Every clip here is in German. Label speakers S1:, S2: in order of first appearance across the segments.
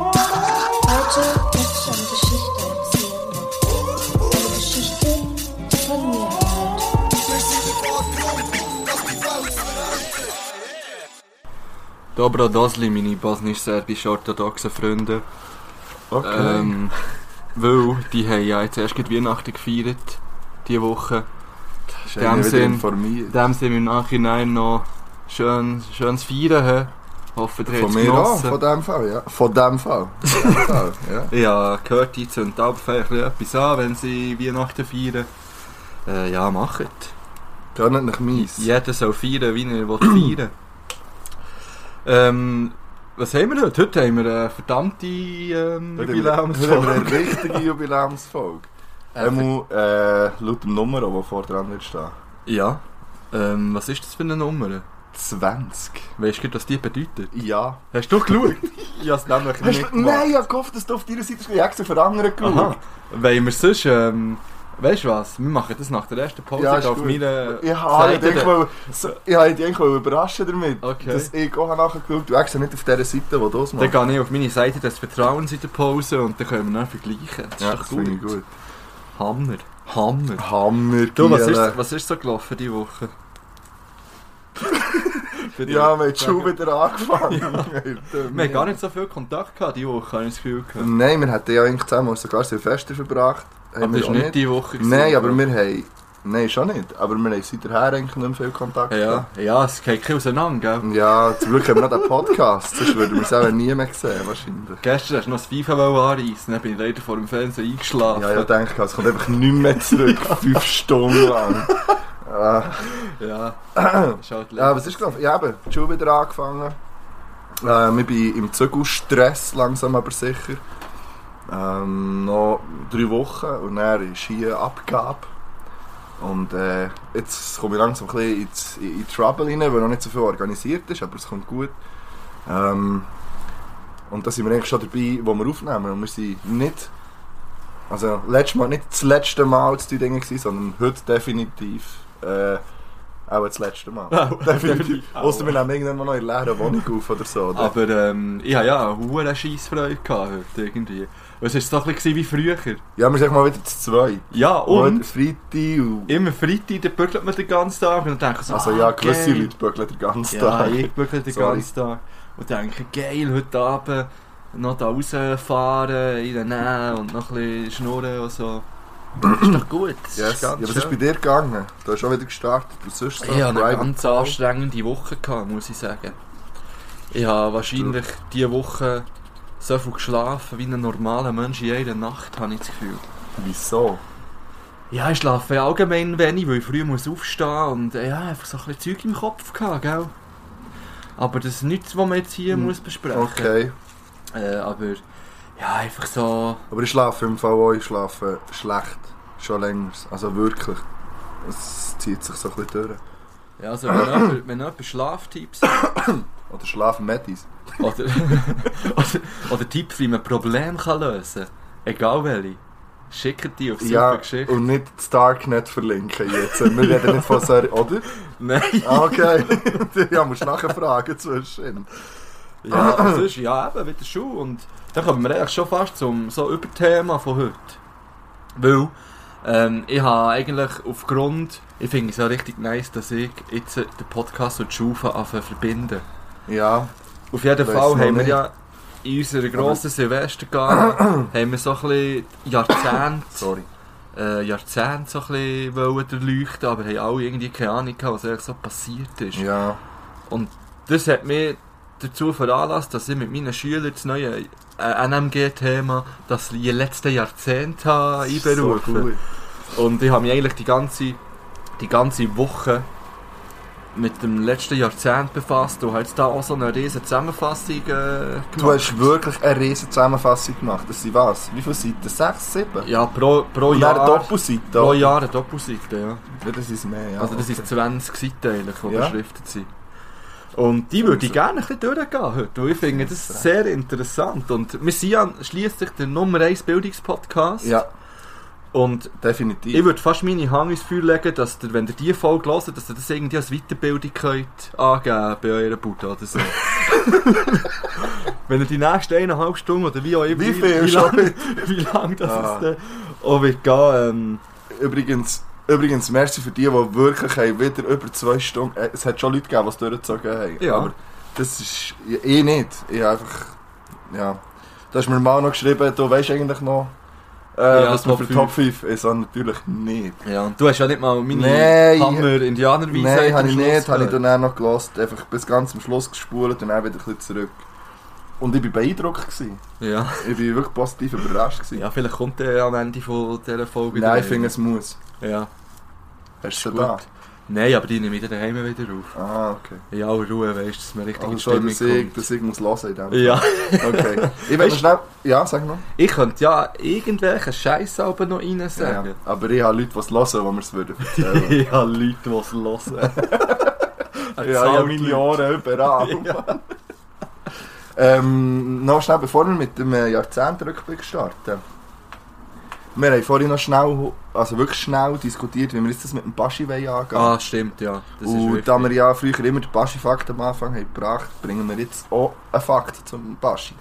S1: Heute möchte ich eine Geschichte erzählen. Eine Geschichte, die von mir handelt.
S2: Dobro Dosli, meine bosnisch-serbisch orthodoxen Freunde.
S3: Okay.
S2: Ähm, weil die haben ja jetzt erst gerade Weihnachten gefeiert, diese Woche.
S3: ist
S2: in
S3: einer
S2: dem
S3: wieder
S2: Sinn- In
S3: informiert.
S2: dem sind wir im Nachhinein noch schön, schönes Feiern. haben. Hoffe, ihr
S3: Von
S2: habt's
S3: mir an,
S2: genossen.
S3: von dem Fall, ja. Von dem Fall. Von dem Fall, ja.
S2: Ja, gehört die zünden ab, vielleicht etwas an, wenn sie Weihnachten feiern. Äh, ja, macht.
S3: Tönt nach mies.
S2: Jeder soll feiern, wie er will feiern. ähm, was haben wir heute? Heute haben wir eine verdammte ähm,
S3: Heute haben wir- heute haben
S2: Jubiläumsfolge.
S3: wir eine richtige Jubiläumsfolge. Emu, äh, laut dem Nummer, die vor dran wird stehen.
S2: Ja. Ähm, was ist das für eine Nummer?
S3: 20.
S2: Weißt du, was die bedeutet?
S3: Ja.
S2: Hast du geschaut? ich habe es nämlich
S3: Hast
S2: nicht
S3: du, nein, ich hab gehofft, dass du auf deiner Seite stehst. Ich hab extra für andere geschaut.
S2: Aha. Weil wir sonst, ähm, weißt du was, wir machen das nach der ersten Pause
S3: Ja, ist
S2: auf
S3: gut.
S2: meiner
S3: Ich habe
S2: Seite.
S3: dich wollen- so- ich habe dich eigentlich wollen überraschen damit,
S2: Okay.
S3: dass ich auch nachher geschaut habe. Du hast ja nicht auf dieser Seite, wo du es
S2: Dann
S3: machst.
S2: gehe ich auf meine Seite des Vertrauens in der Pause und dann können wir dann vergleichen. Das
S3: Ja,
S2: ist
S3: das
S2: doch
S3: finde
S2: gut.
S3: ich gut.
S2: Hammer. Hammer.
S3: Hammer,
S2: Du, was
S3: Giele.
S2: ist, was ist so gelaufen diese Woche? Für dich?
S3: Ja, wir haben die
S2: Sagen.
S3: Schule wieder angefangen.
S2: Wir haben gar nicht so viel Kontakt gehabt diese Woche, habe ich das Gefühl gehabt.
S3: Nein, wir hatten ja eigentlich zusammen sogar Silvester verbracht. Haben
S2: Aber
S3: wir
S2: das
S3: auch
S2: war nicht diese Woche. gewesen,
S3: Nein, aber
S2: oder?
S3: wir haben... Nein, schon nicht. Aber wir haben seither eigentlich nicht mehr viel Kontakt
S2: Ja,
S3: gehabt.
S2: ja es geht kein auseinander, gell?
S3: Ja, zum Glück haben wir noch den Podcast, Dus sonst würden wir es auch nie mehr sehen, wahrscheinlich.
S2: Gestern hast du noch das FIFA anreisen, dann bin ich leider vor dem Fernseher eingeschlafen.
S3: Ja, ich denke, es kommt einfach nicht mehr zurück, fünf Stunden lang. Ah.
S2: Ja, ist halt
S3: Ja,
S2: leider.
S3: Äh, was ist gelaufen? Ja, eben, die Schule wieder angefangen. Äh, wir sind im Zügelstress, langsam aber sicher. Ähm, noch drei Wochen und dann ist hier Abgabe. Und äh, jetzt komme ich langsam ein bisschen ins- in, in Trouble rein, weil noch nicht so viel organisiert ist, aber es kommt gut. Ähm, und da sind wir eigentlich schon dabei, wo wir aufnehmen. Und wir sind nicht, also letztes Mal, nicht das letzte Mal zu Dingen gewesen, sondern heute definitiv äh, auch das letzte Mal. definitiv.
S2: definitiv.
S3: Außer wir nehmen irgendwann mal noch in leeren Wohnung auf oder so. Oder?
S2: Aber ähm, ich hatte ja eine hohe Scheissfreude gehabt heute irgendwie. Und Es war doch ein bisschen wie früher.
S3: Ja, wir sind mal wieder zu zweit.
S2: Ja,
S3: Und
S2: und
S3: Freitag und...
S2: immer Freitag, dann bügelt man den ganzen Tag und dann denke ich so,
S3: Also
S2: ah,
S3: ja, gewisse
S2: geil.
S3: Leute bügeln den ganzen
S2: Ja,
S3: Tag.
S2: ich bügle den
S3: Sorry.
S2: ganzen Tag. Und denke, geil, heute Abend noch da rausfahren, in der Nähe und noch ein bisschen schnurren und so. ist doch gut. Das
S3: Yes.
S2: ist
S3: Ja, was
S2: ganz
S3: ist bei
S2: schön.
S3: dir gegangen? Du hast schon wieder gestartet und sonst so
S2: Ich hatte eine
S3: private-
S2: ganz anstrengende Woche, gehabt, muss ich sagen. Ich habe wahrscheinlich diese Woche so viel geschlafen wie ein normaler Mensch in jeder Nacht, habe ich das Gefühl.
S3: Wieso?
S2: Ja, ich schlafe ja allgemein wenig, weil ich früh muss aufstehen und äh, ja, einfach so ein bisschen Zeug im Kopf gehabt, gell? Aber das ist nichts, was man jetzt hier
S3: Hm.
S2: muss besprechen muss.
S3: Okay.
S2: Äh, aber ja, einfach so.
S3: Aber ich schlafe im Fall auch, ich schlafe schlecht. Schon länger. Also wirklich. Es zieht sich so ein bisschen durch.
S2: Ja, also wenn jemand, wenn jemand Schlaftipps
S3: Oder Schlafmedis.
S2: oder, oder, oder Tipps, wie man Probleme kann lösen kann, egal welche, schicken die auf super
S3: Ja,
S2: Geschichte.
S3: und nicht das Darknet verlinken jetzt. Wir reden nicht von so... Oder?
S2: Nein,
S3: Ah, okay. ja, musst nachher fragen zwischen.
S2: ja, aber sonst, ja eben, wieder schon. Und dann kommen wir eigentlich schon fast zum so Überthema von heute. Weil ähm, ich habe eigentlich aufgrund, ich finde es ja richtig nice, dass ich jetzt äh, den Podcast und die Schufe anfange verbinden.
S3: Ja.
S2: Auf jeden
S3: Weiss
S2: Fall
S3: noch
S2: haben wir
S3: nicht.
S2: ja in unserer grossen Silvestergala haben wir so ein bisschen Jahrzehnte,
S3: Sorry.
S2: äh, Jahrzehnte so ein bisschen wollen durchleuchten, aber haben alle irgendwie keine Ahnung gehabt, was eigentlich so passiert ist.
S3: Ja.
S2: Das hat mich dazu veranlasst, dass ich mit meinen Schülern das neue äh, NMG-Thema, das ich in letzten Jahrzehnten
S3: Ah,
S2: habe einberufen
S3: So gut.
S2: und ich habe mich eigentlich die ganze, die ganze Woche mit dem letzten Jahrzehnt befasst und habe jetzt da auch so eine riesen Zusammenfassung äh, gemacht.
S3: Du hast wirklich eine riesen Zusammenfassung gemacht. Das sind was? Wie viele Seiten? Sechs, sieben?
S2: Ja, pro, pro
S3: Und dann eine
S2: Jahr.
S3: Doppelseite.
S2: Pro Jahr eine Doppelseite, ja.
S3: Ja, das ist mehr, ja.
S2: also das sind 20 Seiten eigentlich, die
S3: Ja.
S2: beschriftet sind. Und die würde ich gerne ein bisschen durchgehen heute, weil ich finde das sehr interessant. Und wir sind ja schliesslich der Nummer 1 Bildungspodcast.
S3: Ja,
S2: Und
S3: Definitiv.
S2: ich würde fast meine Hand ins Feuer legen, dass ihr, wenn ihr die Folge hört, dass ihr das irgendwie als Weiterbildung könnt angeben bei eurer Bude oder so. wenn ihr die nächste eineinhalb Stunden oder wie auch immer,
S3: Wie viel
S2: wie
S3: schon?
S2: lange, wie lang das
S3: Ah.
S2: es dann auch wird gehen, ähm,
S3: Übrigens, übrigens, merci für die, die wirklich haben, wieder über zwei Stunden. äh, Es hat schon Leute gegeben, die es durchgezogen haben.
S2: Ja.
S3: Aber das ist. ja, Ich nicht. Ich einfach. Ja. Da hast du mir mal noch geschrieben, du weißt eigentlich noch, äh,
S2: Ja,
S3: was man
S2: Top
S3: für Top 5 ist. Und natürlich nicht.
S2: ja, und du hast ja nicht mal meine
S3: Nein.
S2: Hammer-Indianerweise
S3: Nein, habe ich nicht. Habe ich dann auch noch gelassen. Einfach bis ganz am Schluss gespult und dann wieder ein bisschen zurück. Und ich war beeindruckt. Gewesen.
S2: Ja.
S3: Ich war wirklich positiv überrascht. Gewesen.
S2: ja, eh, vielleicht kommt der am Ende von dieser Folge
S3: Nein,
S2: wieder
S3: ich finde,
S2: einer.
S3: es muss.
S2: Ja,
S3: Hast du
S2: gut.
S3: da?
S2: Nein, aber die nehme ich dann daheim wieder auf.
S3: Ah, okay.
S2: In aller Ruhe, weißt du, dass man richtig in
S3: Also,
S2: die
S3: schon,
S2: Stimmung
S3: dass ich,
S2: kommt.
S3: dass ich muss hören in dem
S2: ja.
S3: Okay. Ich will
S2: Weißt-
S3: noch schnell. Ja, sag noch.
S2: Ich könnte ja irgendwelchen Scheiß aber noch rein
S3: Ja.
S2: sagen.
S3: Aber ich habe Leute, die es hören, die mir es würden erzählen.
S2: Ich habe Leute, die es hören.
S3: ich habe ja meine Ohren überall. Ähm, noch schnell, bevor wir mit dem äh, Jahrzehntrückblick starten. Wir haben vorhin noch schnell, also wirklich schnell diskutiert, wie wir jetzt das mit dem Baschi wollen angehen
S2: Ah, stimmt, ja. Das ist
S3: Und
S2: wichtig.
S3: da wir ja früher immer den Baschi-Fakt am Anfang haben gebracht, bringen wir jetzt auch einen Fakt zum Baschi.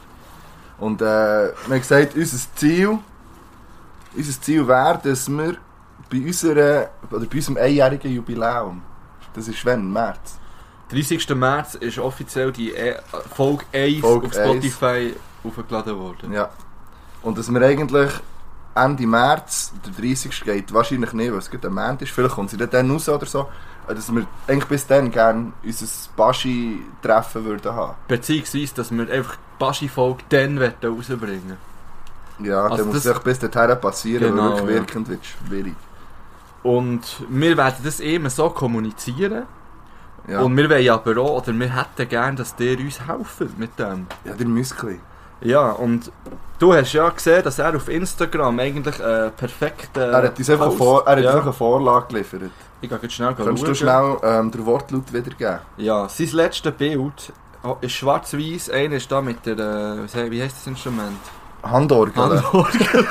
S3: Und äh, wir haben gesagt, unser Ziel, unser Ziel wäre, dass wir bei, unserer, oder bei unserem einjährigen Jubiläum, das ist wenn? März?
S2: 30. März ist offiziell die e Folge 1
S3: Folge
S2: auf Spotify aufgeladen worden.
S3: Ja. Und dass wir eigentlich Ende März, der 30. geht wahrscheinlich nicht, weil es gerade ein Montag ist, vielleicht kommt sie dann raus oder so, äh, dass wir eigentlich bis dann gerne unser Baschi-Treffen würden haben.
S2: Beziehungsweise, dass wir einfach die Baschi-Folge dann wollen rausbringen
S3: Ja,
S2: Also
S3: dann muss
S2: das-
S3: sich bis dorthin passieren,
S2: Genau,
S3: weil wirklich
S2: ja.
S3: wirkend wird schwierig.
S2: Und wir werden das immer so kommunizieren.
S3: Ja,
S2: Und wir wollen aber auch, oder wir hätten gerne, dass ihr uns helfen mit dem.
S3: ja der Muskel.
S2: Ja, und du hast ja gesehen, dass er auf Instagram eigentlich äh, perfekt. Äh,
S3: Er hat uns einfach eine, Vor er hat uns einfach eine Vorlage geliefert.
S2: Ich gehe jetzt schnell
S3: Kannst
S2: schauen.
S3: du schnell ähm, den Wortlaut wiedergeben?
S2: Ja, sein letztes Bild oh, ist schwarz-weiß. Einer ist da mit der. Äh, was he- wie heißt das Instrument?
S3: Handorgel.
S2: Handorgel.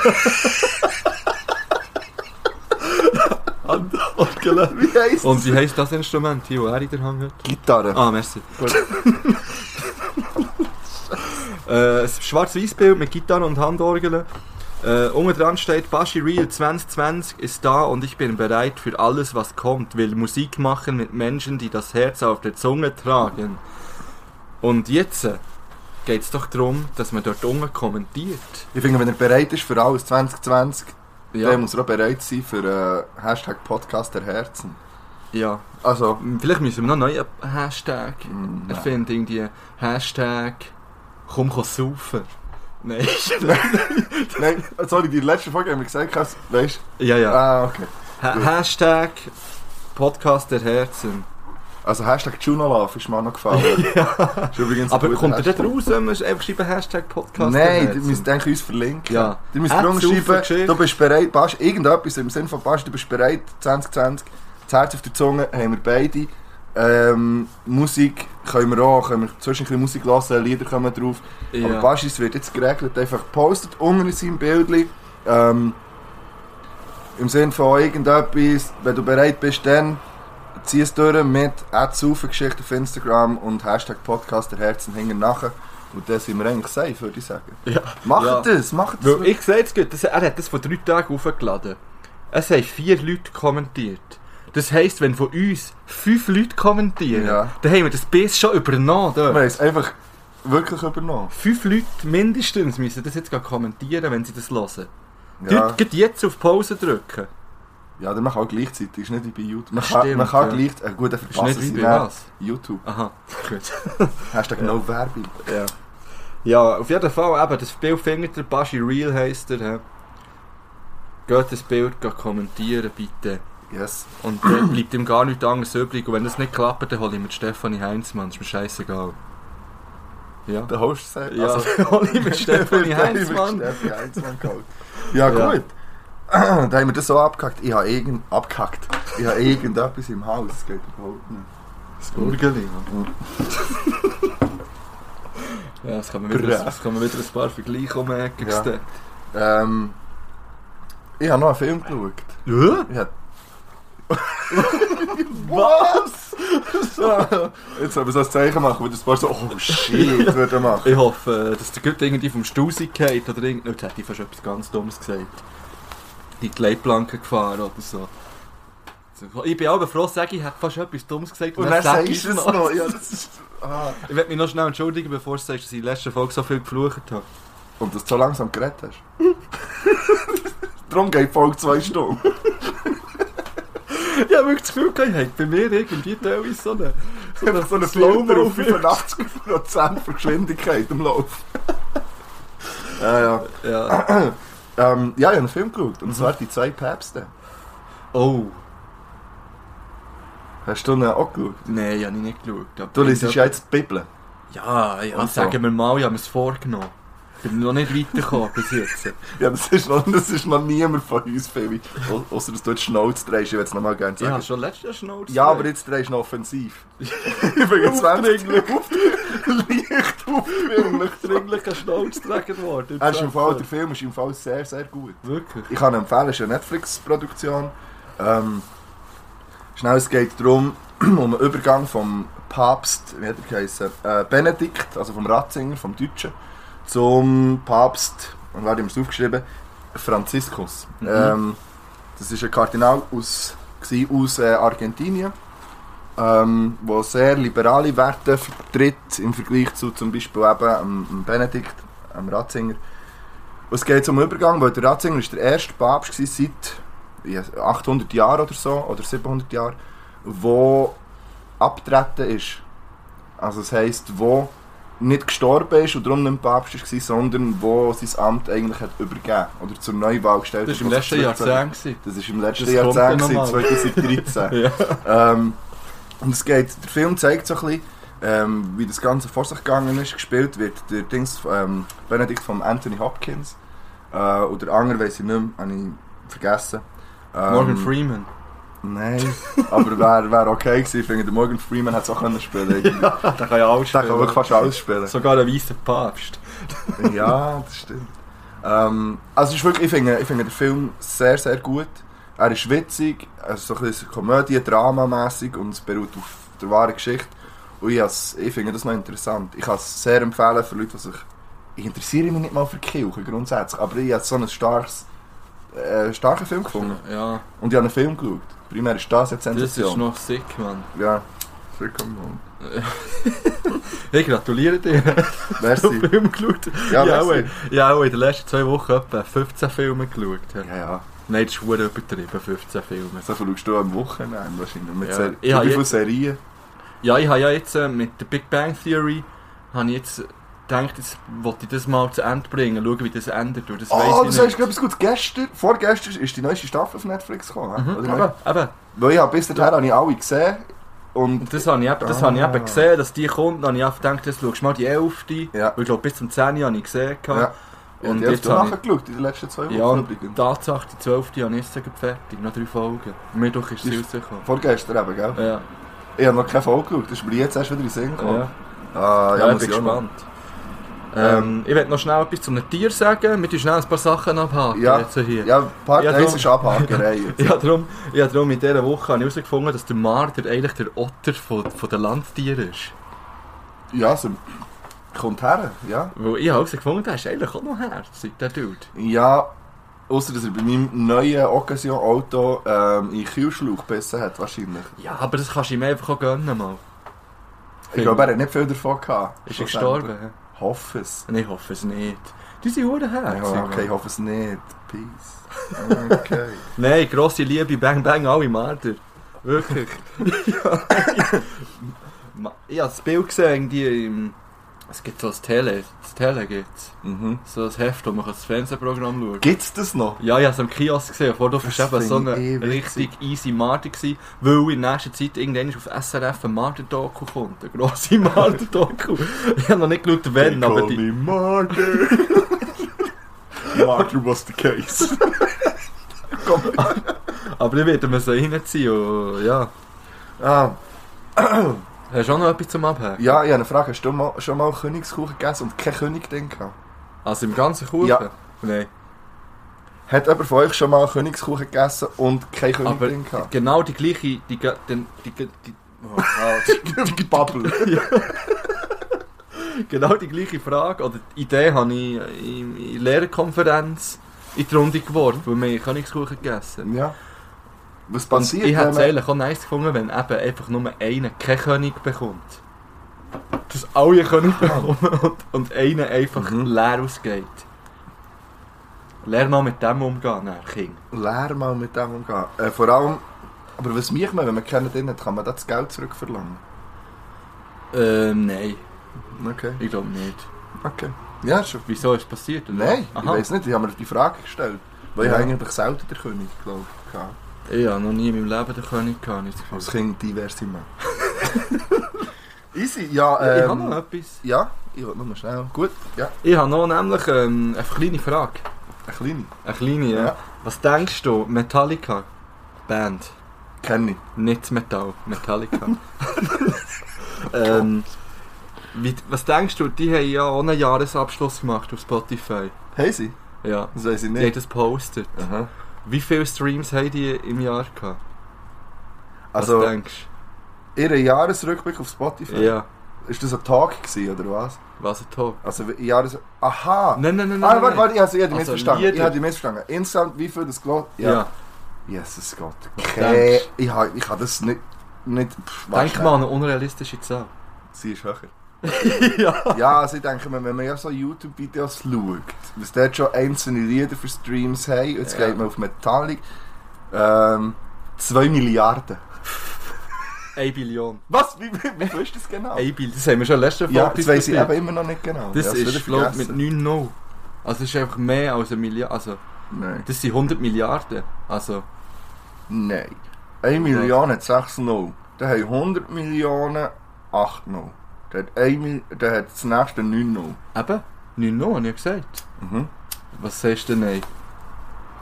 S2: Handorgel.
S3: Wie heisst
S2: Und
S3: Und
S2: wie heisst das Instrument, hier, wo er in der Hand hat?
S3: Gitarre.
S2: Ah, merci.
S3: Gut.
S2: äh, ein schwarz-weiß Bild mit Gitarre und Handorgel. Äh, unten dran steht Bashi Real 2020 ist da und ich bin bereit für alles, was kommt. Will Musik machen mit Menschen, die das Herz auf der Zunge tragen. Und jetzt geht es doch darum, dass man dort unten kommentiert.
S3: Ich finde, wenn er bereit ist für alles 2020, dann
S2: Ja,
S3: muss er auch bereit sein für äh, Hashtag Podcast der Herzen.
S2: ja.
S3: Also,
S2: Vielleicht müssen wir noch einen neuen Hashtag
S3: mm,
S2: Er
S3: nein.
S2: findet irgendwie Hashtag komm komm saufen. Nein.
S3: Nein, sorry, die letzte Folge haben wir gesagt, kannst- weißt
S2: ja,
S3: du?
S2: ja.
S3: Ah, okay.
S2: Ha Hashtag Podcast der Herzen.
S3: Also Hashtag Junolove ist mir auch noch gefallen. Ist übrigens ein
S2: Aber
S3: guter
S2: kommt er
S3: Hashtag.
S2: dort raus, wenn wir einfach schreiben Hashtag Podcast der
S3: Nein, ihr
S2: Herzen?
S3: müsst eigentlich uns verlinken.
S2: Ja. Äh,
S3: Ihr müsst
S2: Hat's
S3: drum schreiben,
S2: aufgeschickt?
S3: du bist bereit, Bast, irgendetwas im Sinne von Bast, du bist bereit, 2020, das Herz auf der Zunge haben wir beide. Ähm, Musik können wir auch, können wir zwischendurch ein bisschen Musik hören, Lieder kommen drauf. Aber
S2: ja.
S3: Bast, es wird jetzt geregelt, einfach postet unter seinem Bildli. Ähm, Im Sinne von irgendetwas, wenn du bereit bist, dann zieh es durch mit Geschichte auf Instagram und Hashtag Podcast der Herzen hängen nachher. Und dann sind wir eigentlich safe, würde ich sagen.
S2: Ja.
S3: Macht
S2: Ja.
S3: das, macht das.
S2: Weil ich sehe jetzt gut, das- er hat das vor drei Tagen hochgeladen. Es haben vier Leute kommentiert. Das heisst, wenn von uns fünf Leute kommentieren,
S3: Ja.
S2: dann haben wir das Biss schon übernommen.
S3: Wir
S2: Dort.
S3: haben es einfach wirklich übernommen.
S2: Fünf Leute mindestens müssen das jetzt gleich kommentieren, wenn sie das hören.
S3: Ja,
S2: Leute, geht jetzt auf Pause drücken.
S3: ja dann man kann auch gleichzeitig, ist nicht wie bei YouTube. Man
S2: Stimmt,
S3: kann, man kann
S2: ja.
S3: gleich, äh, gut, dann
S2: Ist nicht
S3: verpassen
S2: wie
S3: sie
S2: bei
S3: dann
S2: was.
S3: YouTube.
S2: Aha, gut.
S3: Hashtag no Werbung.
S2: Ja. ja, auf jeden Fall, eben, das Bild findet ihr, Baschi Real heisst er. hä? Geht das Bild geht kommentieren, bitte.
S3: Yes.
S2: Und dann bleibt ihm gar nichts anderes übrig. Und wenn das nicht klappt, dann hole ich mir die Stefanie Heinzmann, ist mir scheißegal. Ja.
S3: Der Host sagt,
S2: Ja,
S3: also,
S2: dann hole ich mir Stefanie Heinzmann.
S3: Steffi Heinzmann geholt. Ja,
S2: Ja.
S3: gut. Dann haben wir das so abgehackt. Ich habe irgend... abgehackt. Ich habe irgendetwas im Haus. Das geht überhaupt nicht.
S2: Das Gurgeli. Ja, es kommen wieder,
S3: Brä.
S2: es kommen wieder ein paar Vergleiche um die Ecke
S3: Ja.
S2: gesteckt.
S3: Ähm, Ich habe noch einen Film geschaut.
S2: Ja?
S3: Ich hab- Was? Ja, Jetzt aber so ein Zeichen machen, weil das paar so, oh shit, würde machen.
S2: Ich hoffe, dass der Gott irgendwie vom Stuhl geht oder irgend... Jetzt hätte ich fast etwas ganz Dummes gesagt. Die Gleitplanke gefahren oder so. Ich bin aber froh, sage ich, ich hätte fast etwas Dummes gesagt.
S3: Und dann
S2: sag
S3: sagst du es
S2: ich's
S3: noch. Ja, das ist, ah.
S2: Ich werde mich noch schnell entschuldigen, bevor du sagst, dass ich in der letzten Folge so viel geflucht habe.
S3: Und dass du so langsam geredet hast. Darum geht Folge zwei Stunden.
S2: Ich habe wirklich das Gefühl, gehabt, ich habe bei mir irgendwie teilweise so eine...
S3: Einfach so eine Filter auf 85% Verschwindigkeit im Lauf. ja, ja.
S2: Ja.
S3: Ähm, ja, ich habe einen Film geschaut. Und zwar die zwei Päpste.
S2: Oh,
S3: Hast du den auch geschaut?
S2: nein, ich habe ich nicht geschaut. Aber
S3: Du liest ja jetzt die Bibel.
S2: Ja, ja,
S3: Und so.
S2: sagen wir mal, ich habe mir es vorgenommen. Ich bin noch nicht weitergekommen bis jetzt.
S3: Ja, das ist noch, das ist noch niemand von uns, Fabi. Au- Ausser, dass du jetzt Schnauze drehst. Ich würde es nochmal gerne
S2: Ich habe
S3: sagen.
S2: schon letztes Jahr Schnauze.
S3: Ja, aber jetzt drehst du noch offensiv. ich bin jetzt 20 Leicht aufdringlich.
S2: dringlich ein Schnauze getragen worden.
S3: Er ist im Fall, der Film ist im Fall sehr, sehr gut.
S2: Wirklich?
S3: Ich kann ihn empfehlen, es ist eine Netflix-Produktion. Ähm, schnell, es geht darum, um den Übergang vom Papst, wie hat er geheißen, äh, Benedikt, also vom Ratzinger, vom Deutschen, zum Papst, und werde ihm das aufgeschrieben, Franziskus.
S2: Mhm.
S3: Ähm, das ist ein Kardinal aus, gsi aus äh, Argentinien, ähm, der sehr liberale Werte vertritt im Vergleich zu zum Beispiel eben ähm, dem Benedikt, dem Ratzinger. Und es geht zum Übergang, weil der Ratzinger ist der erste Papst gsi seit ja, 800 Jahren oder so, oder 700 Jahren, wo abtreten ist. Also das heisst, wo nicht gestorben ist und darum nicht mehr Papst war, sondern wo sein Amt eigentlich hat übergeben oder zur Neuwahl gestellt
S2: Das war im
S3: hat, wo es
S2: letzten Jahr
S3: zurückgezogen-
S2: gewesen.
S3: das ist im letzten
S2: Das kommt
S3: Jahrzehnt,
S2: dann
S3: gewesen,
S2: nochmal.
S3: 2013.
S2: Ja.
S3: ähm, und es geht, der Film zeigt so ein bisschen, ähm, wie das Ganze vor sich gegangen ist. Gespielt wird der Dings, ähm, Benedikt von Anthony Hopkins. Äh, oder andere weiß ich nicht mehr, habe ich vergessen. Ähm,
S2: Morgan Freeman.
S3: Nein, aber wäre wär okay gewesen. Ich finde, der Morgan Freeman hätte es auch können spielen können. ja.
S2: Der kann ja alles
S3: Der kann wirklich fast alles spielen.
S2: Sogar ein weißer Papst.
S3: Ja, das stimmt. Ähm, also es ist wirklich, ich finde, ich finde den Film sehr, sehr gut. Er ist witzig, also so ein bisschen Komödie, dramamäßig und es beruht auf der wahren Geschichte. Und ich, has- ich finde das noch interessant. Ich kann es sehr empfehlen für Leute, die sich... Ich interessiere mich nicht mal für Kirche grundsätzlich, aber ich habe so einen starkes, äh, starken Film gefunden.
S2: Ja,
S3: Und ich habe einen Film geschaut. Primär ist das jetzt
S2: das ist
S3: Sensation.
S2: noch sick, Mann.
S3: Ja, willkommen.
S2: Ich gratuliere dir, dass du
S3: Merci.
S2: den Film geschaut hast.
S3: Ja,
S2: ich habe auch,
S3: merci.
S2: ich habe auch in den letzten zwei Wochen etwa 15 Filme geschaut.
S3: Ja, ja.
S2: Nein, das ist verdammt übertrieben, 15 Filme.
S3: So viel schaust du am Wochenende wahrscheinlich. Mit
S2: Ja.
S3: Ser-
S2: Ich habe
S3: Wie viele
S2: jetzt-
S3: Serien?
S2: Ja, ich habe ja jetzt äh, mit der Big Bang Theory habe ich jetzt gedacht, jetzt wollte ich das mal zu Ende bringen, schauen, wie das endet. Und das weiss
S3: Oh,
S2: ich
S3: das
S2: nicht.
S3: heißt, glaube ich, gut. Gestern, vorgestern ist die neueste Staffel auf Netflix gekommen. ne?
S2: Mhm,
S3: Oder
S2: eben,
S3: nicht?
S2: eben.
S3: Weil ich habe bis dahin habe ich alle gesehen. Und
S2: Und das habe ich, eben- das habe
S3: Ah.
S2: ich eben gesehen, dass die kommt. Dann habe ich auch gedacht, jetzt schaust du mal die 11.
S3: Ja.
S2: Weil ich glaube, bis zum 10. habe ich gesehen.
S3: ja,
S2: gehabt.
S3: und
S2: und
S3: ich habe
S2: jetzt
S3: es nachher
S2: habe
S3: geschaut in den letzten zwei
S2: ich...
S3: Wochen
S2: Ja, und
S3: übrigens.
S2: Tatsache, die 12. habe ich jetzt sogar fertig. Noch drei Folgen. Mittwoch ist sie
S3: Ist-
S2: rausgekommen.
S3: Vorgestern eben, gell?
S2: Ja,
S3: Ich habe noch keine Folge geschaut. Das ist mir jetzt erst wieder in den Sinn gekommen.
S2: ja.
S3: Ah,
S2: ja, ich
S3: muss
S2: bin
S3: auch noch.
S2: gespannt. Ähm, ich werde noch schnell etwas zu einem Tier sagen. Wir tun schnell ein paar Sachen abhaken.
S3: Ja.
S2: Jetzt hier.
S3: Ja, Part
S2: Ja,
S3: 1
S2: darum.
S3: ist Abhakerei. jetzt.
S2: Ja, darum, ja, darum in dieser Woche habe ich herausgefunden, dass der Marder eigentlich der Otter von, von den Landtieren ist.
S3: Ja, es kommt her, ja.
S2: Weil ich habe herausgefunden, der ist eigentlich auch noch herzig, der Dude.
S3: Ja, außer dass er bei meinem neuen Occasion-Auto ähm, in Kühlschlauch besser hat, wahrscheinlich.
S2: Ja, aber das kannst du ihm einfach auch gönnen mal.
S3: Ich glaube, er hat nicht viel davon gehabt.
S2: Ist er gestorben? hä?
S3: Hoffe es.
S2: Nein, ich hoffe es nicht. Die sind hure herzig.
S3: Ja, okay, ich
S2: Mann.
S3: hoffe es nicht. Peace. Okay.
S2: Nein, grosse Liebe, Bang Bang, alle Marder. Wirklich. ja, ich, ich habe das Bild gesehen, die im... Es gibt so das Tele, das Tele gibt's.
S3: mhm.
S2: So ein Heft, wo man das Fernsehprogramm schauen kann.
S3: Gibt's das noch?
S2: Ja, ich habe es am Kiosk gesehen, vor du
S3: Das
S2: eben so
S3: finde
S2: eine
S3: ich eh witzig.
S2: richtig easy Marder gewesen, weil in nächster Zeit irgendwann auf SRF ein Marder-Doku kommt, eine grosse Marder-Doku. ich habe noch nicht geschaut, wenn, aber die...
S3: me Marder. Marder was the case.
S2: Aber ich werde mir so reinziehen und ja.
S3: ah,
S2: Hast du auch noch etwas zum Abhängen?
S3: ja, ich habe eine Frage. Hast du mal, schon mal Königskuchen gegessen und kein König drin gehabt?
S2: Also im ganzen Kuchen?
S3: Ja.
S2: Nein.
S3: Hat jemand von euch schon mal Königskuchen gegessen und keinen König
S2: Aber-
S3: drin gehabt?
S2: Genau die gleiche, die, ge- den- die, ge- die, oh, halt. wow.
S3: Die Bubble.
S2: genau die gleiche Frage oder die Idee habe ich in, in Lehrerkonferenz in die Runde geworfen, weil wir haben Königskuchen gegessen
S3: Ja. Was
S2: Und
S3: passiert,
S2: ich hätte es
S3: wenn man...
S2: eigentlich auch nice gefunden, wenn eben einfach nur einer keinen König bekommt. Dass alle König bekommen und, und einer einfach
S3: Mhm.
S2: leer ausgeht. Lehr mal mit dem umgehen, dann, King.
S3: Lär mal mit dem umgehen. Äh, vor allem... Aber was mich man, wenn man keinen drin hat, kann man das Geld zurückverlangen?
S2: Ähm, nein,
S3: Okay.
S2: ich glaube nicht.
S3: Okay. Ja, schon.
S2: Wieso ist es passiert? oder?
S3: Nein, ich
S2: Aha.
S3: weiß nicht, ich habe mir die Frage gestellt. Weil
S2: Ja.
S3: ich eigentlich selten den König, glaube ich, gehabt.
S2: Ich habe noch nie in meinem Leben den König gehabt. habe ich das Gefühl.
S3: Als Kind diverse Männer. Easy, ja, ähm,
S2: ich habe noch etwas.
S3: Ja, ich will nur schnell. Gut, ja,
S2: Ich habe noch nämlich ähm, eine kleine Frage.
S3: eine kleine.
S2: Eine kleine, ja.
S3: Ja.
S2: Was denkst du, Metallica? Band.
S3: Kenne ich.
S2: Nicht das Metall, Metallica. ähm, wie, was denkst du, die haben ja auch einen Jahresabschluss gemacht auf Spotify.
S3: Haben sie?
S2: Ja.
S3: Das weiss ich
S2: Die haben
S3: nicht.
S2: das gepostet.
S3: Aha.
S2: Wie viele Streams haben die im Jahr gehabt? was
S3: Also,
S2: denkst
S3: ihren Jahresrückblick auf
S2: du?
S3: Spotify.
S2: Ja.
S3: Ist das ein Tag gewesen, oder was?
S2: Was ein Top.
S3: Also, wie- Jahres... Aha!
S2: Nein, nein, nein, nein.
S3: Ah, warte,
S2: nein.
S3: warte, ich habe die
S2: Also,
S3: missverstanden. Ich
S2: Lieder.
S3: habe die missverstanden. Insgesamt, wie viel das gelassen?
S2: Ja.
S3: Jesus Gott.
S2: denkst
S3: Okay. Ich habe ich hab das nicht... nicht pff,
S2: Denk
S3: wahrscheinlich.
S2: mal an eine unrealistische Zahl.
S3: Sie ist höher.
S2: ja.
S3: Ja, also ich denke, mir, wenn man ja so YouTube-Videos schaut, was dort schon einzelne Lieder für Streams haben, jetzt
S2: Ja.
S3: geht man auf Metallic, ähm, 2 Milliarden.
S2: Eine Billion.
S3: Was? Wie, wie, wie viel ist das genau?
S2: Eine Billion. Das haben wir schon letzte Folge
S3: ja, das weiss ich
S2: diskutiert.
S3: eben immer noch nicht genau.
S2: Das
S3: ja,
S2: ist, glaube ich, mit 9 0. Also, das ist einfach mehr als eine Milliarde. Also,
S3: Nein.
S2: das sind 100 Milliarden. Also,
S3: Nein. 1 Million hat 6 Null. Dann haben 100 Millionen 8 Null. Dann hat, 1 Mil- dann hat das nächste 9 Null.
S2: eben, 9 0, habe ich ja gesagt.
S3: Mhm.
S2: Was sagst du denn? ey?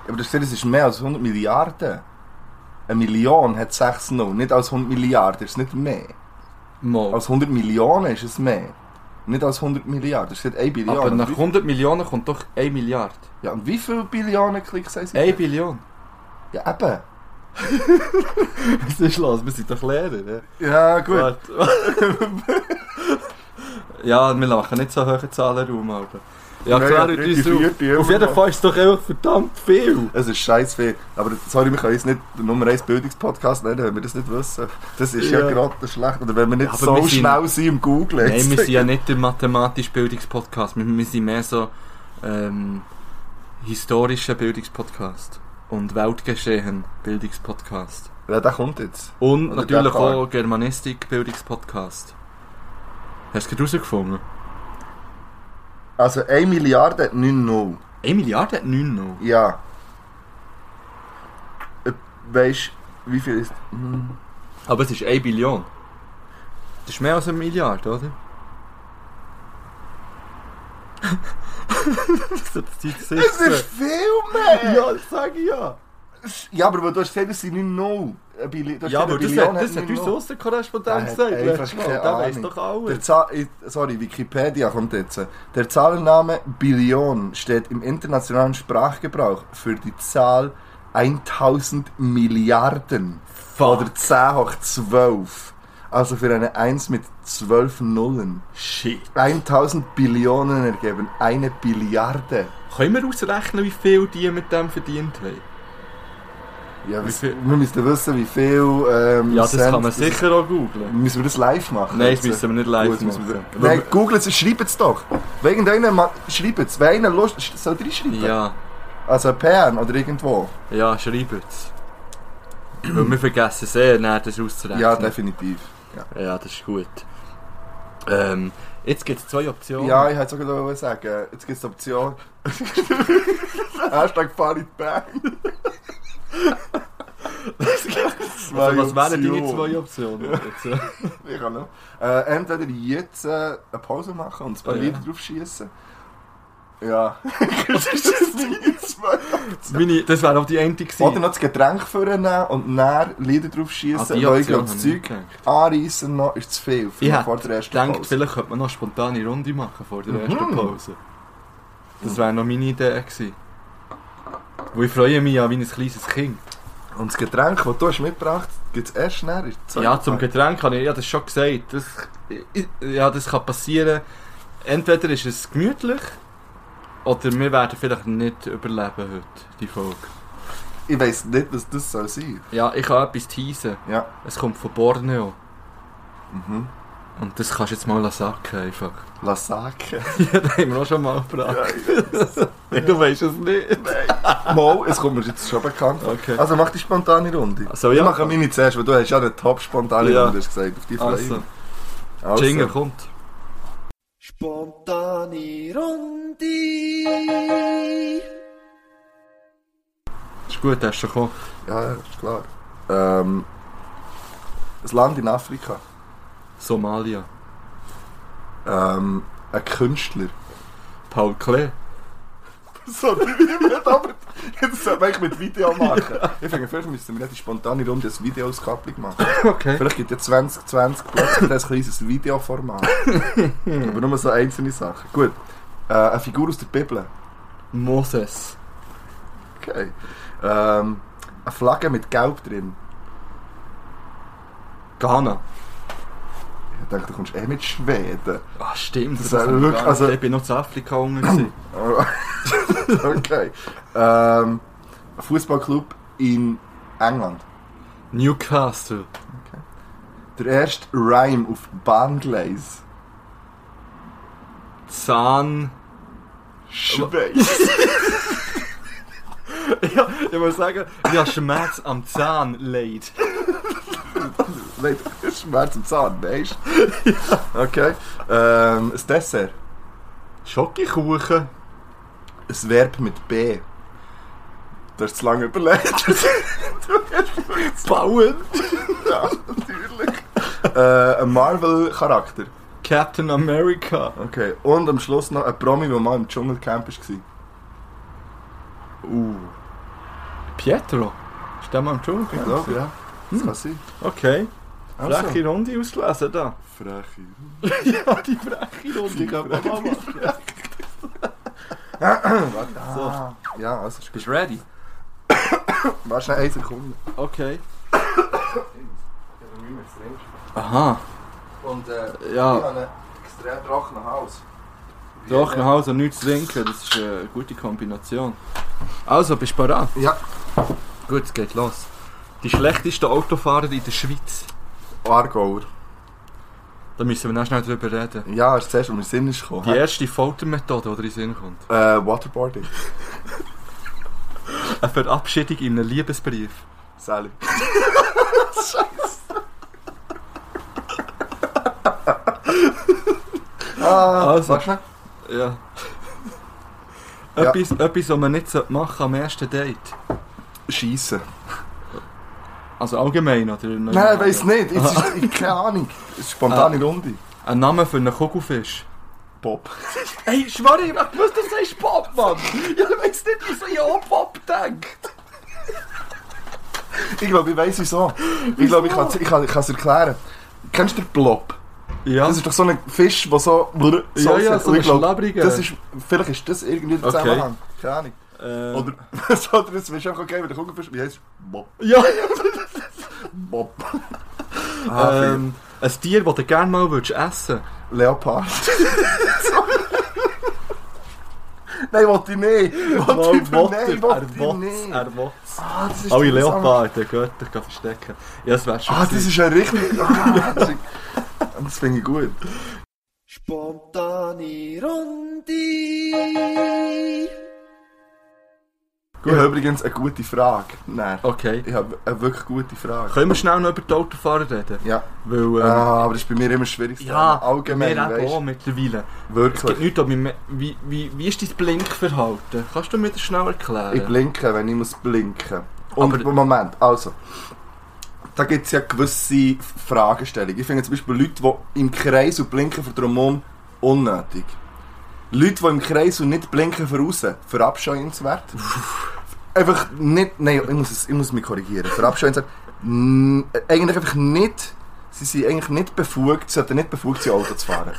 S3: Aber das das ist mehr als 100 Milliarden. Eine Million hat 6 Null. Nicht als 100 Milliarden, das ist nicht mehr.
S2: Mal.
S3: Als 100 Millionen ist es mehr. Nicht als 100 Milliarden. Es steht 1 Billion.
S2: Aber
S3: Und
S2: nach
S3: wie-
S2: 100 Millionen kommt doch 1 Milliarde.
S3: ja, und wie viele Billionen Klicks haben sie?
S2: 1 Billion.
S3: Ja, eben.
S2: Was ist los? Wir sind doch Lehrer. Ne?
S3: Ja, gut.
S2: Warte. ja, wir lachen nicht so hohe Zahlen rum. Aber. Ja,
S3: Nein,
S2: klar,
S3: ja,
S2: ja, uns
S3: dritte,
S2: auf.
S3: vierte,
S2: Auf
S3: immer
S2: jeden
S3: noch.
S2: Fall ist es doch einfach verdammt viel.
S3: Es ist scheiß viel. Aber sorry, wir können jetzt nicht den Nummer 1 Bildungspodcast nennen, wenn wir das nicht wissen. Das ist ja,
S2: Ja.
S3: gerade schlecht. Oder wenn wir nicht
S2: Aber
S3: so
S2: wir sind-
S3: schnell sind im Googlen.
S2: Nein, wir sind ja nicht der mathematische Bildungspodcast. Wir, wir sind mehr so ähm, historischer Bildungspodcast und Weltgeschehen Bildungspodcast.
S3: Ja, der kommt jetzt.
S2: Und
S3: Oder
S2: natürlich
S3: der Part.
S2: auch Germanistik Bildungspodcast. Hast du es gerade herausgefunden?
S3: Also 1 Milliarde hat 9 Null.
S2: 1 Milliarde hat 9 noch.
S3: Ja. Äh, Weisst du, wie viel ist... Hm.
S2: Aber es ist 1 Billion. Das ist mehr als eine Milliarde, oder? das ist
S3: Es ist viel mehr!
S2: das sage ich ja.
S3: Ja, aber weil du hast gesagt, das sind nicht null. Eine Billi- du hast
S2: Ja,
S3: gesagt,
S2: aber
S3: eine
S2: das
S3: Billion
S2: hat, das
S3: nicht
S2: hat uns
S3: null. Er
S2: Außenkorrespondent
S3: hat
S2: gesagt.
S3: einfach
S2: letztes Mal.
S3: keine
S2: Der weiss
S3: Ahnung.
S2: doch
S3: Der
S2: alles.
S3: Zahl, ich- sorry, Wikipedia kommt jetzt. Der Zahlenname Billion steht im internationalen Sprachgebrauch für die Zahl 1000 Milliarden
S2: Fuck.
S3: oder 10 hoch 12. Also für eine 1 mit 12 Nullen.
S2: Shit.
S3: 1000 Billionen ergeben eine Billiarde.
S2: Können wir ausrechnen, wie viel die mit dem verdient haben?
S3: Ja,
S2: Wie
S3: was,
S2: viel-
S3: wir müssen wissen, wie viel. Ähm,
S2: Ja, das
S3: Cent
S2: kann man sicher auch googeln.
S3: Müssen wir das live machen?
S2: Nein, das
S3: Jetzt?
S2: müssen wir nicht live
S3: Gut, müssen wir-
S2: machen.
S3: Nein, googelt es, schreibt es doch. Wegen deiner Mann, schreibt es. Wer einer Lust sch- soll reinschreiben?
S2: Ja,
S3: Also Pern oder irgendwo.
S2: ja, schreibt's. Weil wir vergessen sehr, näher das auszurechnen.
S3: Ja, definitiv.
S2: ja, das ist gut. Ähm, jetzt gibt es zwei Optionen.
S3: Ja, ich hätte sogar noch was sagen. Jetzt gibt es die Option. Hashtag Farid Bang.
S2: also, was wären
S3: Optionen.
S2: deine zwei Optionen? Jetzt?
S3: Ich kann noch. Äh, entweder jetzt äh, eine Pause machen und ein paar
S2: Ja.
S3: Lieder drauf schießen. Ja. das ist das meine zwei
S2: äh, Meine, das wäre auch die eine gewesen.
S3: Oder noch das Getränk vornehmen und näher Lieder drauf
S2: Ah,
S3: schießen.
S2: die
S3: weil
S2: Option
S3: ich glaube,
S2: habe
S3: das
S2: ich
S3: Zeug
S2: nicht gedacht.
S3: anreißen noch ist zu viel. Für
S2: Ich
S3: vor
S2: hätte
S3: der ersten
S2: gedacht,
S3: Pause.
S2: vielleicht könnte man noch eine spontane Runde machen vor der
S3: Mhm.
S2: ersten Pause. Das wäre noch meine Idee gewesen. Und ich freue mich ja wie ein kleines Kind.
S3: Und das Getränk, das du hast mitgebracht hast, gibt es erst näher in der zweiten
S2: Ja, zum
S3: Packung.
S2: Getränk habe ich ja das schon gesagt. Das, ich- ja, das kann passieren. Entweder ist es gemütlich oder wir werden vielleicht nicht überleben heute, die Folge.
S3: Ich weiss nicht, was das soll sein
S2: Ja, ich kann etwas teasen.
S3: Ja.
S2: Es kommt von Borneo.
S3: Mhm.
S2: Und das kannst du jetzt mal sacken einfach.
S3: Lass sagen.
S2: Ja, das haben wir auch schon mal gefragt. Du weißt es nicht.
S3: Mal, es kommt mir jetzt schon bekannt vor.
S2: Okay.
S3: Also mach die spontane Runde.
S2: Also,
S3: ich
S2: ja.
S3: mache meine zuerst, weil du hast ja eine top spontane
S2: Ja.
S3: Runde hast gesagt. Auf die freue ich
S2: Also,
S3: mich. also.
S2: Jingle kommt.
S4: Spontane Runde.
S2: Ist gut, hast du schon gekommen.
S3: Ja, ja, ist klar. Ähm, ein Land in Afrika.
S2: Somalia.
S3: Ähm, ein Künstler.
S2: Paul Klee.
S3: So, nicht, aber jetzt sollte man eigentlich mit Video machen. Ich finde, vielleicht müssen wir nicht die spontane Runde ein Video als Kappling machen.
S2: Okay.
S3: Vielleicht gibt es 2020 plötzlich ein kleines Videoformat. aber nur so einzelne Sachen. Gut. Äh, eine Figur aus der Bibel.
S2: Moses.
S3: Okay. Ähm, eine Flagge mit Gelb drin.
S2: Ghana.
S3: Ich dachte, du kommst eh mit Schweden.
S2: Ah, stimmt.
S3: Das
S2: das
S3: ist
S2: hab ich
S3: wirklich-
S2: gar nicht.
S3: also-
S2: ich bin noch zu Afrika unten.
S3: okay. Ähm, ein Fußballclub in England.
S2: Newcastle.
S3: Der erste Rhyme auf Bahngleis.
S2: Zahn.
S3: Schweiz.
S2: Ja, ich muss sagen, ich habe Schmerz am Zahn leid.
S3: Nein, Schmerz im Zahn, weißt du? Okay. Ähm, ein Dessert.
S2: Schokokuchen.
S3: Ein Verb mit B. Du hast zu lange überlegt.
S2: Bauen.
S3: ja, natürlich. Äh, ein Marvel-Charakter.
S2: Captain America.
S3: Okay. Und am Schluss noch ein Promi, der mal im Dschungelcamp war.
S2: Uh. Pietro. Ist der mal im Dschungel?
S3: Ich glaube, ja. Das kann sein.
S2: Okay.
S3: Also.
S2: Freche Runde auslesen da.
S3: Freche.
S2: ja, die freche Runde kann man mal machen.
S3: So. Ja, also ist gut.
S2: Bist du ready?
S3: Warte schnell, eine Sekunde.
S2: Okay. Aha.
S3: Und äh, ich
S2: Ja,
S3: habe einen extrem trockenen Hals.
S2: doch, nach Hause nichts zu trinken, das ist eine gute Kombination. Also, bist du bereit?
S3: Ja.
S2: Gut, es geht los. Die schlechtesten Autofahrer in der Schweiz.
S3: Aargauer.
S2: Da müssen wir noch schnell drüber reden.
S3: Ja, das ist zuerst, was mir in den Sinn ist gekommen.
S2: Die erste Foltermethode, die dir in den Sinn kommt.
S3: Äh, Waterboarding.
S2: Eine Verabschiedung in einem Liebesbrief.
S3: Sally. Scheiße. ah,
S2: Also.
S3: warte schnell.
S2: Ja.
S3: Ja.
S2: Etwas, etwas, was man nicht machen sollte am ersten Date.
S3: Scheiße.
S2: Also allgemein, oder?
S3: Nein, ich weiss nicht. Jetzt ist, ich, keine Ahnung. Es ist spontane Runde.
S2: Ein Name für einen Kugelfisch.
S3: Bob.
S2: Ey, schwör ich, ich muss das sagst Bob, Mann! Ja, ich weiss nicht, wieso ich auch Bob denke.
S3: Ich glaube, ich weiss wieso. Ich glaube, ich kann es ich kann, ich kann's erklären. Kennst du den Blob?
S2: Ja,
S3: Das ist doch so ein Fisch, der so. so
S2: Ah. Ja, ja,
S3: ist.
S2: so
S3: Und
S2: ein
S3: ich glaub,
S2: schlabbriger.
S3: Das ist, vielleicht ist das irgendwie der
S2: Okay.
S3: Zusammenhang. Keine Ahnung.
S2: äh,
S3: Oder, oder es ist einfach okay, wenn du guckst, wie heißt Bob?
S2: ja,
S3: Bob. Ah,
S2: ja. Ähm, ein Tier, das du gerne mal würdest essen
S3: Leopard. Nein, wollte ich nicht. Wollte ich
S2: Mal
S3: nicht.
S2: will er,
S3: Wollte ich
S2: will es,
S3: nicht.
S2: er Oh, will es.
S3: Ah, das ist
S2: Alle
S3: der Zusammenhang.
S2: Leoparden, Götter, gehen verstecken. Ja, das wär's schon.
S3: Ah, das
S2: gewesen.
S3: ist ein richtig... Ah, das ist- das finde ich gut.
S4: Spontane Runde.
S3: Ich habe übrigens eine gute Frage. Nein.
S2: Okay.
S3: Ich habe eine wirklich gute Frage.
S2: Können wir schnell noch über die Autofahrer reden?
S3: Ja.
S2: Weil, ähm,
S3: Ah, aber das ist bei mir immer schwierig.
S2: ja,
S3: allgemein,
S2: wir eben
S3: weißt
S2: auch mittlerweile.
S3: du.
S2: Es gibt
S3: Wirklich.
S2: nichts, aber wir- wie, wie, wie ist dein Blinkverhalten? Kannst du mir das schnell erklären?
S3: Ich blinke, wenn ich muss blinken. Und
S2: Aber-
S3: Moment, also. Da gibt es ja gewisse Fragestellungen. Ich finde zum Beispiel Leute, die im Kreis und blinken für drumherum, unnötig. Leute, die im Kreis und nicht blinken für raus, verabscheuenswert. einfach nicht, nein, ich muss, es, ich muss mich korrigieren. Verabscheuenswert, n- eigentlich einfach nicht, sie sind eigentlich nicht befugt, sollten nicht befugt sein, Auto zu fahren.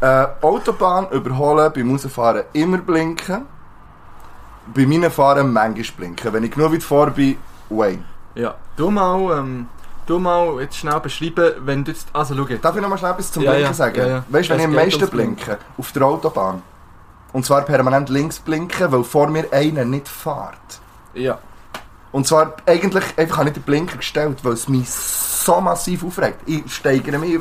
S3: Äh, Autobahn überholen, beim Rausfahren immer blinken. bei meinen Fahren manchmal blinken. Wenn ich genug weit vor bin, Wayne.
S2: Ja, du mal, ähm, du mal jetzt schnell beschreiben, wenn du jetzt, also schau jetzt.
S3: Darf ich noch mal schnell etwas zum
S2: Ja,
S3: Blinken
S2: ja,
S3: sagen?
S2: ja, ja.
S3: Weißt du, wenn
S2: Es
S3: ich am
S2: geht
S3: meisten
S2: ums
S3: blinke? Auf der Autobahn. Und zwar permanent links blinken, weil vor mir einer nicht fährt.
S2: Ja.
S3: Und zwar eigentlich einfach habe ich den Blinker gestellt, weil es mich so massiv aufregt. Ich steigere mich.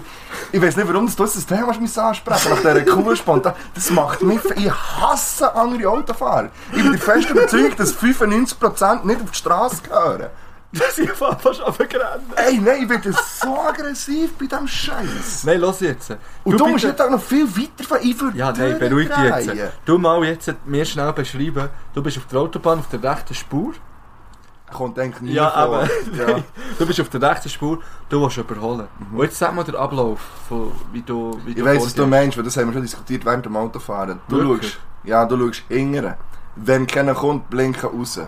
S3: Ich weiß nicht, warum du das Thema mich ansprechen nach dieser coolen Spontan. Das macht mich. f- Ich hasse andere Autofahrer. Ich bin fest überzeugt, dass 95% nicht auf die Straße gehören.
S2: Das ist fast abgerannt.
S3: Ey, nein, ich werde so aggressiv bei diesem Scheiß.
S2: Nein, los jetzt.
S3: Und du, musst
S2: bitte-
S3: nicht auch noch viel weiter von ich würde
S2: Ja, nein, beruhig dich jetzt. Du mal jetzt mir schnell beschreiben, du bist auf der Autobahn auf der rechten Spur.
S3: Kommt eigentlich nie
S2: Ja,
S3: vor.
S2: aber
S3: Ja.
S2: du bist auf der rechten Spur, du willst überholen.
S3: Mhm.
S2: Und jetzt sag mal den Ablauf, von, wie du wie
S3: Ich weiß, was du
S2: vorgehst.
S3: meinst, weil das haben wir schon diskutiert während dem Autofahren. Du
S2: Wirklich?
S3: schaust, ja, du schaust hingern. Wenn keiner kommt, blinken raus.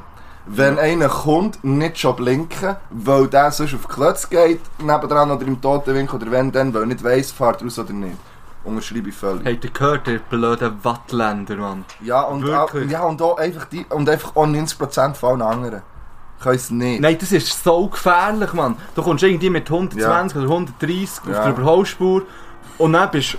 S3: Wenn einer kommt, nicht schon blinken, weil der sonst auf die Klötze geht, nebendran oder im Totenwinkel oder wenn dann, weil er nicht weiss, fährt er raus oder nicht. Unterschreibe ich völlig.
S2: Habt ihr gehört, ihr blöden Wattländer, Mann?
S3: Ja, und auch,
S2: Wirklich?
S3: ja, und auch einfach, die, und einfach auch 90% von allen anderen. Können es nicht.
S2: Nein, das ist so gefährlich, Mann. Du kommst irgendwie mit 120 oder 130 auf
S3: Ja.
S2: der Überholspur und dann bist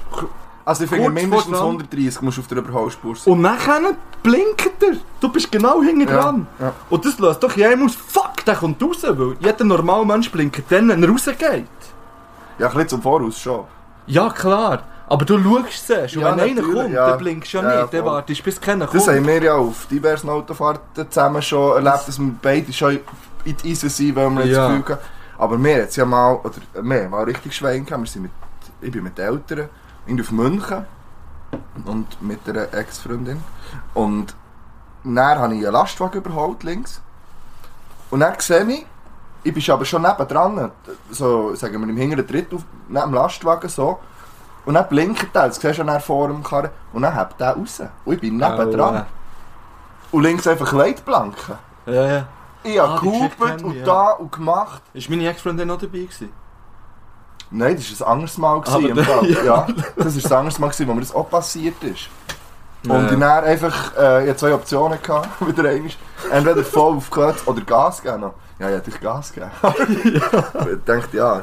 S3: Also ich finde,
S2: Kurz vor
S3: mindestens
S2: dran.
S3: 130 musst du auf der Überholspur sein.
S2: Und dann blinkt er. Du bist genau hinten
S3: Ja,
S2: dran.
S3: ja.
S2: Und das löst doch jedem aus, fuck, der kommt raus, weil jeder normale Mensch blinkt dann, wenn er rausgeht.
S3: Ja, ein bisschen zum Voraus schon.
S2: Ja, klar. Aber du schaust es erst. Und
S3: Ja,
S2: wenn einer
S3: natürlich,
S2: kommt,
S3: ja.
S2: dann blinkst du ja,
S3: Ja,
S2: nicht. Dann
S3: voll.
S2: wartest du, bis keiner
S3: Das
S2: kommt.
S3: haben wir ja auf diversen Autofahrten zusammen schon erlebt, dass wir beide schon in die Eisen sind, weil wir jetzt
S2: Ja.
S3: das Gefühl haben. Aber wir jetzt ja mal, oder äh, wir haben mal richtig Schwein gehabt. Wir sind mit, ich bin mit den Eltern in auf München und mit einer Ex-Freundin. Und dann habe ich einen Lastwagen überholt, links. Und dann sehe ich, ich bin aber schon nebendran, so sagen wir im hinteren Drittel, neben dem Lastwagen so. Und dann blinkt der, das siehst du dann vor dem Karren, und dann hebt der raus. Und ich
S2: Oh,
S3: bin nebendran.
S2: äh.
S3: Und links einfach Leitplanken.
S2: Oh, äh, ja, ja.
S3: Ich habe
S2: Ah, die Geschichte
S3: gehupet
S2: kenn
S3: und
S2: ich, ja.
S3: da und gemacht.
S2: Ist meine Ex-Freundin noch dabei gewesen?
S3: Nein, das war ein anderes Mal. Gewesen,
S2: Aber
S3: im Fall.
S2: da-
S3: ja. Das war ein anderes Mal, gewesen, wo mir das auch passiert ist. Und
S2: Ja.
S3: ich dann einfach, äh, ich hatte zwei Optionen, gehabt, wieder einmal. Entweder voll auf Klötz oder Gas geben. noch. Ja, ich hätte euch Gas gegeben. Ich dachte, ja,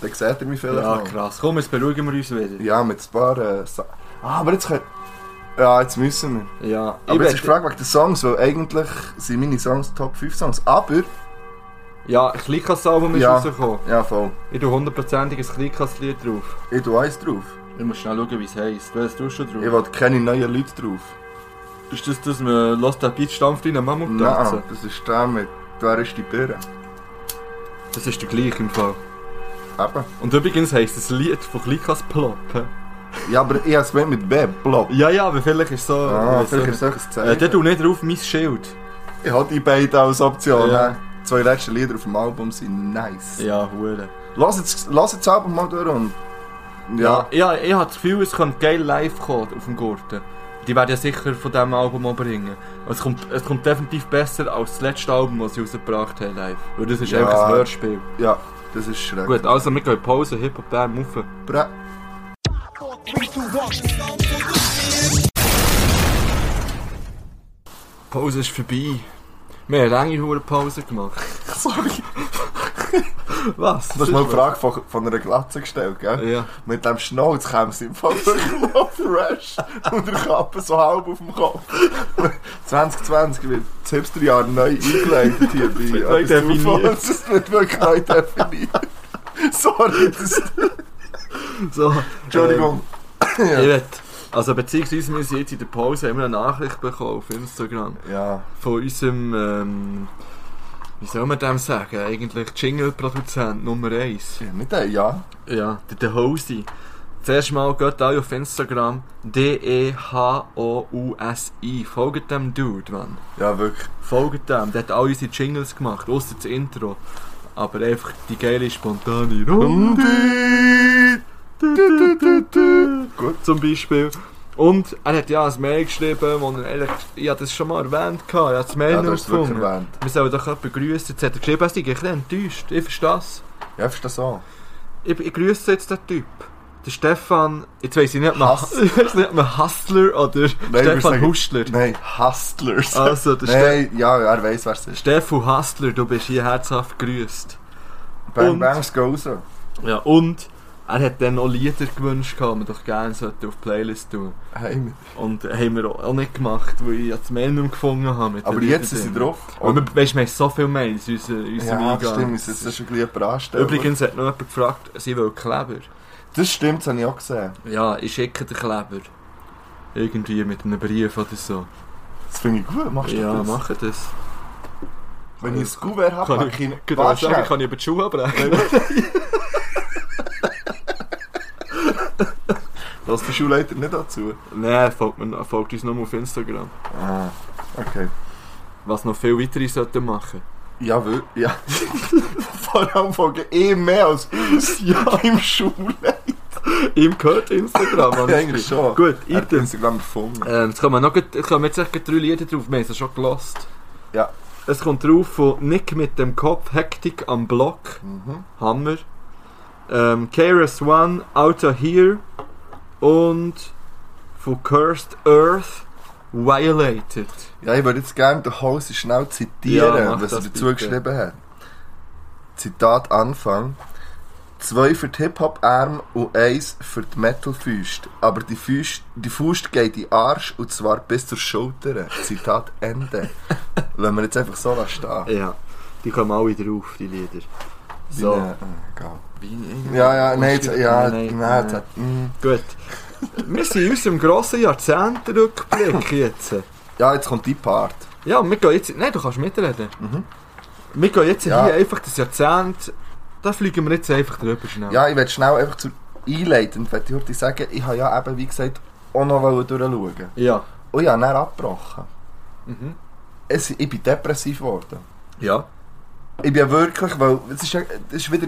S3: dann sieht er mich vielleicht
S2: Ja,
S3: noch.
S2: krass. Komm, jetzt beruhigen wir uns wieder.
S3: Ja, mit ein paar... Äh, Sa- ah, aber jetzt könnt... Ja, jetzt müssen wir.
S2: Ja. Ich
S3: Aber jetzt ist die
S2: wette-
S3: Frage wegen den Songs, weil eigentlich sind meine Songs Top 5 Songs. Aber...
S2: Ja, ein Klickass-Album ist
S3: Ja.
S2: rausgekommen.
S3: Ja, voll.
S2: Ich tue hundertprozentig ein Klickass-Lied drauf.
S3: Ich tue eins drauf.
S2: Ich muss schnell schauen, wie es heisst. Weißt du schon drauf?
S3: Ich will keine neuen Leute drauf.
S2: Ist das das, man lässt den Beat stampft in einen Mammut
S3: Nein, das ist der mit «Wer ist die Birne?»
S2: Das ist der gleiche im Fall.
S3: Eben.
S2: Und übrigens heisst das Lied von Klikas Plop. hä?
S3: Ja, aber ich habe es mit «B», «Blob».
S2: Ja, ja, aber vielleicht ist so...
S3: Ah,
S2: äh,
S3: vielleicht
S2: so-
S3: hast du es
S2: äh,
S3: gesagt.
S2: Der tut nicht drauf mein Schild.
S3: Ich habe die beiden als Option.
S2: Ja.
S3: ne? Die Zwei letzte Lieder auf dem Album sind nice.
S2: Ja, hure.
S3: Lass jetzt, lass jetzt das Album mal durch und... Ja.
S2: Ja, ich habe das Gefühl, es könnte geil live kommen auf dem Gurten. Die werden ja sicher von diesem Album auch bringen. Es kommt, es kommt definitiv besser als das letzte Album, das sie rausgebracht haben live. Weil das ist
S3: Ja.
S2: einfach ein Hörspiel.
S3: Ja, das ist schräg.
S2: Gut, also wir gehen in Pause, Hip-Hop, Bam, rauf.
S3: Bra-
S2: Pause ist vorbei. Wir haben eine lange hure Pause gemacht. Sorry. Was?
S3: Das ist mal eine Frage von, von einer Glatze gestellt, gell?
S2: Ja.
S3: Mit dem Schnauz kämen sie im Fall wirklich noch fresh und der Kappe so halb auf dem Kopf. 2020 wird das Hipsterjahr neu eingeleitet hier bei
S2: neu definiert.
S3: Das wird wirklich neu definiert. Sorry, das,
S2: So,
S3: Entschuldigung.
S2: Ähm, ich will, also beziehungsweise wir sind jetzt in der Pause, haben wir eine Nachricht bekommen auf Instagram
S3: Ähm, Ja,
S2: von unserem, ähm, wie soll man dem sagen, eigentlich Jingle-Produzent Nummer 1.
S3: ja, nicht ein Ja.
S2: Ja, der De Hosi. Zuerst mal geht alle auf Instagram E D-E-H-O-U-S-I. Folgt dem Dude, Mann.
S3: Ja, wirklich.
S2: Folgt dem, der hat alle unsere Jingles gemacht, außer das Intro. Aber einfach die geile, spontane Runde. Du, du, du, du. Gut, zum Beispiel. Und er hat ja ein Mail geschrieben, wo er ehrlich, ich habe das schon mal erwähnt, gehabt. ich habe das Mail
S3: Ja,
S2: ja,
S3: du hast es wirklich
S2: gefunden.
S3: erwähnt.
S2: Wir sollen doch jemanden grüßen. Jetzt hat er geschrieben, er sei ein bisschen enttäuscht. Ich verstehe das.
S3: Ja, ist das so?
S2: Ich, ich grüße jetzt den Typ. der Stefan, jetzt weiss ich nicht, ob man,
S3: Hass-
S2: ich weiss nicht, ob man Hustler oder
S3: wir
S2: Stefan
S3: sagen-
S2: Hustler.
S3: Nein, Hustlers.
S2: Also, der Ste
S3: Nein, ja, er weiß, wer es ist.
S2: Stefan Hustler, du bist hier herzhaft grüßt.
S3: Bang
S2: Und-
S3: Bangs gehen raus.
S2: Ja, und er hat dann auch Lieder gewünscht, die man doch gerne sollte auf die Playlist tun
S3: Hey,
S2: Und äh, haben wir auch auch nicht gemacht, weil ich ja das Mail nicht mehr gefunden habe. Mit den
S3: aber
S2: Liedern
S3: jetzt sind sie
S2: drin.
S3: drauf.
S2: Und wir, weißt, wir haben so viele Mails in unser- in unserem
S3: ja,
S2: Eingang.
S3: stimmt, wir müssen jetzt schon gleich jemanden anstellen.
S2: Übrigens hat noch jemand gefragt, sie will Kleber.
S3: Das stimmt, das habe ich auch gesehen.
S2: Ja, ich schicke den Kleber. Irgendwie mit einem Brief oder so.
S3: Das finde ich gut, machst du
S2: ja, dus.
S3: das?
S2: mache das.
S3: Wenn ich ein Gouverne habe,
S2: Kann
S3: packe
S2: ich-
S3: ich ihn...
S2: Genau,
S3: Warte,
S2: sagen, kann ich über die Schuhe abbrechen.
S3: lass den Schulleiter nicht dazu.
S2: Nein, folgt, mir, noch- folgt uns nur auf Instagram.
S3: Ah, okay.
S2: Was noch viel weitere sollten machen.
S3: Ja, weil, ja. Vor allem folgen eh mehr als uns ja. im Schulleiter.
S2: Ihm gehört Instagram. Eh, Mann.
S3: Eigentlich schon.
S2: Gut,
S3: Er hat
S2: Item.
S3: Instagram gefunden.
S2: Ähm, jetzt kommen, noch, jetzt kommen jetzt echt drei Lieder drauf, wir haben sie schon gelost.
S3: Ja.
S2: Es kommt drauf von Nick mit dem Kopf, Hektik am Block,
S3: Mhm.
S2: Hammer. Ähm, KRS One, Out of Here und von Cursed Earth, Violated.
S3: Ja, ich würde jetzt gerne den Hose schnell zitieren,
S2: Ja, mach
S3: was er
S2: das
S3: dazu
S2: bitte.
S3: geschrieben hat. Zitat Anfang. Zwei für die Hip-Hop-Arm und eins für die Metal-Füße. Aber die Füße, die Faust geht in den Arsch und zwar bis zur Schulter. Zitat Ende. Lassen wir jetzt einfach so stehen.
S2: Ja, die kommen alle drauf, die Lieder. So.
S3: Wie eine- Äh, egal. Ja, ja, nein, jetzt, ja, nein, jetzt hat- mm.
S2: Gut. Wir sind in unserem grossen Jahrzehntrückblick jetzt.
S3: ja, jetzt kommt die Part.
S2: Ja, wir gehen jetzt. Nein, du kannst mitreden. Wir gehen jetzt
S3: Mhm. Ja.
S2: hier einfach das Jahrzehnt. Da fliegen wir jetzt einfach drüber schnell.
S3: Ja, ich will schnell einfach zu einleitend möchte ich heute sagen, ich habe ja eben, wie gesagt, auch noch wollen durchschauen.
S2: Ja.
S3: Und ich habe dann abgebrochen.
S2: Mhm.
S3: Es, ich bin depressiv geworden.
S2: Ja.
S3: Ich bin wirklich, weil es ist, ja- es ist wieder...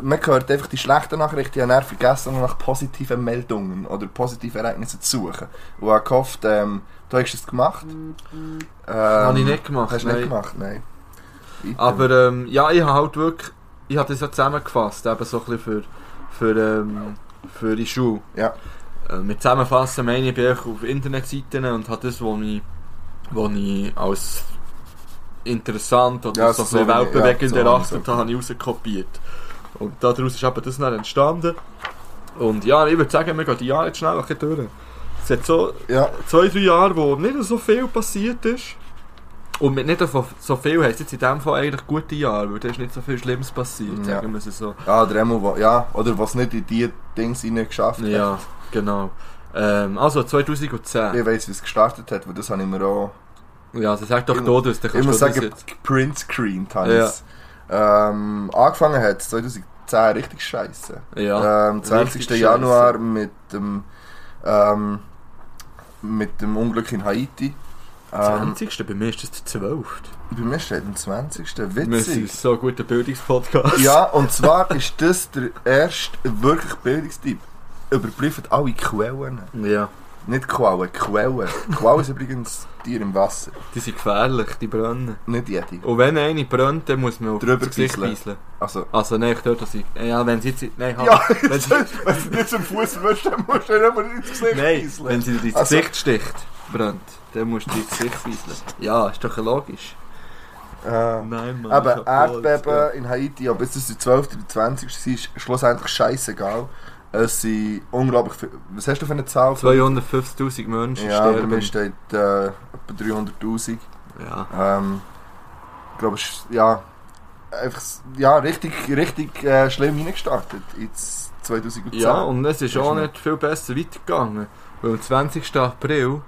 S3: Man hört einfach die schlechten Nachrichten, ich habe dann vergessen, noch nach positiven Meldungen oder positiven Ereignissen zu suchen. Und habe gehofft, ähm, du hast es gemacht. Ähm,
S2: Habe ich nicht gemacht.
S3: Hast du
S2: nein.
S3: nicht gemacht, nein. Item.
S2: Aber ähm, ja, ich habe halt wirklich. Ich habe das ja zusammengefasst, eben so ein bisschen für, für, ähm, für die Schule.
S3: Ja.
S2: Äh, mit Zusammenfassen meine ich, bin ich auf Internetseiten und habe das, was ich, was ich als interessant oder
S3: Ja,
S2: so,
S3: so
S2: so
S3: wie-
S2: weltbewegend
S3: ja, so
S2: erachtet
S3: habe
S2: habe, habe ich rauskopiert. Und daraus ist eben das dann entstanden. Und ja, ich würde sagen, wir gehen die Jahre jetzt schnell ein bisschen durch. Es hat so
S3: Ja,
S2: zwei, drei Jahre, wo nicht so viel passiert ist. Und mit nicht so- so viel heisst jetzt in dem Fall eigentlich gute Jahre, weil da ist nicht so viel Schlimmes passiert,
S3: Ja.
S2: sagen wir es so.
S3: ja, der Emo, wo- ja, oder was nicht in die Dings hinein geschafft hat.
S2: Ja, genau. Ähm, also 2010.
S3: Ich weiß, wie es gestartet hat, weil das habe ich mir auch.
S2: Ja, also sag doch
S3: Ich
S2: da, dass du
S3: ich muss
S2: das
S3: sagen,
S2: jetzt-
S3: Print Screen habe ich's. Ähm, angefangen hat es 2010 richtig scheiße.
S2: Ja.
S3: ähm, 20.
S2: richtig
S3: Januar
S2: scheisse.
S3: mit dem ähm, mit dem Unglück in Haiti. Ähm,
S2: 20. bei mir ist das der 12.
S3: bei mir steht am 20.
S2: Wir sind
S3: Witzig.
S2: so ein guter Bildungspodcast.
S3: Ja, und zwar ist das der erste wirklich Bildungstyp. Überprüft alle Quellen.
S2: Ja.
S3: Nicht Quellen, Quellen. Quellen sind übrigens Tiere im Wasser.
S2: Die sind gefährlich, die brennen.
S3: Nicht jede.
S2: Und wenn eine brennt, dann muss man auf
S3: Drüber
S2: das Gesicht
S3: beiseln.
S2: beiseln.
S3: Also,
S2: Also nein, ich dort, dass ich... Ja, wenn sie jetzt... Nein, halt.
S3: Ja,
S2: wenn sie,
S3: Wenn du nicht zum Fuß wirst, dann musst du ihn aber nicht ins Gesicht
S2: Nein,
S3: beiseln.
S2: wenn sie dir ins
S3: Also-
S2: Gesicht sticht, brennt, dann musst du dir ins Gesicht weisen. Ja, ist doch logisch.
S3: Ähm,
S2: Nein, Mann.
S3: Eben,
S2: oh,
S3: Erdbeben in Haiti, ob es das die 12. oder die 20. war, ist schlussendlich scheißegal. Es sind unglaublich viel. Was hast du für eine Zahl?
S2: 250.000 Menschen
S3: Ja, bei mir
S2: sterben.
S3: steht äh, etwa 300.000.
S2: Ja.
S3: Ähm, ich glaube, es ist, ja, einfach, ja, richtig, richtig äh, schlimm reingestartet ins 2010.
S2: ja, und es ist
S3: Das
S2: auch
S3: ist
S2: nicht viel besser weitergegangen. Weil am 20. April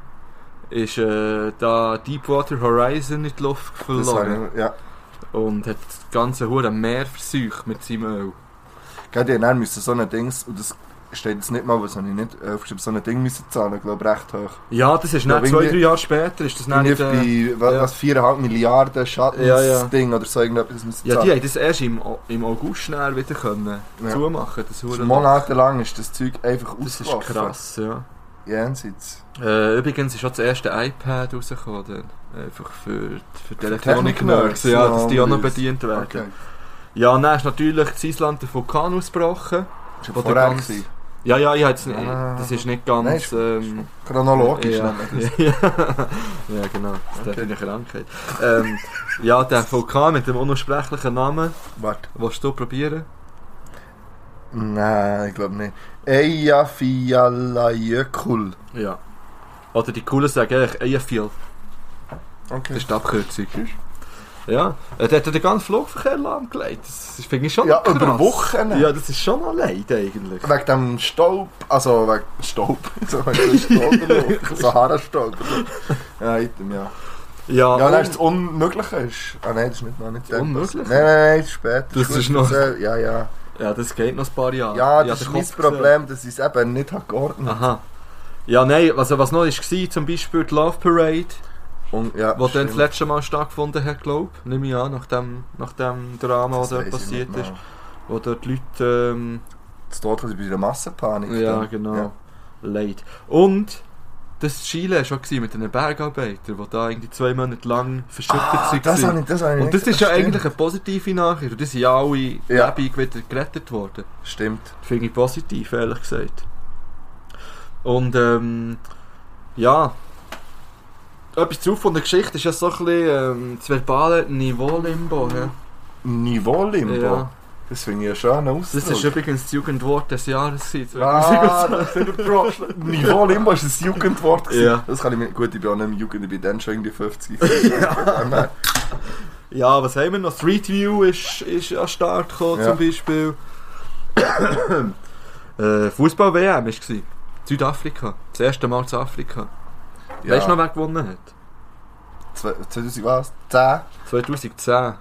S2: ist äh, da Deepwater Horizon in die Luft
S3: das
S2: verloren
S3: habe ich, ja.
S2: und hat das ganze hure Meer verseucht mit seinem Öl.
S3: Gerade die haben müssen so ein Dings, und das steht jetzt nicht mal, weil das habe ich nicht aufgeschrieben, so ein Ding müssen zahlen, glaube ich, recht hoch.
S2: Ja, das ist
S3: Ja,
S2: nach
S3: aber
S2: zwei,
S3: irgendwie-
S2: drei Jahre später ist das
S3: Nein,
S2: nicht... Äh,
S3: bei was,
S2: ja.
S3: was 4,5 Milliarden Schattensding
S2: Ja, ja.
S3: oder so irgendetwas müssen
S2: ja, die
S3: zahlen.
S2: haben das erst im, Au- im August schnell wieder können
S3: Ja.
S2: zumachen, das
S3: Das
S2: hure
S3: ist Monatelang ist das Zeug einfach
S2: Das ist
S3: ausgelaufen.
S2: krass, ja.
S3: Jenseits.
S2: Äh, übrigens ist auch das erste iPad rausgekommen, dann. einfach für, die- für die
S3: Technik-Nerds,
S2: Elektronik-Nerds, ja, dass die auch noch
S3: ja,
S2: bedient werden.
S3: Okay.
S2: Ja, dann ist natürlich in Island der Vulkan ausgebrochen.
S3: Ist ja
S2: Wo der
S3: vorher
S2: ganz-
S3: gewesen.
S2: Ja, ja, ich hab's nicht,
S3: Ah.
S2: das ist nicht ganz...
S3: Nein, ist-
S2: ähm,
S3: Chronologisch ne?
S2: ja.
S3: nämlich.
S2: ja, ja, genau. Das ist eine Krankheit. Ähm, ja, der Vulkan mit dem unaussprechlichen Namen,
S3: Warte.
S2: willst du probieren?
S3: Nein, ich glaube nicht. Eyjafjallajökull.
S2: Ja. Oder die coolen sagen eigentlich Eyjafjall. Das
S3: Okay.
S2: ist die Abkürzung. Ja, äh, der hat ja den ganzen Flugverkehr lahmgelegt. Das ist- finde ich schon
S3: Ja,
S2: krass.
S3: über Wochen.
S2: Ja, das ist schon allein eigentlich.
S3: Wegen dem Staub, also wegen Staub, so wegen dem Staub, Sahara-Staub. Ja, Item, ja.
S2: Ja, oh.
S3: Ja, nein,
S2: und-
S3: das Unmögliche ist... Ah nein, das ist nicht, noch nicht...
S2: Das Unmögliche?
S3: Nein, nein, nein, das ist später.
S2: Das
S3: gut,
S2: ist noch-
S3: Ja, ja.
S2: ja, das geht noch ein paar Jahre.
S3: Ja,
S2: Ich
S3: das ist
S2: hab den
S3: mein
S2: Kopf äh, Ah,
S3: Problem, dass ich es eben nicht habe
S2: gesehen.
S3: geordnet
S2: Aha. Ja, nein, also was noch war, zum Beispiel die Love Parade,
S3: Und, ja,
S2: die dann
S3: stimmt.
S2: das letzte Mal stattgefunden hat, glaube ich. Nehme ich an, nach dem, nach dem Drama, was
S3: Das
S2: dort
S3: weiss ich
S2: passiert
S3: nicht mehr.
S2: ist. Wo dort die Leute... Ähm,
S3: Das Tod ist bei einer Massenpanik.
S2: Ja,
S3: dann.
S2: genau.
S3: Ja.
S2: Late. Und das war Chile war schon gewesen mit den Bergarbeitern, die da irgendwie zwei Monate lang verschüttet
S3: Ah,
S2: waren.
S3: das habe ich, das habe ich
S2: und
S3: nicht
S2: das ist
S3: gesehen.
S2: ja eigentlich eine positive Nachricht. Und die sind ja alle
S3: Ja.
S2: lebendig wieder gerettet worden.
S3: Stimmt.
S2: Das finde ich positiv, ehrlich gesagt. Und ähm, ja. Etwas zu von der Geschichte ist ja so ein bisschen ähm, das verbale Niveau-Limbo. hä?
S3: Niveau-Limbo.
S2: Ja.
S3: Das finde ich einen schönen Ausdruck.
S2: Das ist übrigens das Jugendwort des Jahres. gewesen,
S3: Ah, das sind wir Pro- Niveau Limbo ist das Jugendwort. gewesen.
S2: Ja.
S3: Das kann ich mir. Gut, ich bin auch nicht im Jugend, ich bin dann schon irgendwie 50. ja.
S2: Ja, was haben wir noch? Street View ist, ist an den Start gekommen,
S3: Ja.
S2: zum Beispiel. äh, Fußball-WM war es. Südafrika. Das erste Mal zu Afrika. Weißt du noch, wer gewonnen hat?
S3: Zwei- 2000 was? 10?
S2: 2010.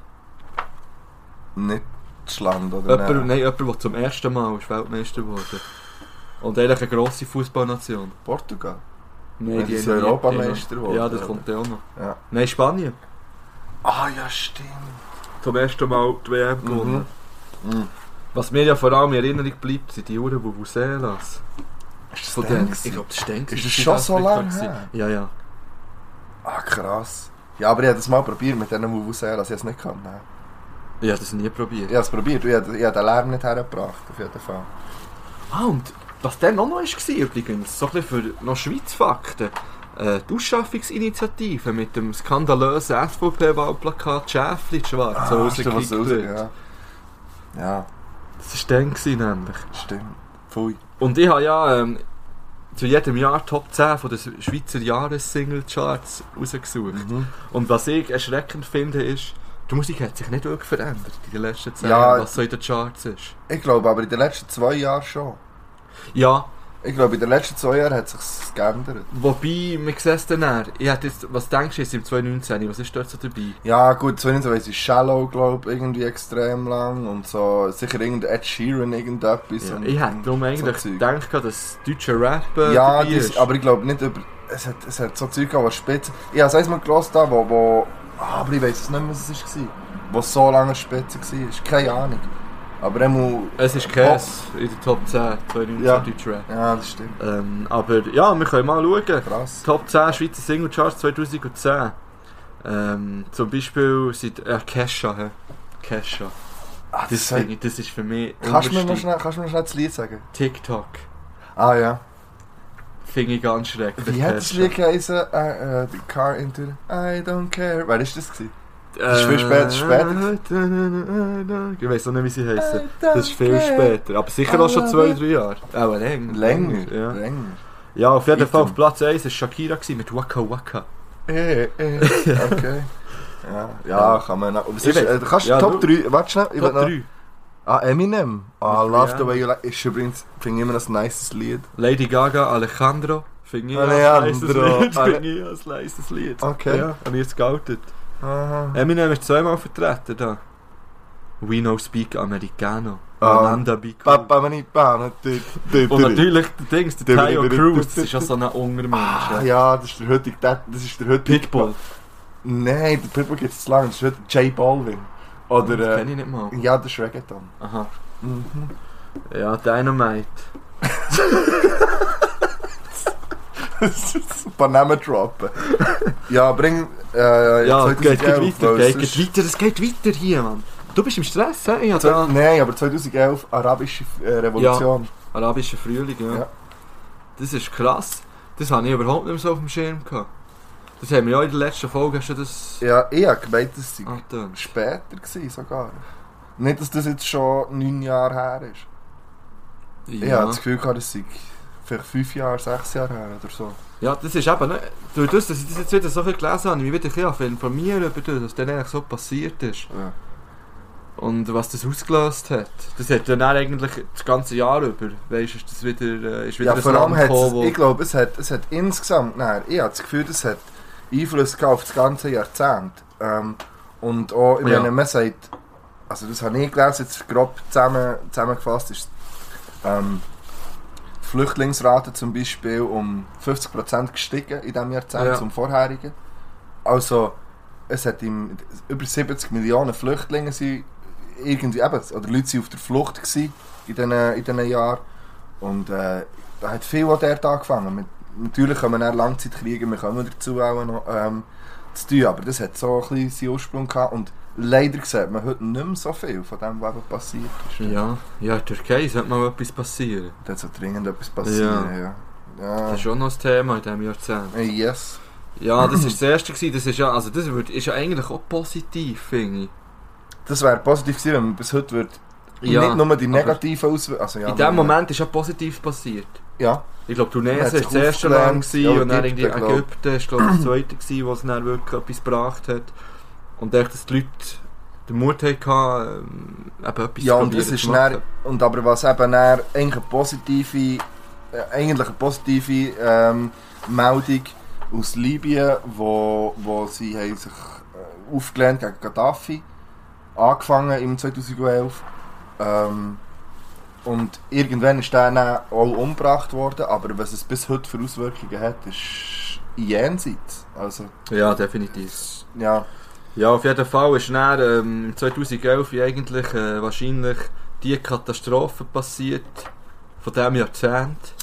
S3: Nicht das Land, oder?
S2: Jemand, nein, jemand, der zum ersten Mal ist Weltmeister wurde. Und eigentlich eine grosse Fußballnation.
S3: Portugal.
S2: Nein,
S3: Ja, die sind
S2: haben nie-
S3: Europameister
S2: die haben-
S3: geworden,
S2: Ja, das
S3: oder?
S2: kommt ja auch noch.
S3: Ja.
S2: Nein, Spanien.
S3: Ah, ja, stimmt.
S2: Zum ersten Mal die WM gewonnen.
S3: Mhm.
S2: Was mir ja vor allem in Erinnerung bleibt, sind die Uhren, die Vuselas.
S3: Ist
S2: Von
S3: das
S2: denen.
S3: denn?
S2: Ich glaube, das ist dann
S3: Ist
S2: gewesen,
S3: das schon so
S2: Südafrika
S3: lange
S2: gewesen.
S3: her?
S2: Ja, ja.
S3: Ah, krass. Ja, aber ich habe das mal probiert mit diesen Wuvuselas, ich habe es nicht gekannt. nein.
S2: Ich habe das nie probiert.
S3: Ich habe es probiert, ich habe ich habe den Lärm nicht hergebracht, auf jeden Fall.
S2: Ah, und was dann auch noch war, übrigens, so ein bisschen für noch Schweiz-Fakten, äh, die Ausschaffungsinitiative mit dem skandalösen SVP-Wahlplakat Schäfli schwarz
S3: du was raus?
S2: Ah, rausgekickt wird.
S3: Ja. ja,
S2: Das war dann gewesen, nämlich.
S3: stimmt. Pfui.
S2: Und ich habe ja ähm, zu jedem Jahr Top 10 von den Schweizer Jahres-Single-Charts rausgesucht. Und was ich erschreckend finde, ist, die Musik hat sich nicht wirklich verändert in den letzten 10
S3: Ja.
S2: Jahren, was so in den Charts ist.
S3: Ich glaube aber in den letzten zwei Jahren schon.
S2: Ja,
S3: Ich glaube, in den letzten zwei Jahren hat sich geändert.
S2: Wobei, man sieht es dann eher. Ich hätte jetzt, was denkst du jetzt im 2019? Was ist dort so dabei?
S3: Ja, gut, 2020 ist Shallow, glaube ich, irgendwie extrem lang und so. Sicher irgendein Ed Sheeran, irgendetwas.
S2: Ja,
S3: und,
S2: ich hätte darum
S3: und
S2: eigentlich
S3: so Zeug.
S2: gedacht, dass deutscher Rap äh,
S3: Ja,
S2: dabei
S3: das,
S2: ist.
S3: aber ich glaube nicht über... Es hat, es hat so Zeug gehabt, was spitze... Ich habe es einmal gehört, da, wo... wo ah, aber ich weiß es nicht mehr, was es war. Wo es so lange spitze war. Keine Ahnung. Aber er muss...
S2: es ist Käse in der Top 10 2019
S3: Ja.
S2: deutscher Rap.
S3: Ja, das stimmt.
S2: Ähm, aber ja, wir können mal schauen.
S3: Krass.
S2: Top 10 Schweizer Single Charts 2010. Ähm, zum Beispiel sind äh, Kesha. hä? Kesha.
S3: Ah,
S2: Das,
S3: hat-
S2: finde ich, das ist für mich
S3: Kannst du mir noch
S2: unbestimmend.
S3: schnell, kannst du mir noch schnell das Lied sagen?
S2: TikTok.
S3: Ah ja.
S2: Finde ich ganz schrecklich.
S3: Wie hat das
S2: Kesha.
S3: Lied geheißen? Äh, äh, the car into the... I don't care. Wer ist das gewesen?
S2: Das
S3: ist viel spä- das ist später.
S2: Ich weiß auch nicht, wie sie heißen.
S3: I
S2: Das ist
S3: don't
S2: viel
S3: care.
S2: später. Aber sicher auch schon zwei, drei Jahre. Auch länger.
S3: Länger.
S2: Ja.
S3: Länger.
S2: ja, auf jeden Fall auf
S3: Item.
S2: Platz 1 war Shakira gewesen mit Waka Waka.
S3: Eh, eh. Okay. Ja, ja, kann man... noch- Aber es
S2: Ich
S3: ist,
S2: weiß.
S3: äh, kannst du
S2: Ja,
S3: Top
S2: du-
S3: 3... Warte schnell. ich
S2: Top
S3: will noch-
S2: 3.
S3: Ah, Eminem. Ah,
S2: Mit
S3: Love the
S2: Rihanna.
S3: Way You Like. Ist übrigens, finde ich immer ein nices Lied.
S2: Lady Gaga, Alejandro. Finde ich als
S3: Alejandro.
S2: leistes Lied.
S3: Ale-
S2: Finde ich als leistes Lied.
S3: Okay.
S2: Ja, habe ich jetzt geoutet.
S3: Aha.
S2: Eminem ist zweimal vertreten da. We no speak Americano.
S3: Ah.
S2: Ananda Be cool.
S3: Papa, meine Bahn.
S2: Und natürlich der Dings, der
S3: Dü- dü-
S2: Tayo
S3: dü- dü-
S2: Cruz.
S3: dü-
S2: Das ist ja so ein Untermensch.
S3: Ah,
S2: ja.
S3: ja, das ist der heutige... Das ist der heutige...
S2: Pitbull.
S3: Nein, der Pitbull gibt es zu lang. Das ist heute J Balvin.
S2: das
S3: Oder...
S2: kenne
S3: Äh,
S2: ich nicht mal.
S3: ja, das ist Reggaeton. Mhm.
S2: Aha. Ja, Dynamite.
S3: Super Namen droppen. Ja, bring... Äh,
S2: Ja,
S3: jetzt
S2: geht, geht
S3: 2011,
S2: weiter,
S3: weil
S2: geht,
S3: sonst-
S2: geht weiter, es geht weiter hier, Mann. Du bist im Stress, hä? Ich hab
S3: Zwei-
S2: da...
S3: Nein, aber 2011, arabische äh, Revolution.
S2: Arabischer Frühling, ja.
S3: Ja.
S2: Das ist krass. Das habe ich überhaupt nicht mehr so auf dem Schirm gehabt. Das haben wir ja in der letzten Folge schon das
S3: Ja, ich habe gemeint, das sei
S2: angetönt.
S3: später gewesen sogar. Nicht, dass das jetzt schon neun Jahre her ist. Ich habe
S2: Ja.
S3: das Gefühl gehabt, das sei vielleicht fünf Jahre, sechs Jahre her oder so.
S2: ja, das ist eben, ne, durch das, dass ich das jetzt wieder so ein bisschen gelesen habe, ich mich wieder ein bisschen anfangen zu informieren über das, was dann eigentlich so passiert ist.
S3: Ja.
S2: Und was das ausgelöst hat. Das hat dann eigentlich das ganze Jahr über, weißt du, ist das wieder, äh, ist wieder
S3: Ja,
S2: ein
S3: vor allem
S2: Land
S3: hat es,
S2: gekommen, wo-
S3: ich glaube, es hat, es hat insgesamt, nein, ich habe das Gefühl, es hat Einfluss gehabt auf das ganze Jahrzehnt. Ähm, und auch, ich
S2: Ja.
S3: meine, man sagt, also das habe ich gelesen, jetzt grob zusammen, zusammengefasst ist, ähm, die Flüchtlingsrate zum Beispiel um 50% gestiegen in diesem Jahrzehnt
S2: Ja.
S3: zum vorherigen. Also, es hat im, über 70 Millionen Flüchtlinge sind irgendwie eben, oder Leute waren auf der Flucht gewesen in diesen in diesen Jahren. Und äh, da hat viel auch dort angefangen. Mit, natürlich kommen dann Langzeitkriege, wir kommen dazu auch noch ähm, zu tun, aber das hat so ein bisschen seinen Ursprung gehabt. Und leider sieht man heute nicht mehr so viel von dem, was eben passiert ist.
S2: Ja, ja, in der Türkei sollte mal etwas passieren.
S3: Da hat so dringend etwas passieren. Ja. Ja.
S2: Das ist schon noch ein Thema in diesem Jahrzehnt.
S3: Äh, Yes.
S2: Ja, das war das erste, gewesen. das ist ja, also das wird, ist ja eigentlich auch positiv, finde ich.
S3: Das wäre positiv gewesen, wenn man bis heute wird
S2: Ja,
S3: nicht nur die
S2: aber-
S3: negativen Auswirkungen. Also, ja,
S2: in dem
S3: nein,
S2: Moment ist ja Positives passiert.
S3: Ja,
S2: Ich glaube,
S3: Man hat
S2: Tunesien
S3: sich
S2: war das erste
S3: aufgelernt.
S2: Land
S3: Ja,
S2: gewesen,
S3: und
S2: und dann irgendwie
S3: Ägypten, glaub.
S2: Ägypten ist glaube ich das zweite, gewesen, was dann wirklich etwas gebracht hat. Und echt, dass die Leute den Mut hatten, ähm, eben etwas
S3: ja
S2: zu
S3: und das
S2: probieren
S3: ist
S2: zu machen.
S3: dann, und aber was eben dann eigentlich eine positive, äh, eigentlich eine positive ähm, Meldung aus Libyen, wo, wo sie haben sich äh, aufgelehnt gegen Gaddafi, angefangen im 2011. Ähm, und irgendwann ist der dann auch umgebracht worden, aber was es bis heute für Auswirkungen hat, ist jenseits. Also,
S2: Ja, definitiv.
S3: ja,
S2: Ja, auf jeden Fall ist dann, ähm, 2011 ja eigentlich äh, wahrscheinlich die Katastrophe passiert von diesem Jahrzehnt.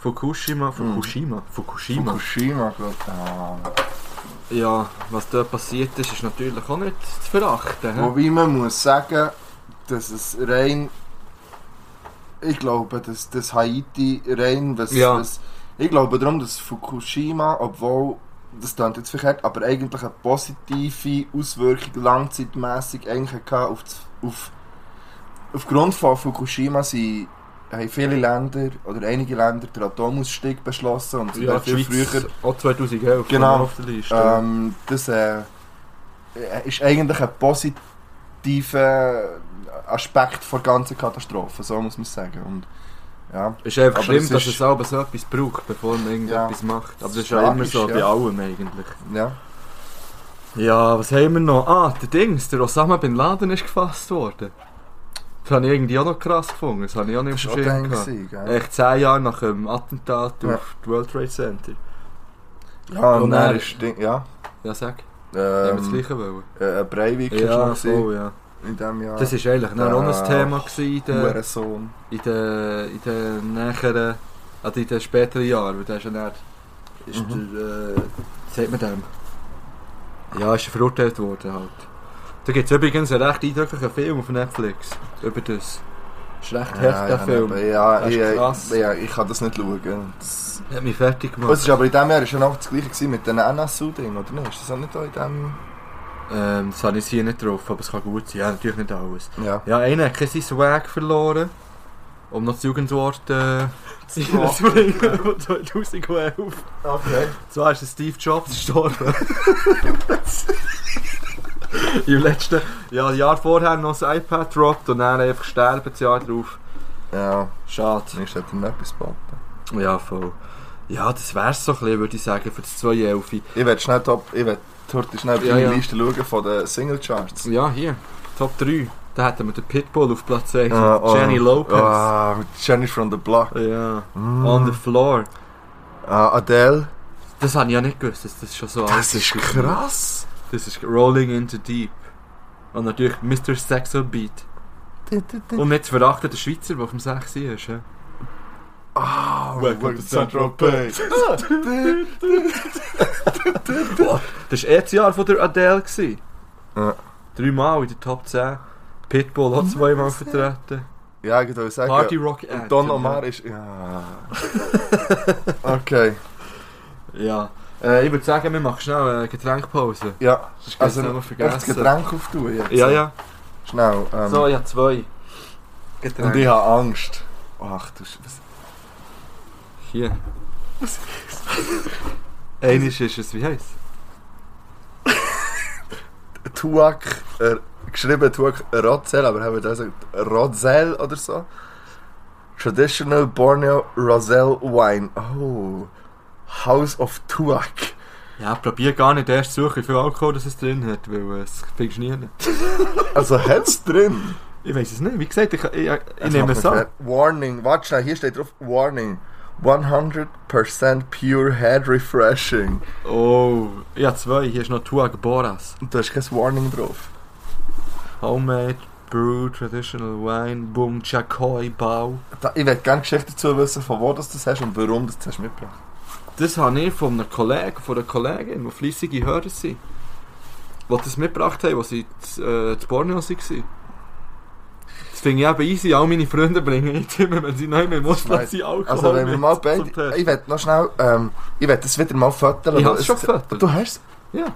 S2: Fukushima, Fukushima, Fukushima.
S3: Hm. Fukushima, glaube ich. Ah.
S2: Ja, was dort passiert ist, ist natürlich auch nicht zu verachten. hä?
S3: Wobei man muss sagen, dass es rein. Ich glaube, dass das Haiti rein. Was,
S2: Ja.
S3: was, ich glaube darum, dass Fukushima, obwohl. Das klingt jetzt verkehrt, aber eigentlich eine positive Auswirkung langzeitmässig eigentlich hatte auf, das- auf Aufgrund von Fukushima sind, haben viele Länder oder einige Länder den Atomausstieg beschlossen und sind
S2: Ja,
S3: auch
S2: die
S3: viel
S2: Schweiz,
S3: früher
S2: auch 2011
S3: Genau.
S2: war auf der Liste.
S3: ähm, das äh, ist eigentlich ein positiver Aspekt der ganzen Katastrophe, so muss man sagen. Und, ja,
S2: ist einfach
S3: aber
S2: schlimm,
S3: es
S2: dass
S3: ist-
S2: es selber so etwas braucht, bevor man irgendetwas macht. Aber das ist ja immer
S3: tragisch,
S2: so bei
S3: ja.
S2: allem eigentlich.
S3: ja.
S2: Ja, was haben wir noch? Ah, der Dings, der Osama Bin Laden ist gefasst worden. Das habe ich irgendwie auch noch krass gefunden. Das habe ich auch nicht
S3: Das
S2: auf
S3: war
S2: dem
S3: auch
S2: Schirm
S3: der
S2: gehabt.
S3: gewesen, gell?
S2: Echt 10 Jahre nach dem Attentat
S3: Ja.
S2: auf das World Trade Center.
S3: Ja,
S2: Und
S3: und dann
S2: dann-
S3: ist Ding, ja,
S2: Ja, sag. Ich habe das
S3: ähm,
S2: gleiche wollen.
S3: äh, ein Breivik
S2: Ja,
S3: war schon gewesen
S2: voll, ja.
S3: in diesem Jahr.
S2: Das ist äh, eigentlich dann auch noch ein
S3: Ah,
S2: Thema gewesen in den,
S3: Hurensohn.
S2: in den, in den näheren, also in den späteren Jahren. Weil der ist ja dann, ist
S3: Mhm.
S2: der, äh, wie sagt man dem? Ja, ist er verurteilt worden halt. Da gibt es übrigens einen recht eindrücklichen Film auf Netflix über das. Ist recht heftig, der
S3: ja,
S2: Film.
S3: eben, ja,
S2: Das ist krass.
S3: ich, äh, ja, ich kann das nicht schauen. Das,
S2: Hat mich fertig
S3: aber es
S2: gemacht.
S3: ist aber in diesem Jahr ist ja noch das gleiche gewesen mit den NSU-Ding, oder nicht? Ist das auch nicht da in diesem...
S2: Ähm, das habe ich hier nicht drauf, aber es kann gut sein. Ja, natürlich nicht alles.
S3: Ja.
S2: Ja, einer hat keinen Swag verloren, um noch das Jugendwort äh,
S3: Ja.
S2: reinzubringen von 2011.
S3: Okay.
S2: Zwar ist Steve Jobs gestorben. Im letzten ja, das Jahr vorher noch das iPad droppt und dann einfach sterben das Jahr drauf.
S3: Ja,
S2: Schade.
S3: ist halt noch etwas geboten.
S2: Ja, voll. Ja, das wär's so ein bisschen, würde ich sagen, für das 2011.
S3: Ich werde schnell top. Ich werde heute schnell auf
S2: Ja,
S3: deine
S2: ja.
S3: Liste schauen von den Single Charts.
S2: Ja, hier, Top 3. Da hätten wir den Pitbull auf Platz 1,
S3: Ah, oh.
S2: Jenny Lopez.
S3: Ah, Jenny from the Block.
S2: Ja,
S3: Mm.
S2: on the floor.
S3: Ah, Adele.
S2: Das habe ich ja nicht gewusst, dass das schon so
S3: Das ist krass.
S2: Das ist Rolling into Deep. Und natürlich Mr. Saxo Beat. Und nicht zu verachten der Schweizer, der auf dem 6 ist. Ja.
S3: Ah,
S2: Welcome to
S3: Saint-Tropez.
S2: Das war eh das Jahr von der Adele. Gewesen.
S3: Ja.
S2: Dreimal in der Top 10. Pitbull hat zweimal vertreten.
S3: Ja, ik wil sagen.
S2: Party Rock Anthem.
S3: und Don Omar ist. Ja. okay.
S2: Ja. Äh, ich würde sagen, wir machen schnell eine Getränkpause.
S3: Ja.
S2: Sonst geht's
S3: Also,
S2: noch
S3: echt das
S2: vergessen.
S3: Getränk auftun jetzt.
S2: Ja, ja.
S3: Schnell. Ähm,
S2: So, ja, zwei. Getränke.
S3: Und ich habe Angst. dus- Ach du Sch- was-
S2: Hier. Einisch ist es, wie heisst
S3: Tuak. Äh, geschrieben Tuak Rotzel, aber haben wir da gesagt Rotzel oder so? Traditional Borneo Rosel Wine. Oh. House of Tuak.
S2: Ja, probier gar nicht erst zu suchen, wie viel Alkohol das es drin hat, weil äh, es findest du nie.
S3: Also, hat's drin?
S2: Ich weiß es nicht, wie gesagt, ich, ich, ich,
S3: Das
S2: nehme
S3: macht
S2: es
S3: mich
S2: an.
S3: fertig. Warning, warte schnell, hier steht drauf Warning. 100% pure head refreshing.
S2: Oh, ja, zwei, hier ist noch Tuag Boras.
S3: Und da ist kein Warning drauf.
S2: Homemade, Brew, Traditional Wine, Boom, Chakoi, Bau.
S3: Da, ich möchte gerne Geschichte dazu wissen, von wo das du das hast und warum das du das hast mitgebracht.
S2: Das habe ich von einem Kollegen, von einer Kollegin, die fleissige Hörer sind. Die das mitgebracht haben, als sie in äh, in Borneo waren. Das finde ich eben easy, all meine Freunde bringen jetzt immer, wenn sie neu im Ausland
S3: Weiss.
S2: sind, Alkohol
S3: Also wenn wir
S2: mit
S3: mal
S2: zum
S3: beide...
S2: Test.
S3: Ich möchte noch schnell... Ähm, ich möchte das wieder mal föteln.
S2: Ich
S3: weil
S2: habe es schon gefötelt.
S3: Du hast
S2: Ja,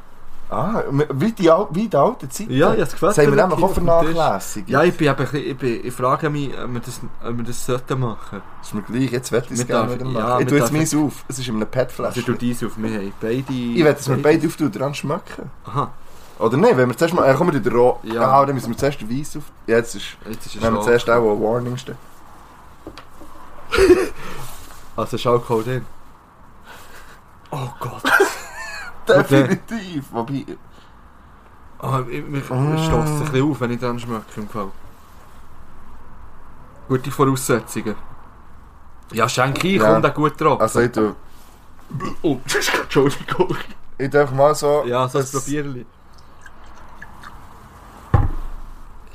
S3: Ah, wie die, al- wie die alte Zeit.
S2: ja, ich habe es gefötelt.
S3: Das haben wir nämlich auch für
S2: hier auf dem Tisch.
S3: Nachlässig.
S2: Ja, ich bin eben ein bisschen, ich, bin, ich frage mich, ob wir das, ob wir das sollten machen.
S3: Ist mir gleich, jetzt werde ich
S2: Wir
S3: es gerne
S2: dürfen-
S3: wieder
S2: ja,
S3: machen.
S2: wir
S3: ich tue jetzt
S2: dürfen-
S3: meins auf. Es ist in einem
S2: Also
S3: Petfläschchen.
S2: du diese auf mich, hey, beide...
S3: ich werde es mir beide auftun und dran schmecken.
S2: Aha,
S3: Oder nein, wenn wir zuerst mal. Ja, komm, wir tun den roh.
S2: Ja.
S3: Ah, dann müssen wir zuerst den Weiss auf. Ja, Jetzt ist.
S2: jetzt ist es
S3: Wenn wir
S2: schon-
S3: zuerst auch eine Warning stehen.
S2: Also ist Alkohol drin. Oh Gott.
S3: Definitiv! Wobei.
S2: Ah, ich, mich
S3: Ah.
S2: stößt es ein bisschen auf, wenn ich dran schmecke im Fall. Gute Voraussetzungen. Ja, schenke ich,
S3: Ja.
S2: kommt auch gut drauf.
S3: Also, ich tue.
S2: oh, das ist gerade Entschuldigung.
S3: Ich darf mal so.
S2: Ja, so ein
S3: Das-
S2: Probierli.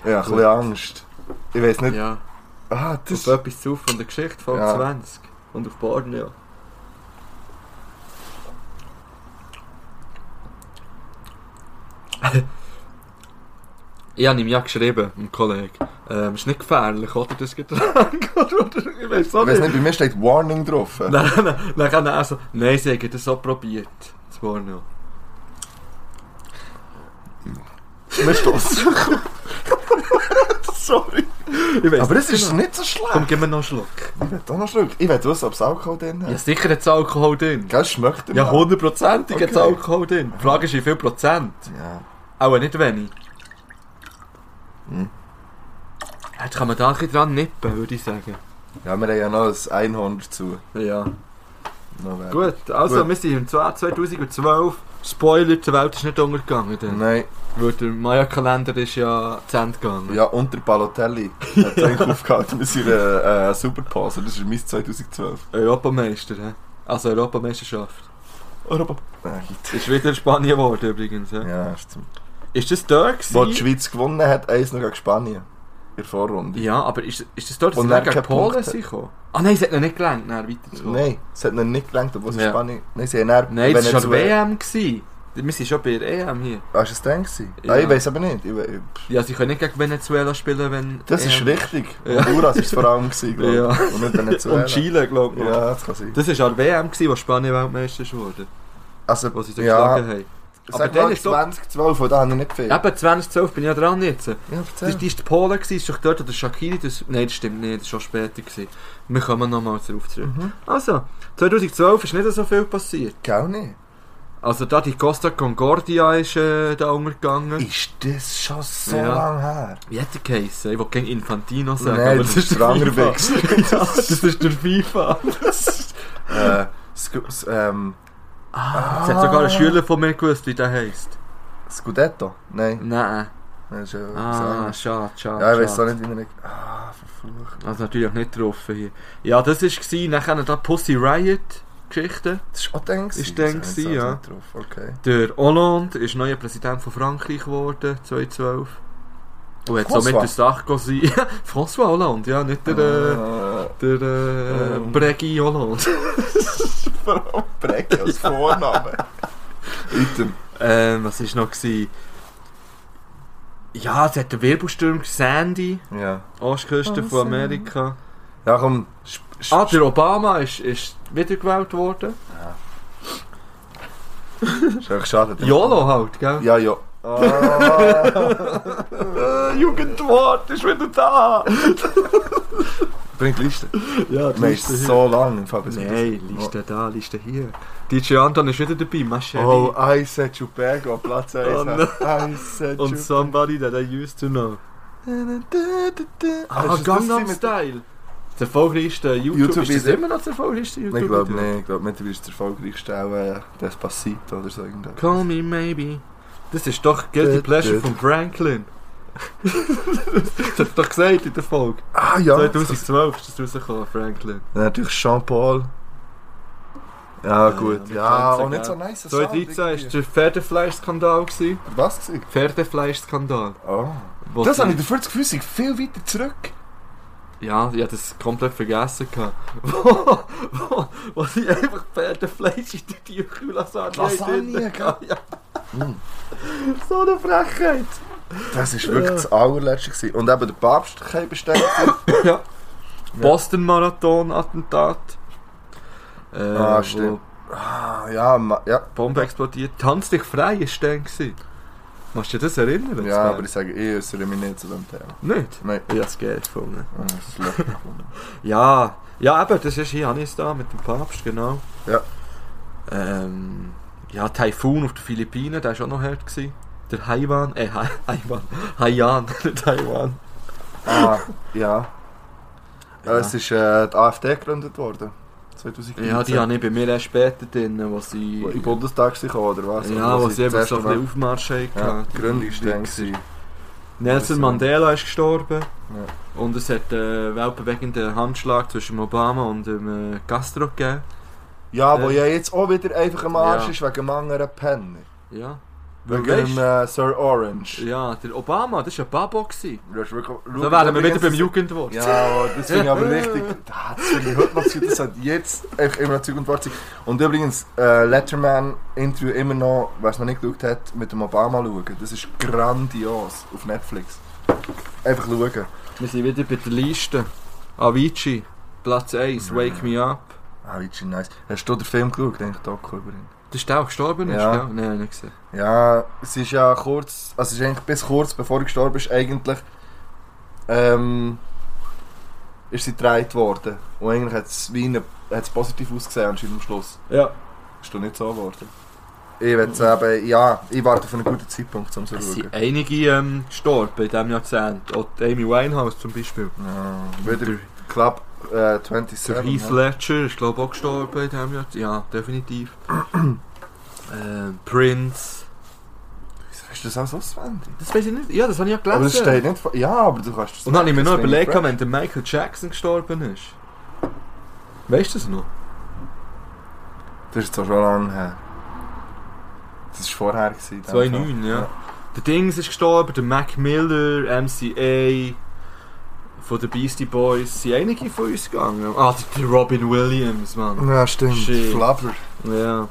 S3: Ja, ein bisschen Angst. Ich weiß nicht.
S2: Ja,
S3: Ah,
S2: auf
S3: das.
S2: etwas zu von der Geschichte, Folge
S3: Ja.
S2: 20. Und auf Borneo. Ich habe ihm ja geschrieben, dem Kollegen. Ähm, ist nicht gefährlich, oder? Das Getränk, oder? Ich weiß auch
S3: Ich weiß
S2: nicht.
S3: nicht, bei mir steht Warning drauf.
S2: Dann, dann- dann kann er so, nein, sie haben das auch probiert. Das war noch.
S3: Wir stoßen. Sorry.
S2: Ich weiss
S3: Aber es
S2: nicht
S3: ist
S2: genau.
S3: nicht so schlecht.
S2: Komm, gib mir noch einen Schluck.
S3: Ich will auch noch Schluck. Ich will wissen, ob es Alkohol drin hat.
S2: Ja, sicher hat es Alkohol drin.
S3: Gell, schmeckt ihm
S2: Ja,
S3: auch.
S2: hundertprozentig hat es
S3: Okay.
S2: Alkohol drin. Die Frage ist, wie viel Prozent?
S3: Ja.
S2: Auch nicht wenig.
S3: Hm.
S2: Jetzt kann man da ein bisschen dran nippen, würde ich sagen.
S3: Ja, wir haben ja noch ein Einhorn zu.
S2: Ja.
S3: Noch werden.
S2: Gut, also
S3: Gut.
S2: wir sind im Jahr 2012. Spoiler, die Welt ist nicht untergegangen. Dann.
S3: Nein.
S2: Weil der Maya-Kalender ist ja zu Ende gegangen.
S3: Ja, unter Balotelli hat es eigentlich aufgehalten mit seiner äh, Superpause. Das ist mein 2012.
S2: Europameister, hä? Also Europameisterschaft.
S3: Europa.
S2: Ist wieder Spanien geworden übrigens. Ja.
S3: Ja, stimmt.
S2: Ist das dort gewesen?
S3: Wo die Schweiz gewonnen hat, eins noch gegen Spanien. In der Vorrunde.
S2: Ja, aber ist, ist das dort, dass
S3: Und
S2: sie
S3: dann
S2: dann gegen
S3: keine
S2: Polen
S3: Punkte.
S2: sind gekommen? Ah nein, es hat noch nicht gelangt, dann weiterzukommen.
S3: Nein, es hat noch nicht gelangt, obwohl sie
S2: Ja.
S3: Spanien... Nein, sie haben dann...
S2: Nein, das war schon
S3: Venezuela-
S2: WM. Gewesen. Wir sind schon bei der EM hier.
S3: Ah, ist das dann gewesen?
S2: Ja.
S3: Ah, ich weiß aber nicht. Ich, we-
S2: Ja, sie können nicht gegen Venezuela spielen, wenn...
S3: das ist
S2: EM
S3: richtig.
S2: Ja.
S3: Honduras war es vor allem, gewesen, glaub ich.
S2: Ja.
S3: Und nicht Venezuela.
S2: Und Chile, glaube ich.
S3: Ja, das kann sein.
S2: Das war an der WM, gewesen, wo Spanien Weltmeister ist worden.
S3: Also,
S2: Wo sie so
S3: ja,
S2: geschlagen haben. Aber
S3: sag
S2: dann
S3: mal
S2: ist doch-
S3: 2012, und da habe ich nicht viel.
S2: Eben, 2012 bin ich ja dran jetzt.
S3: Ja,
S2: Das
S3: erzähl.
S2: war die Polen, gewesen, ist doch dort, oder Shakiri, das... Nein, das stimmt nicht, das war schon später. Gewesen. Wir kommen nochmal darauf zurück.
S3: Mhm.
S2: Also, 2012 ist nicht so viel passiert.
S3: Gell nicht.
S2: Also da die Costa Concordia ist äh, da umgegangen.
S3: Ist das schon so
S2: Ja.
S3: lange her?
S2: Wie hat der geheissen? Ich wollte gerne Infantino sagen,
S3: Nein,
S2: aber
S3: das ist der
S2: der
S3: andere
S2: FIFA.
S3: Wichser.
S2: ja, das ist der FIFA.
S3: äh, Scu s- ähm, Ah.
S2: Das hat sogar ein Schüler von mir gewusst, wie der heisst.
S3: Scudetto? Nein.
S2: Nein.
S3: Nein, das ist ja was
S2: Ah,
S3: anderes.
S2: schade, schade.
S3: ja, ich weiß auch
S2: schade.
S3: nicht, wie er. Ah, verflucht.
S2: Also natürlich nicht getroffen hier. Ja, das war nachher da Pussy Riot. Geschichte.
S3: Das ist auch dann gewesen.
S2: Ist dann
S3: Das
S2: gewesen,
S3: habe ich
S2: ja.
S3: nicht Drauf. Okay.
S2: Der Hollande ist neuer Präsident von Frankreich geworden, 2012. Und hat somit
S3: François.
S2: der Sachgosi. François Hollande, ja, nicht der. Äh,
S3: Äh,
S2: Der äh,
S3: Ähm.
S2: Bregi Hollande.
S3: Warum Breck als Vorname? Item.
S2: ähm, was war noch? Gewesen? Ja, es hat den Wirbelsturm Sandy,
S3: Ja.
S2: Ostküste
S1: Oh,
S2: von
S1: Sandy.
S2: Amerika.
S3: Ja, komm. Sch- sch-
S2: Ah, der Obama ist, ist wiedergewählt worden.
S3: Ist echt schade.
S2: YOLO halt, gell?
S3: Ja, ja.
S2: Ah. Äh, Jugendwort ist wieder da!
S3: Bringt Liste.
S2: Ja,
S3: Man ist so lang im Fall. bis wir das-
S2: Nein, Liste da, Liste hier. DJ Anton ist wieder dabei, Maschine.
S3: Oh, Isaac Chupago, Platz 1.
S2: Oh nein.
S3: Isaac
S2: Und Somebody That I Used To Know. Ah, Gangnam Style. Das erfolgreichste YouTube.
S3: YouTube
S2: ist das
S3: Video.
S2: immer noch das erfolgreichste YouTube?
S3: Ich glaube nicht, ich glaube mittlerweile ist der erfolgreichste auch äh, Despacito oder so irgendwas.
S2: Call me maybe. Das ist doch Guilty
S3: Dö,
S2: Pleasure
S3: dö.
S2: von Franklin. das hat doch gesagt in der Folge.
S3: Ah ja,
S2: 2012 ist das rausgekommen, Franklin.
S3: Dann natürlich Jean-Paul.
S2: Ja,
S3: Ja, gut.
S2: ja,
S3: Ja,
S2: mit
S3: auch nicht so
S2: 13,
S3: nice.
S2: 2013 war der Pferdefleischskandal. gewesen.
S3: Was gewesen?
S2: Pferdefleischskandal.
S3: Oh.
S2: wo
S3: Das
S2: sie-
S3: habe ich dafür das Gefühl, sie sind viel weiter zurück.
S2: Ja, ich hab das komplett vergessen. gehabt. wo, wo, wo sie einfach Pferdefleisch in die Tiefkühl-Lasagne
S3: Lasagne, Hm.
S2: drin-
S3: gell?
S2: Ja. So eine Frechheit.
S3: Das war wirklich das allerletzte. Gewesen. Und eben der Papst kann bestätigen.
S2: Ja. Boston-Marathon-Attentat. Äh,
S3: ah, stimmt.
S2: wo
S3: Ah, ja, ma- ja.
S2: Bombe explodiert. Tanz dich frei ist dann gewesen. Machst du dich das erinnern?
S3: Ja, aber ich sage, ich äußere mich nicht zu dem Thema.
S2: Nicht?
S3: Nein,
S2: Ich hab's geil gefunden.
S3: Ah, das ist lächerlich gefunden.
S2: Ja, ja eben, das ist hier Hannes da mit dem Papst, genau.
S3: Ja.
S2: Ähm, ja, Taifun auf den Philippinen, der war auch noch hart. Gewesen. Der Haiwan, äh, Hai- Haiwan, Haiyan, nicht Haiwan.
S3: Ah, ja.
S2: Ja.
S3: Es ist äh, die AfD gegründet worden. 2014.
S2: Ja, die habe ich bei mir erst später drin, wo sie...
S3: Wo in den Bundestag sind gekommen, oder was?
S2: ja,
S3: Oder
S2: wo sie eben
S3: das
S2: so ein
S3: erste
S2: bisschen
S3: Mal-
S2: Aufmarsch hatten.
S3: Ja, die Gründung ist dann gewesen.
S2: Nelson Mandela ist gestorben.
S3: Ja.
S2: Und es hat einen weltbewegenden Handschlag zwischen Obama und dem äh, Castro gegeben.
S3: Ja, wo
S2: Äh.
S3: ja jetzt auch wieder einfach am Arsch
S2: Ja.
S3: ist wegen dem anderen Penner.
S2: Ja.
S3: Wegen
S2: Weil
S3: dem
S2: weisst-
S3: äh, Sir Orange.
S2: Ja, der Obama, das war ein Babo. gewesen.
S3: Du hast wirklich-
S2: Da
S3: schau,
S2: wären wir wieder
S3: übrigens,
S2: beim
S3: das-
S2: Jugendwort.
S3: Ja, das finde ich aber wichtig. Ah, Das finde ich heute noch zu, das hat jetzt echt immer noch Zeug und Wort. Und übrigens, äh, Letterman-Interview immer noch, wer es noch nicht geschaut hat, mit dem Obama schauen. Das ist grandios auf Netflix. Einfach schauen.
S2: Wir sind wieder bei der Liste. Avicii, Platz 1, Wake Me Up.
S3: Ah, Vichy, nice. Hast du den Film geschaut, den ich Doku über ihn?
S2: Das ist der, der gestorben ist,
S3: Ja.
S2: gell? Nein, hab ich nicht gesehen.
S3: Ja, es ist ja kurz, also es ist eigentlich bis kurz bevor er gestorben ist, eigentlich ähm, ist sie gedreht worden. Und eigentlich hat es wie eine, hat's positiv ausgesehen anscheinend am Schluss.
S2: Ja.
S3: Ist doch nicht so geworden? Ich will eben, ja, ich warte auf einen guten Zeitpunkt, um zu
S2: Es
S3: schauen.
S2: sind einige ähm, gestorben in diesem Jahrzehnt. Auch die Amy Winehouse zum Beispiel.
S3: Ja, wieder Club äh,
S2: Der
S3: 27.
S2: Heath Ledger ist, glaube ich, auch gestorben in diesem Jahrzehnt. Ja, definitiv. ähm, Prince.
S3: Wieso Ist das alles auswendig?
S2: Das weiß ich nicht. Ja, das habe ich ja gelesen.
S3: Aber das steht nicht vor- Ja, aber du kannst das
S2: Und dann habe ich mir noch
S3: das bin
S2: überlegt,
S3: gefragt.
S2: wenn der Michael Jackson gestorben ist. Weißt du das noch?
S3: Das ist zwar schon lange her. Das war vorher. Gewesen,
S2: 2009, ja. Der Dings ist gestorben, der Mac Miller, MCA, von den Beastie Boys, sind einige von uns gegangen. Ah, der- der Robin Williams, Mann.
S3: Ja, stimmt.
S2: Shit.
S3: Flubber.
S2: Ja.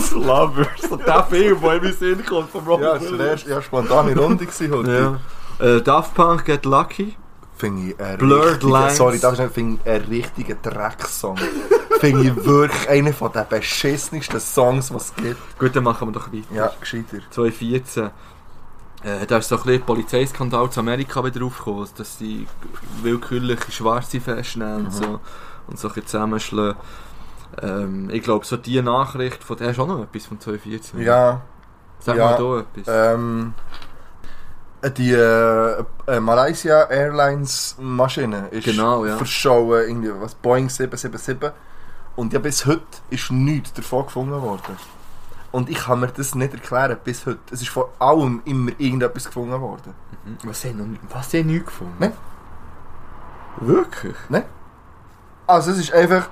S2: Slumber. So der Film, der in meinen Sinn kommt von Robin
S3: Ja, das war
S2: Williams.
S3: erst, ja, spontane Runde gewesen heute.
S2: Ja. Äh, Daft Punk Get Lucky.
S3: Finde ich einen
S2: Blurred
S3: richtigen-
S2: Lines.
S3: Sorry, das ist finde ich einen richtigen Drecksong. finde ich wirklich einen von den beschissensten Songs, was es gibt.
S2: Gut, dann machen wir doch weiter.
S3: Ja, gescheiter.
S2: 2014. Äh, da ist so ein bisschen der Polizeiskandal zu Amerika wieder aufgekommen, also, dass sie willkürliche Schwarze festnehmen und so, und so ein bisschen zusammenschlagen. Ähm, ich glaube, so die Nachricht von der ist auch noch etwas von 2014.
S3: Ja,
S2: Sag
S3: ja,
S2: mal da etwas.
S3: ähm. Die äh, äh, Malaysia Airlines Maschine ist
S2: Genau, ja.
S3: verschollen, irgendwie, was, Boeing 777. Und ja, bis heute ist nichts davon gefunden worden. Und ich kann mir das nicht erklären, bis heute. Es ist vor allem immer irgendetwas gefunden worden.
S2: Hm? was haben noch nie- was haben nie gefunden?
S3: Nein.
S2: Wirklich?
S3: Also es ist einfach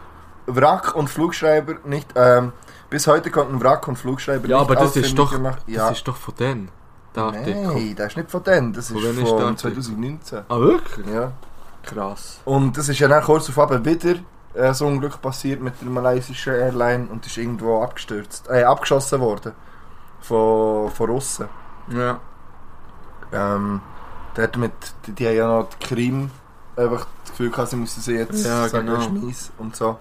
S3: Wrack und Flugschreiber nicht. Ähm, bis heute konnten Wrack und Flugschreiber
S2: Ja,
S3: nicht
S2: aber das ist
S3: ausfindig
S2: doch,
S3: gemacht. Ja.
S2: das ist doch von denen, der Artikel.
S3: Nein, das ist nicht von denen, das
S2: Von
S3: ist
S2: wann
S3: von,
S2: ist der Artikel?
S3: 2019.
S2: Ah, wirklich?
S3: Ja.
S2: Krass.
S3: Und das ist ja dann kurz darauf eben wieder äh, so ein Unglück passiert mit der malaysischen Airline und ist irgendwo abgestürzt, äh, abgeschossen worden von, von Russen.
S2: Ja.
S3: Ähm, dort mit, die, die haben ja noch die Krim einfach das Gefühl gehabt, sie müssen sie jetzt
S2: Ja,
S3: sagen,
S2: genau.
S3: schmeiss und so.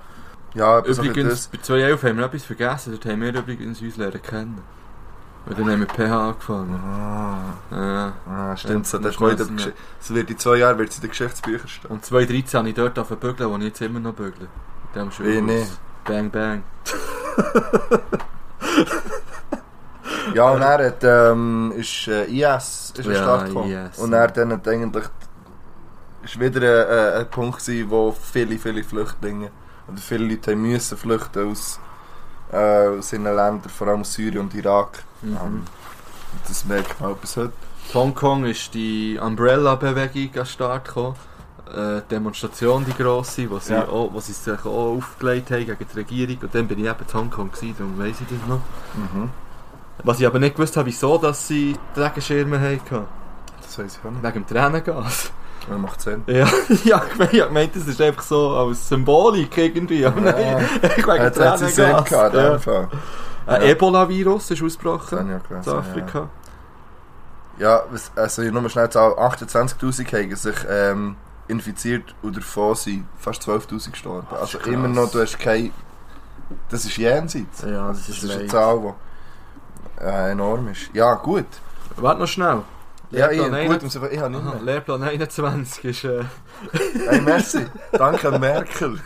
S3: Ja, etwa so ein bisschen
S2: Übrigens, bei 211 haben wir etwas vergessen. Dort haben wir übrigens uns lernen kennen. Und dann haben wir PH
S3: das.
S2: angefangen.
S3: Ah,
S2: Ja.
S3: ah, stimmt, so,
S2: Ja,
S3: das
S2: muss
S3: wird
S2: man-
S3: das wird in zwei Jahren wird es in den Geschäftsbüchern stehen.
S2: Und 2013 um habe ich dort auf bügeln, wo ich jetzt immer noch bügle. In dem Schulhaus.
S3: Wie nicht?
S2: Bang, bang.
S3: Ja, und er hat, ähm, ist äh, IS ist an den
S2: Ja,
S3: Start gekommen.
S2: IS,
S3: und
S2: ja.
S3: er dann hat eigentlich ist wieder ein, ein Punkt gewesen, wo viele, viele Flüchtlinge oder viele Leute haben müssen flüchten aus, äh, aus ihren Ländern, vor allem aus Syrien und Irak. Ähm,
S2: Mhm.
S3: das merkt man auch bis heute.
S2: Hongkong ist die Umbrella-Bewegung an den Start gekommen. Äh, die Demonstration, die grosse, wo sie,
S3: Ja.
S2: auch, wo sie sich auch aufgelegt haben gegen die Regierung. Und dann bin ich eben in Hongkong, gewesen, darum weiss ich das noch.
S3: Mhm.
S2: Was ich aber nicht gewusst habe, wieso dass sie Regenschirme hatten.
S3: Das weiß ich auch nicht.
S2: Wegen dem Tränengas.
S3: Das macht Sinn.
S2: Ja, ja ich meine, ich meinte, das ist einfach so als Symbolik irgendwie. Aber nein, ich meine,
S3: Hat, hat sie Sinn
S2: Tränengas.
S3: gehabt, ja.
S2: Ja.
S3: Fall.
S2: Ein
S3: Ja.
S2: Ebola-Virus ist
S3: Das habe
S2: ausgebrochen
S3: ich auch gelesen,
S2: in Afrika.
S3: Ja, was- also ich nur schnell Zahl, 28'000 haben sich ähm, infiziert und davon sind fast 12'000 gestorben.
S2: Das ist
S3: also
S2: krass.
S3: immer noch, du hast kein... Das ist jenseits.
S2: Ja, das ist
S3: eine
S2: leid.
S3: Zahl, die äh, enorm ist. Ja, gut.
S2: Warte noch schnell.
S3: Ja, ich,
S2: Lehrplan
S3: gut,
S2: 21.
S3: ich habe nicht
S2: Aha,
S3: mehr.
S2: Lehrplan 21 ist... Äh,
S3: Hey, merci. Danke, Merkel.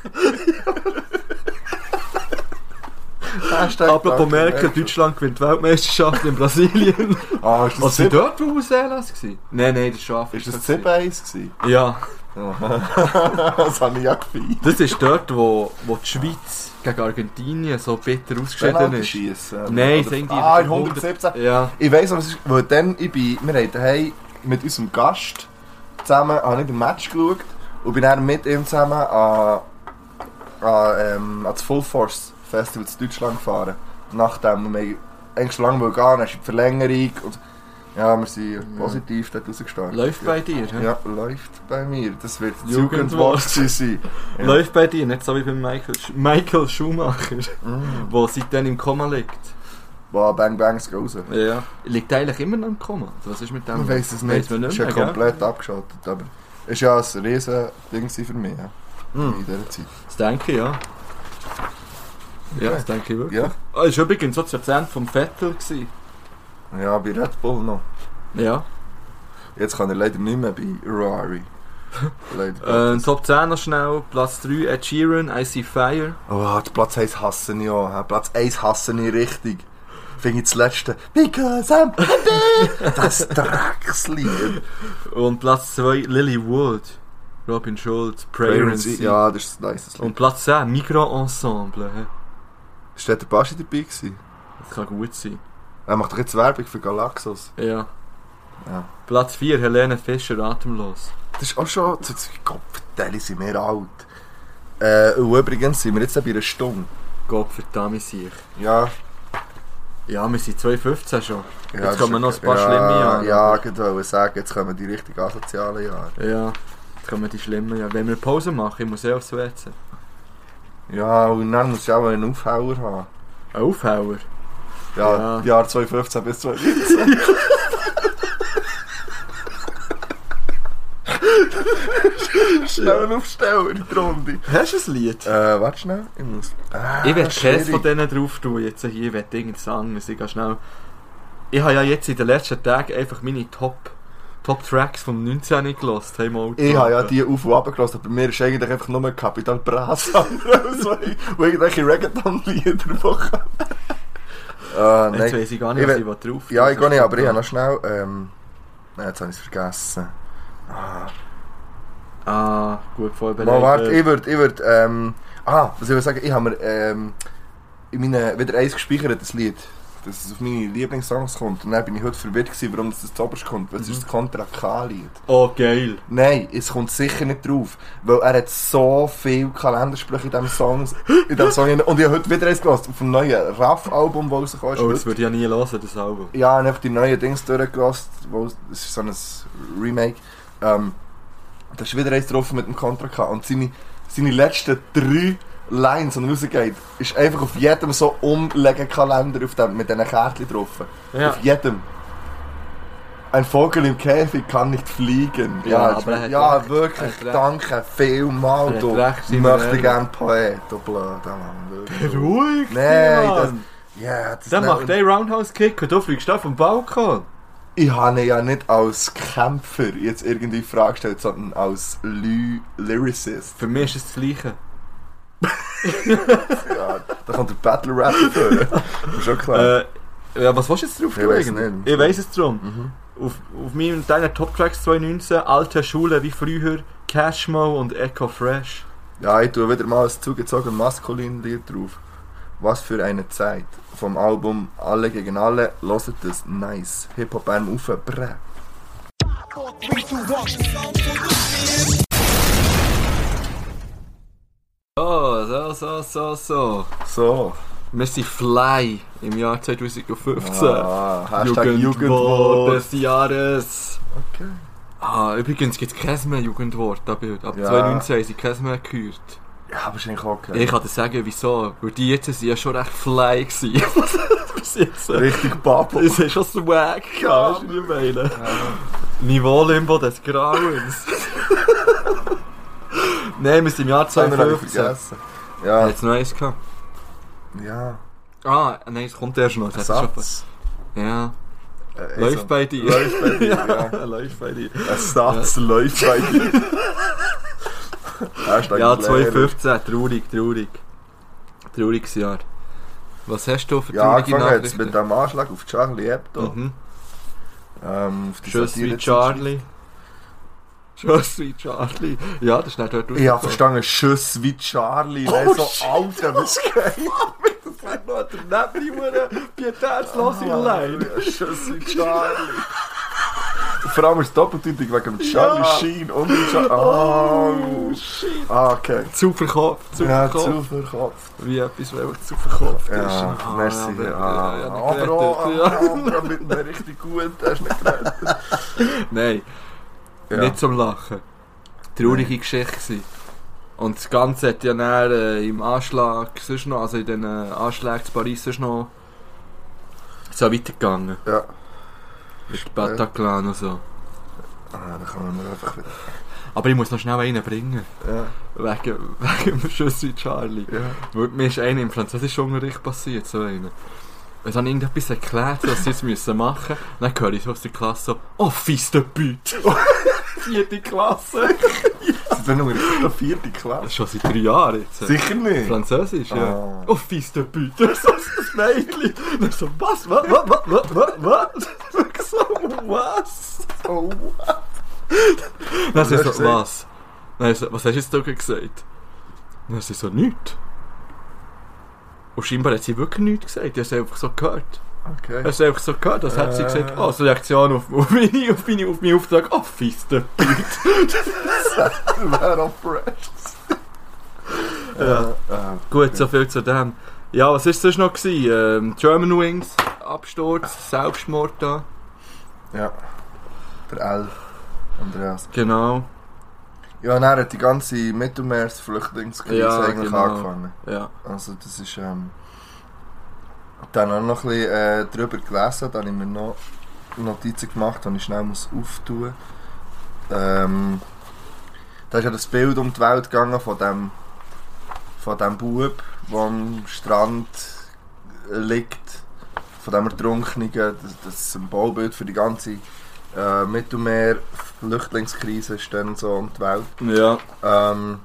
S3: Hashtag
S2: Apropos
S3: danke,
S2: Merkel, Deutschland gewinnt die Weltmeisterschaft in Brasilien.
S3: Ah, ist das
S2: Was sie
S3: Zip-
S2: dort von Neuseeland gewesen? Nein, nein, das war Afrika.
S3: ist das
S2: gewesen.
S3: Zip-Eis gewesen?
S2: Ja,
S3: das habe ich ja gefeiert.
S2: das ist dort, wo, wo die Schweiz gegen Argentinien so bitter ausgeschieden
S3: Penalty
S2: ist.
S3: schiessen.
S2: Nein,
S3: Oder-
S2: sind die-
S3: Ah, in 117.
S2: Ja.
S3: Ich weiss aber, es ist, weil dann, ich bin, wir haben daheim mit unserem Gast zusammen, habe ich den Match geschaut und bin dann mit ihm zusammen an, an, ähm, an das Full Force Festival in Deutschland gefahren. Nachdem und wir haben eigentlich schon lange wollten gehen, dann ist die Verlängerung und ja, wir sind positiv dort rausgestartet.
S2: Läuft
S3: ja.
S2: bei dir, hä?
S3: Ja, läuft bei mir. Das wird das
S2: Jugendwort.
S3: Jugendwort sein. Ja.
S2: Läuft bei dir, nicht so wie bei Michael, Sch Michael Schumacher, der seitdem im Koma liegt.
S3: Wow, Bang Bangs geht raus.
S2: Ja. Liegt eigentlich immer noch im Koma. Was ist mit dem?
S3: Man weiß es nicht.
S2: Weiss man
S3: ist
S2: nicht
S3: ja
S2: mehr, gell?
S3: komplett abgeschaltet. Aber es war ja ein riesen Ding für mich. Ja.
S2: Hm.
S3: In dieser Zeit.
S2: Das denke ich, ja. Ja,
S3: Okay.
S2: das denke ich wirklich.
S3: Ja,
S2: Ah, das war übrigens so das Jahrzehnt vom Vettel. Gewesen.
S3: ja bei Red Bull noch.
S2: Ja.
S3: Jetzt kann er leider nicht mehr bei Ferrari. leider.
S2: Äh, Top 10 noch schnell. Platz 3, Ed Sheeran, I See Fire.
S3: Oh, den Platz 1 hassen ich auch. hä. Platz 1 hassen ich richtig. Finde ich das letzte. Because I'm happy! Das Dreckslied.
S2: Und Platz 2, Lily Wood. Robin Schulz, Prayer and Sea.
S3: Ja, das ist ein nice
S2: Und
S3: Lied.
S2: Platz 10, Migros Ensemble. hä?
S3: Ist dort der Baschi dabei gewesen?
S2: Das kann gut sein.
S3: Er macht doch jetzt Werbung für Galaxos.
S2: Ja.
S3: Ja.
S2: Platz 4, Helene Fischer, Atemlos.
S3: Das ist auch schon. zu- zu- Gott, verteile, sind wir alt. Äh, und übrigens sind wir jetzt bei einer Stunde.
S2: Gott verdammt sich.
S3: Ja,
S2: Ja, wir sind 2,15 schon.
S3: ja
S2: Jetzt
S3: das
S2: kommen
S3: ist-
S2: noch ein paar
S3: ja,
S2: schlimme Jahre.
S3: Ja, ich wollte sagen, jetzt kommen die richtig asozialen Jahre.
S2: Ja. Jetzt kommen die schlimmen Jahre. Wenn wir Pause machen, ich muss eh aufs WC.
S3: Ja, und dann muss ich auch einen Aufhauer haben.
S2: Ein Aufhauer.
S3: Ja,
S2: Ja.
S3: die Jahre 2015 bis 2019. Schnell einen Aufsteller in die Runde.
S2: Hast du ein Lied?
S3: Äh, warte schnell, ich muss. Ah,
S2: Ich werde keins
S3: schwierig.
S2: von denen drauf tun, jetzt hier, ich werde irgendwas anderes, ich gehe schnell... Ich habe ja jetzt in den letzten Tagen einfach meine Top... Top Tracks vom 19. nicht gehört, hey Auto.
S3: Ich habe ja die auf und runter gelassen, bei mir ist eigentlich einfach nur Capital Bras am Rauswein und irgendwelche Reggaeton-Lieder machen. äh,
S2: Jetzt
S3: nein.
S2: weiß ich gar nicht,
S3: Ich
S2: was
S3: will-
S2: ich will drauf
S3: Ja,
S2: tun.
S3: ich gehe nicht, aber ich habe noch schnell... Ähm, nein, jetzt habe ich es vergessen. Ah,
S2: Ah, gut vorbereitet.
S3: mal, warte, ich würde... Ich würd, ähm, ah, was ich will sagen, ich habe mir ähm, in meine, wieder eins gespeichert, das Lied. Dass es auf meine Lieblingssongs kommt. Und dann bin ich heute verwirrt gewesen, warum das zuoberst kommt.
S2: Mhm.
S3: Weil es ist das Contra K-Lied.
S2: Oh, geil.
S3: Nein, es kommt sicher nicht drauf. Weil er hat so viele Kalendersprüche in diesem Song. In diesem Song drin. und ich habe heute wieder eins gelassen. Auf dem neuen Raff-Album, das rausgekommen ist.
S2: Oh,
S3: heute.
S2: das würde ich ja nie hören, das Album.
S3: Ja, und einfach die neuen Dings durchgelassen. wo es- Das ist so ein Remake. Ähm, da ist wieder eins drauf mit dem Contra K. Und seine, seine letzten drei Lines, die rausgeht, ist einfach auf jedem so umlegen Kalender auf dem, mit diesen Kärtchen drauf.
S2: Ja.
S3: Auf jedem. Ein Vogel im Käfig kann nicht fliegen.
S2: Ja,
S3: jetzt-
S2: aber er hat
S3: ja
S2: recht.
S3: wirklich,
S2: Er hat recht.
S3: danke vielmal,
S2: Er hat
S3: du.
S2: recht,
S3: Ich
S2: sind wir
S3: möchte
S2: ehrlich.
S3: gerne Poet, du blöder Mann. wirklich.
S2: Beruhig
S3: Nein,
S2: dich,
S3: das-
S2: Mann.
S3: Ja, das
S2: Dann
S3: nennt-
S2: macht der Roundhouse-Kick und du fliegst da vom Balkon.
S3: Ich habe ihn ja nicht als Kämpfer jetzt irgendwie in Frage gestellt, sondern als Ly Lyricist.
S2: Für mich ist es das Gleiche.
S3: Ja, da kommt der Battle Rap durch. Ist schon klar.
S2: Äh, ja, was willst du jetzt drauf
S3: Ich
S2: tun
S3: weiss
S2: eigentlich?
S3: nicht.
S2: Ich weiß es drum.
S3: Mhm.
S2: Auf, auf meinem deiner Top Tracks 2019, alte Schule wie früher, Cashmo und Echo Fresh.
S3: Ja, ich tue wieder mal ein zugezogen maskulin Lied drauf. Was für eine Zeit. Vom Album Alle gegen Alle, loset das nice. Hip-Hop-Arm auf, brä.
S2: Oh, so, so, so, so.
S3: So.
S2: Wir sind fly im Jahr 2015.
S3: Ah, Hashtag
S2: Jugendwort
S3: Jugendwort.
S2: des Jahres.
S3: Okay.
S2: Ah, übrigens gibt es kein mehr Jugendwort. Ab, ab
S3: Ja.
S2: 2019 haben sie kein mehr gehört.
S3: Ja, aber ist eigentlich okay.
S2: Ich kann dir sagen, wieso. Weil die jetzt sind ja schon recht fly gewesen. Bis jetzt.
S3: Richtig Babo.
S2: Das ist schon swag,
S3: Ja.
S2: kannst du nicht meinen. Niveau Limbo des Grauens. Nein, wir sind im Jahr
S3: Das habe ich
S2: 2015.
S3: vergessen.
S2: Ja.
S3: Ja,
S2: Jetzt noch eins gehabt.
S3: ja.
S2: Ah, nein, es kommt erst noch. Das hat
S3: Satz.
S2: schon- Ja.
S3: Äh, also,
S2: Läuft bei dir.
S3: Läuft bei dir, ja.
S2: Läuft bei dir.
S3: Ein Satz läuft bei dir. Hashtag
S2: Ja,
S3: Lehrer.
S2: 2015, traurig, traurig. Trauriges Jahr. Was hast du für
S3: Ja,
S2: traurige
S3: angefangen hat es mit
S2: Nachrichten?
S3: dem Anschlag auf Charlie Hebdo.
S2: Mhm.
S3: Ähm, auf die
S2: Schuss wie
S3: Satire-
S2: Charlie. Schuss wie Charlie. Ja, das ist nicht dort
S3: Ich habe
S2: rausgekommen.
S3: verstanden, Schuss wie Charlie.
S2: Oh,
S3: Nein, so Alter, was geht?
S2: Sag noch, der Nebri wurde
S3: Ah,
S2: pietätslose
S3: Schuss wie Charlie. Vor allem ist es doppeldeutig wegen dem Charlie
S2: Ja.
S3: Sheen und dem Charlie... Oh.
S2: shit.
S3: Ah, okay.
S2: Zuverkopf,
S3: Ja,
S2: Zuverkopf.
S3: zu verkopft.
S2: Wie etwas, weil ich zuverkopf ist.
S3: Ja,
S2: Ah,
S3: merci.
S2: aber-
S3: Ah,
S2: ja, ja,
S3: aber auch
S2: gerettet, ja.
S3: aber mit einem richtig guten, hast du nicht geredet.
S2: Nein, nicht zum Lachen. Traurige Geschichte gewesen. Und das Ganze hat ja dann, äh, im Anschlag, sonst noch, also in den äh, Anschlägen zu Paris sonst noch, so weitergegangen.
S3: Ja.
S2: Mit Bataclan und so.
S3: Ah, da kann man einfach wieder.
S2: Aber ich muss noch schnell einen bringen.
S3: Ja,
S2: Wegen, wegen dem Schuss wie Charlie.
S3: ja.
S2: Weil mir ist einer im Französischunterricht passiert, so einer. Es hat irgendetwas erklärt, was sie jetzt müssen machen müssen. Dann höre ich so aus der Klasse so, oh, fies de Büt! Vierte Klasse!
S3: Das ist dann nur in der vierten
S2: Das
S3: Klasse.
S2: ist schon seit drei Jahren jetzt.
S3: Sicher nicht.
S2: Französisch, ja.
S3: Ah.
S2: Oh, fies de Büt! So ist das Mädchen! Dann so, was, was, was, was, was, was, was? Wirklich so, was?
S3: Oh.
S2: Dann sie so,
S3: hast du gesagt?
S2: was? Dann so, was hast du jetzt da gesagt? Dann sie so, nichts. Und scheinbar hat sie wirklich nichts gesagt, ich habe sie einfach so gehört.
S3: Okay.
S2: Hast du einfach so gehört, als hätte sie gesagt, oh, so Reaktion auf, auf, meine, auf, meine, auf meinen Auftrag, oh, fies der
S3: Wer auf Precious. Ja. ja.
S2: Gut, so viel zu dem. Ja, was war sonst noch? Gewesen? Ähm, German Wings, Absturz, Selbstmord da.
S3: äh, Ja. Der L. Andreas.
S2: Genau,
S3: Ja, und er hat die ganze Mittelmeersflüchtlingskrise
S2: Ja,
S3: eigentlich
S2: genau.
S3: angefangen.
S2: ja.
S3: Also das ist... Ähm, dann auch noch ein bisschen äh, drüber gelesen, dann habe ich mir noch Notizen gemacht, die ich schnell muss auftun ähm, Da ist ja das Bild um die Welt gegangen von dem, von dem Bub, der am Strand liegt, von dem Ertrunkenen, das, das Symbolbild für die ganze äh, Mittelmeer-Flüchtlingskrise ist dann so um die Welt.
S2: Ja,
S3: Ähm,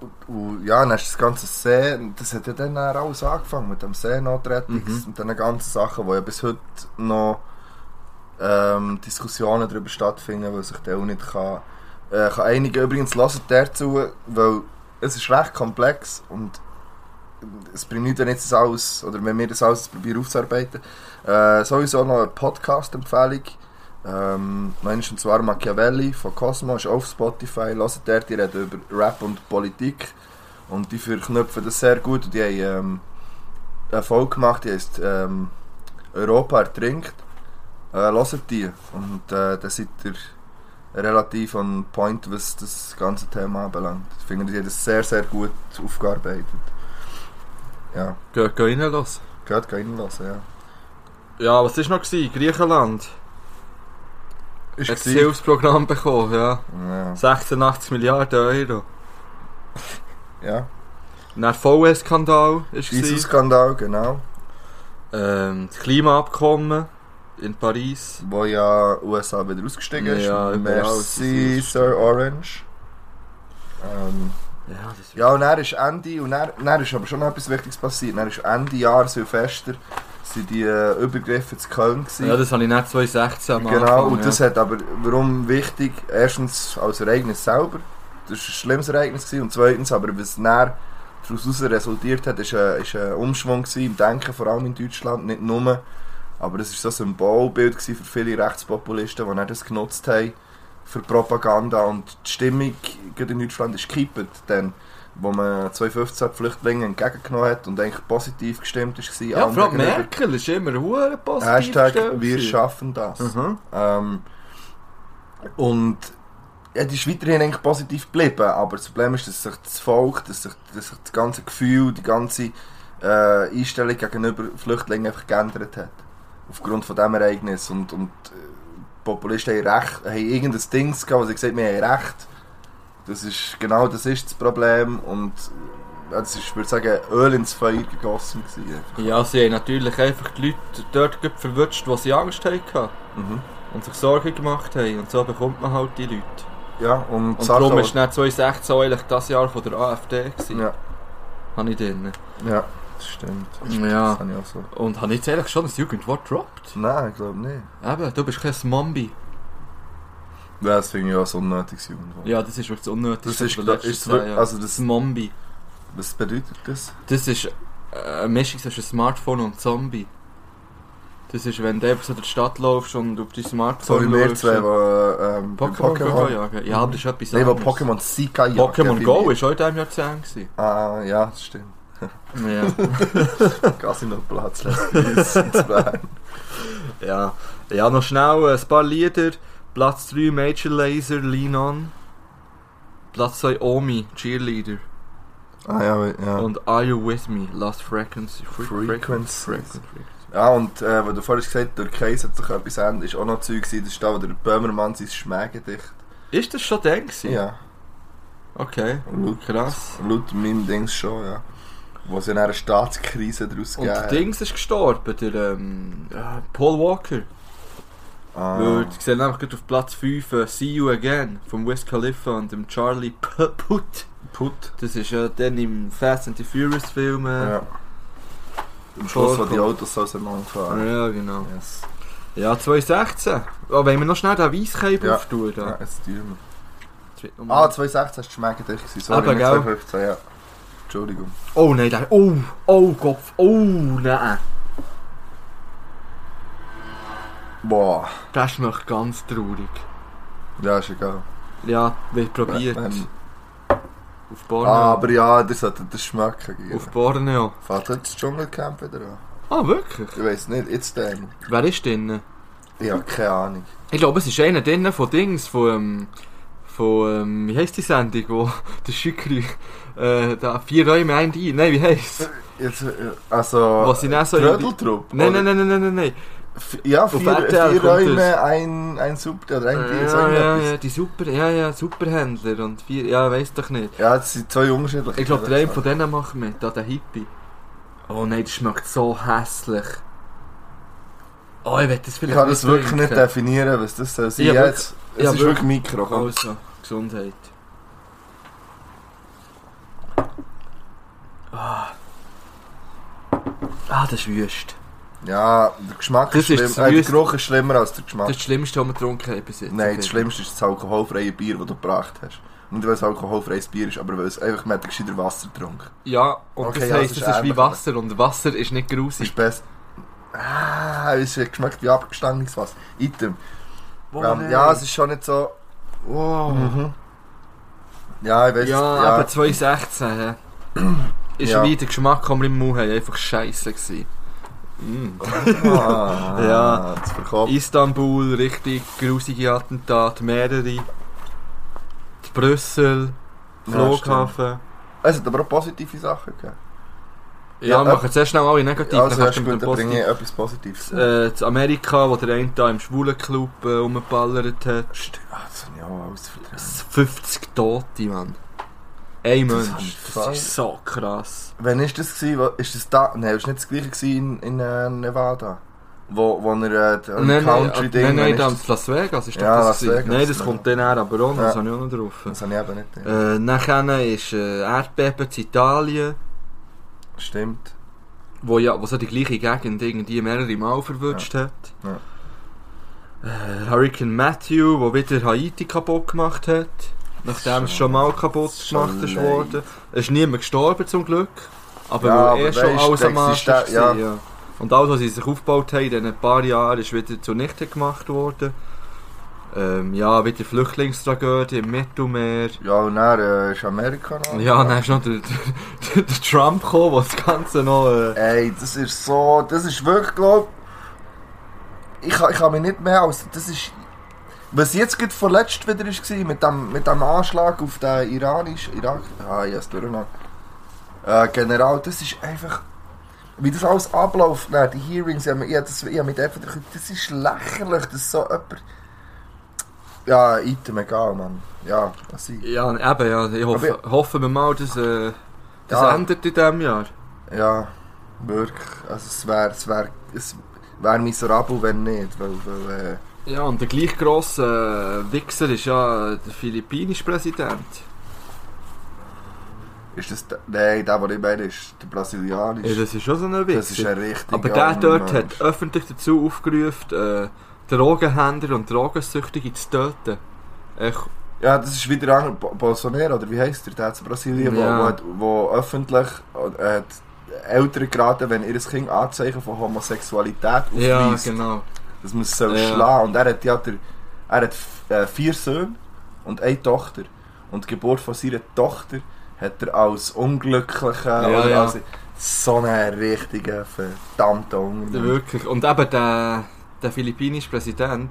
S3: und, und ja, dann hast du das ganze See, das hat ja dann auch alles angefangen mit dem Seenotrettungs
S2: Mhm.
S3: und diesen ganzen Sachen, wo ja bis heute noch ähm, Diskussionen darüber stattfinden, weil sich der auch nicht kann, äh, kann einige übrigens lassen dazu, weil es ist recht komplex und es bringt nichts, wenn jetzt das alles, oder wenn wir das alles probieren aufzuarbeiten. Äh, sowieso noch eine Podcast-Empfehlung. Ähm, meines und zwar Machiavelli von Cosmo ist auf Spotify. Hört der, die reden über Rap und Politik. Und die verknüpfen das sehr gut. Und die haben ähm, eine Folge gemacht, die heißt ähm, Europa ertrinkt. Äh, hört die. Und äh, da seid ihr relativ on point, was das ganze Thema anbelangt. Ich finde, die haben das sehr, sehr gut aufgearbeitet. Ja,
S2: geh, geh rein los.
S3: gehört, geh reinlassen, ja.
S2: Ja, was war noch? Gewesen? Griechenland.
S3: Ist
S2: Hat das
S3: gewesen.
S2: Hilfsprogramm bekommen, ja.
S3: Ja.
S2: 86 Milliarden Euro.
S3: ja.
S2: Und Dann VS-Skandal ist
S3: Dieser
S2: gewesen.
S3: Skandal, genau.
S2: ähm, Das Klimaabkommen in Paris.
S3: Wo ja USA wieder ausgestiegen ist.
S2: Ja, überall,
S3: Merci,
S2: das ist-
S3: Sir Orange. Ähm,
S2: Ja, das
S3: ja, und dann ist Ende, und dann, dann ist aber schon noch etwas Wichtiges passiert. Dann ist Ende Jahr Silvester, sind die äh, Übergriffe zu Köln gewesen.
S2: ja, das habe ich nicht 2016 am
S3: Genau,
S2: Anfang,
S3: und das
S2: ja.
S3: hat aber, warum wichtig, erstens als Ereignis selber, das war ein schlimmes Ereignis, gewesen, und zweitens, aber was näher daraus resultiert hat, ist ein, ist ein Umschwung gewesen, im Denken, vor allem in Deutschland, nicht nur, aber es war so ein Symbolbild gewesen für viele Rechtspopulisten, die dann das genutzt haben für Propaganda und die Stimmung gerade in Deutschland ist gekippt, dann, wo man 2015 die Flüchtlinge entgegengenommen hat und eigentlich positiv gestimmt war.
S2: Ja,
S3: allen
S2: Frau
S3: gegenüber.
S2: Merkel ist immer hure positiv
S3: Hashtag
S2: gestellt
S3: wir
S2: gewesen.
S3: schaffen das.
S2: Mhm.
S3: Ähm, und ja, die ist weiterhin eigentlich positiv geblieben, aber das Problem ist, dass sich das Volk, dass sich, dass sich das ganze Gefühl, die ganze äh, Einstellung gegenüber Flüchtlingen einfach geändert hat. Aufgrund von diesem Ereignis. Und, und äh, die Populisten haben, recht, haben irgendein Ding gehabt, wo sie gesagt haben, wir haben recht. Das ist, genau das ist das Problem. Und äh, ja, das ist, ich würde sagen, Öl ins Feuer gegossen. Gewesen.
S2: Ja, sie haben natürlich einfach die Leute dort gerade verwutscht, wo sie Angst hatten
S3: Mhm.
S2: und sich Sorgen gemacht haben. Und so bekommt man halt die Leute.
S3: Ja, und,
S2: Und
S3: Sachen,
S2: darum
S3: die-
S2: war dann 2016 auch eigentlich das Jahr von der AfD. Gewesen.
S3: Ja,
S2: Habe ich drin.
S3: ja, das stimmt. Das
S2: Ja.
S3: habe ich auch so.
S2: Und habe ich jetzt eigentlich schon das Jugendwort gedroppt?
S3: Nein, ich glaube nicht.
S2: Eben, du bist kein Mambi.
S3: Das finde ich auch so unnötiges Jugendwort.
S2: Ja, das ist wirklich das Unnötigste.
S3: Das ist,
S2: von den
S3: das
S2: letzten
S3: ist
S2: zehn
S3: wirklich,
S2: Jahren.
S3: also
S2: das
S3: das,
S2: Mambi.
S3: was bedeutet das?
S2: Das ist äh, eine Mischung zwischen Smartphone und Zombie. Das ist, wenn du einfach so durch die Stadt läufst und auf dein Smartphone
S3: Sorry, wir
S2: schaust. äh,
S3: zwei, die ähm, beim
S2: Pokémon, Go
S3: Pokémon...
S2: jagen. Ja, aber das ist etwas
S3: Nein, wo
S2: anderes.
S3: Pokémon Sika jagen,
S2: Pokémon
S3: finde
S2: Go
S3: ich.
S2: war auch in diesem Jahr 10 gewesen.
S3: Ah, ja, das stimmt.
S2: Ja.
S3: Casino-Platz lässt uns Bern.
S2: ja. Ja, noch schnell äh, ein paar Lieder. Platz 3 Major Laser, Lean On. Platz 2 Omi, Cheerleader.
S3: Ah, ja, ja.
S2: Und Are You With Me, Last Frequency. Fre-
S3: Frequencies.
S2: Frequency.
S3: Ja, und äh, wo du vorhin gesagt hast, der Case hat sich etwas ändert, ist auch noch Zeug gewesen, das ist da, wo der Böhmermann sein Schmägedicht...
S2: Ist das schon der gewesen?
S3: Ja.
S2: Okay.
S3: Laut-
S2: Krass.
S3: Laut meinem Dings schon, ja. Wo sie dann eine Staatskrise daraus
S2: Und
S3: gegeben
S2: der
S3: hat.
S2: Dings ist gestorben, der ähm, äh, Paul Walker.
S3: Ah.
S2: Weil ich sehe nämlich gerade auf Platz 5 äh, See You Again von Wiz Khalifa und dem Charlie P Put.
S3: Put.
S2: Das ist ja dann im Fast and the Furious Film. Äh,
S3: Ja. Am Schluss, wo die
S2: Vorkommen.
S3: Autos auseinanderfahren.
S2: ja, genau.
S3: Yes.
S2: Ja, 2016. Oh, wollen wir noch schnell den Weisskape
S3: Ja.
S2: auftun? Da?
S3: Ja, jetzt tun
S2: Das wird noch
S3: wir. Ah,
S2: mal-
S3: 2016 hast du schmecken dich gewesen. Sorry,
S2: Eben,
S3: nicht
S2: gell?
S3: 2015, ja. Entschuldigung.
S2: Oh nein, der. Oh, oh Kopf. Oh nein.
S3: Boah.
S2: Das ist noch ganz traurig.
S3: Ja, ist egal.
S2: Ja, wird probiert.
S3: Ähm,
S2: Auf Borneo.
S3: ah, aber ja, ihr solltet das schmecken geben.
S2: Auf Borneo.
S3: Fährt jetzt das Dschungelcamp wieder an?
S2: Ah, wirklich?
S3: Ich weiss nicht, jetzt dann.
S2: Wer ist denn?
S3: Ich habe keine Ahnung.
S2: Ich glaube, es ist einer drin von Dings, von, ähm, von, ähm, wie heisst die Sendung, wo der Schückri, äh, da vier Räume ein Dein, nein, wie heisst
S3: Jetzt, äh, also...
S2: Was sind auch so-
S3: Trödeltrupp?
S2: Nein, nein, nein, nein, nein, nein, nein.
S3: F- Ja,
S2: Auf
S3: vier,
S2: RTL
S3: vier
S2: kommt das.
S3: Räume, ein, ein Sub... Oder ein Bier, Äh, so
S2: Ja, ja,
S3: irgendetwas.
S2: ja, die Super, ja, ja, Superhändler und vier, ja, weiss doch nicht.
S3: Ja, es sind zwei unterschiedliche.
S2: Ich glaube, der eine von denen macht mit, da der Hippie. Oh nein, das schmeckt so hässlich. Oh, ich will das
S3: Ich
S2: vielleicht
S3: kann das wirklich nicht
S2: trinken.
S3: definieren, was das soll sein.
S2: Ja, wirklich.
S3: jetzt, es
S2: Ja,
S3: ist wirklich Mikro. komm.
S2: Also, Gesundheit. Ah. ah, das ist wüst.
S3: Ja, der Geschmack
S2: Das
S3: ist schlimm.
S2: ist das
S3: äh, der
S2: Wüste.
S3: Geruch ist schlimmer als der
S2: Das
S3: Geschmack.
S2: ist das Schlimmste, was wir getrunken haben bis jetzt.
S3: Nein, das Schlimmste ist das alkoholfreie Bier, das du gebracht hast. Nicht, weil es alkoholfreies Bier ist, aber weil es einfach mehr gescheiter Wasser getrunken.
S2: Ja, und
S3: Okay,
S2: das
S3: ja,
S2: heisst, es
S3: das ist
S2: ist, wie
S3: ähnlich,
S2: Wasser und Wasser ist nicht
S3: Das ist
S2: grusig.
S3: besser. Ah, es hat geschmeckt wie abgestandenes Wasser. Item. ähm, ja, es ist schon nicht so...
S2: wow.
S3: Mhm. Ja, ich weiß
S2: Ja,
S3: ja.
S2: eben 2016. hä? ist
S3: Ja.
S2: wie der Geschmack, den wir im Mund haben, einfach scheiße gewesen. Mm.
S3: Ah,
S2: Ja.
S3: Das verkauft.
S2: Istanbul, richtig grusige Attentate, mehrere. Brüssel,
S3: Ja,
S2: Flughafen.
S3: Es hat aber auch positive Sachen gegeben.
S2: Ja,
S3: Ja,
S2: wir machen zuerst schnell alle negativ,
S3: Ja, also
S2: dann kannst
S3: erst
S2: du
S3: gut,
S2: mit
S3: dann
S2: dem
S3: bringe ich
S2: Positiv.
S3: etwas Positives.
S2: Äh, zu Amerika, wo der eine da im schwulen Club äh, rumgeballert hat.
S3: Stimmt, ah, das habe ich auch alles verdrängt.
S2: 50 Tote, Mann. Ein
S3: Das
S2: Mensch.
S3: ist
S2: Das
S3: voll.
S2: ist so krass.
S3: Wann war das? Gewesen? Wo- Ist das da? Nein, das war nicht das gleiche gewesen in, in äh, Nevada. Wo, wo er äh,
S2: Nein,
S3: ein
S2: nein,
S3: Country-Ding...
S2: nein, nein,
S3: wann
S2: dann
S3: ist
S2: Las Vegas ist doch
S3: Ja,
S2: das
S3: Las
S2: gewesen.
S3: Vegas,
S2: Nein, das
S3: ja.
S2: kommt dann eher, aber auch noch, das
S3: Ja.
S2: habe ich auch noch drauf.
S3: das habe ich eben nicht. gedacht.
S2: Äh, nachher ist äh, Erdbeben in Italien,
S3: Stimmt.
S2: wo ja wo so die gleiche Gegend irgendwie mehrere Mal verwünscht hat.
S3: Ja.
S2: Äh, Hurricane Matthew, wo wieder Haiti kaputt gemacht hat. Nachdem es schon mal kaputt
S3: schon
S2: gemacht ist
S3: leid.
S2: worden. Es ist niemand gestorben zum Glück. Aber
S3: Ja,
S2: ja,
S3: aber
S2: er schon
S3: weisst,
S2: alles
S3: die
S2: am Arsch
S3: Existen-
S2: war,
S3: ja.
S2: ja. Und alles, was sie sich aufgebaut haben in diesen paar Jahren, ist wieder zunichte gemacht worden. Ähm, ja, wieder Flüchtlingstragödie im Mittelmeer.
S3: Ja, und dann äh, ist Amerika noch.
S2: Ja, dann ist noch der, der, der Trump gekommen, der das Ganze noch... Äh,
S3: Ey, das ist so... Das ist wirklich, glaub... Ich, kann- ich kann mich nicht mehr aus... Das ist... Was jetzt gerade vorletzt wieder war, mit dem, mit dem Anschlag auf den iranischen... Irak... Ah, yes, durcheinander. Äh, General, das ist einfach... Wie das alles abläuft, ne, die Hearings, ich habe mich- ich habe das- ich habe mich einfach... Das ist lächerlich, dass so jemand... Ja, item, egal, Mann. Ja, was ich...
S2: Ja, eben, ja. Ich hoffe, hoffen wir mal, dass äh, das
S3: Ja.
S2: endet in diesem Jahr.
S3: Ja, wirklich. Also es wäre es wär, es wär miserabel, wenn nicht. Weil, weil, äh,
S2: Ja, und der gleich grosse äh, Wichser ist ja der philippinische Präsident.
S3: äh, ist das der, nein, der, den ich meine, ist der
S2: Ja,
S3: brasilianische.
S2: das ist schon so ein
S3: das ist
S2: Wichser.
S3: ein richtiger
S2: Aber der
S3: armer
S2: dort
S3: Mensch.
S2: hat öffentlich dazu aufgerufen, äh, Drogenhändler und Drogensüchtige zu töten. Echt,
S3: Ja, das ist wieder ein Bo- Bolsonaro, oder wie heisst der, der zu Brasilien,
S2: Ja.
S3: wo, wo, hat- wo öffentlich äh, die Eltern geraten, wenn ihr Kind Anzeichen von Homosexualität aufweist,
S2: ja, genau.
S3: dass man es soll
S2: Ja.
S3: schlagen Und er hat, ja der, er hat f- äh, vier Söhne und eine Tochter. Und die Geburt von seiner Tochter hat er als unglücklicher...
S2: Ja,
S3: oder
S2: ja.
S3: Als, so einen richtigen, verdammten Unglück.
S2: Wirklich. Und eben der, der philippinische Präsident.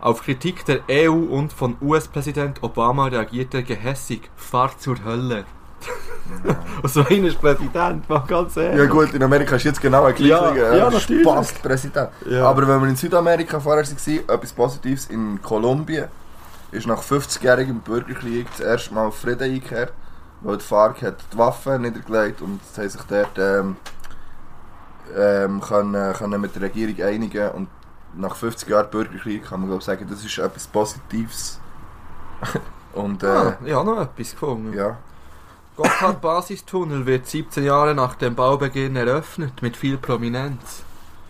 S2: Auf Kritik der EU und von US-Präsident Obama reagiert er gehässig. Fahrt zur Hölle. Und so einer ist Präsident, mal ganz ehrlich.
S3: Ja gut, in Amerika ist jetzt genau ein
S2: Ja,
S3: gleicher
S2: ja,
S3: äh,
S2: natürlich.
S3: Spast-Präsident.
S2: Ja.
S3: Aber wenn wir in Südamerika vorher waren, etwas Positives, in Kolumbien ist nach 50-jährigem Bürgerkrieg das erste Mal Frieden eingekehrt, weil die FARC hat die Waffen niedergelegt und sie haben sich dort ähm, ähm, können, können mit der Regierung einigen und nach 50 Jahren Bürgerkrieg kann man glaub, sagen, das ist etwas Positives. und äh,
S2: Ah, ich habe noch etwas gefunden.
S3: ja,
S2: Gotthard-Basistunnel wird 17 Jahre nach dem Baubeginn eröffnet, mit viel Prominenz.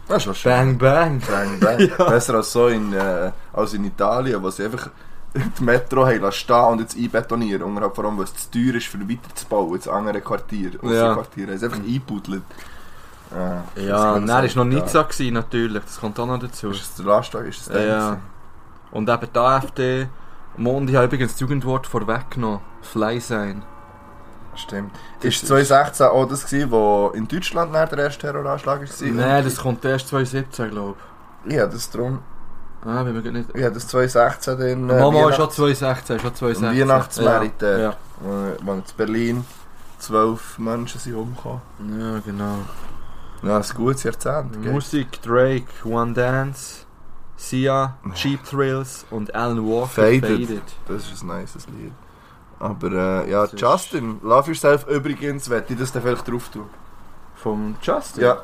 S3: das ist was
S2: Bang,
S3: schön.
S2: bang.
S3: Bang, bang. Besser als so in, äh, als in Italien, wo sie einfach die Metro haben lassen stehen und jetzt einbetonieren. Und vor allem, weil es zu teuer ist, für weiterzubauen ins andere Quartier.
S2: Ja. Mhm.
S3: Ja. Quartier. Haben sie einfach eingebuddelt. Äh,
S2: Ja, und dann war noch
S3: so.
S2: Nizza, gewesen, natürlich. Das kommt auch noch dazu.
S3: Ist es der Lastwagen? Ist es der?
S2: Ja. Und eben die AfD. Mondi hat übrigens das Jugendwort vorweggenommen. Fly sein.
S3: Stimmt.
S2: Das
S3: Ist 2016 auch das gewesen, wo in Deutschland nach der erste Terroranschlag war?
S2: Nein, das kommt erst 2017, glaube
S3: Ja, das drum.
S2: ich. Ah, bin mir grad nicht...
S3: Ja, das 2016 dann. Äh,
S2: Mama ist
S3: Weihnacht-
S2: schon 2016, schon 2016.
S3: Weihnachtsmerit
S2: Ja.
S3: dort.
S2: Ja.
S3: wo- wo in Äh, Berlin zwölf Menschen sind umgekommen.
S2: ja, genau.
S3: Ja, ein gutes Jahrzehnt. gell?
S2: Musik, Drake, One Dance, Sia, Cheap Thrills und Alan Walker.
S3: Faded. Das ist ein nices Lied. Aber äh, ja,
S2: Das ist-
S3: Justin, Love Yourself übrigens, werde ich das dann vielleicht drauf tun.
S2: Vom Justin?
S3: Ja.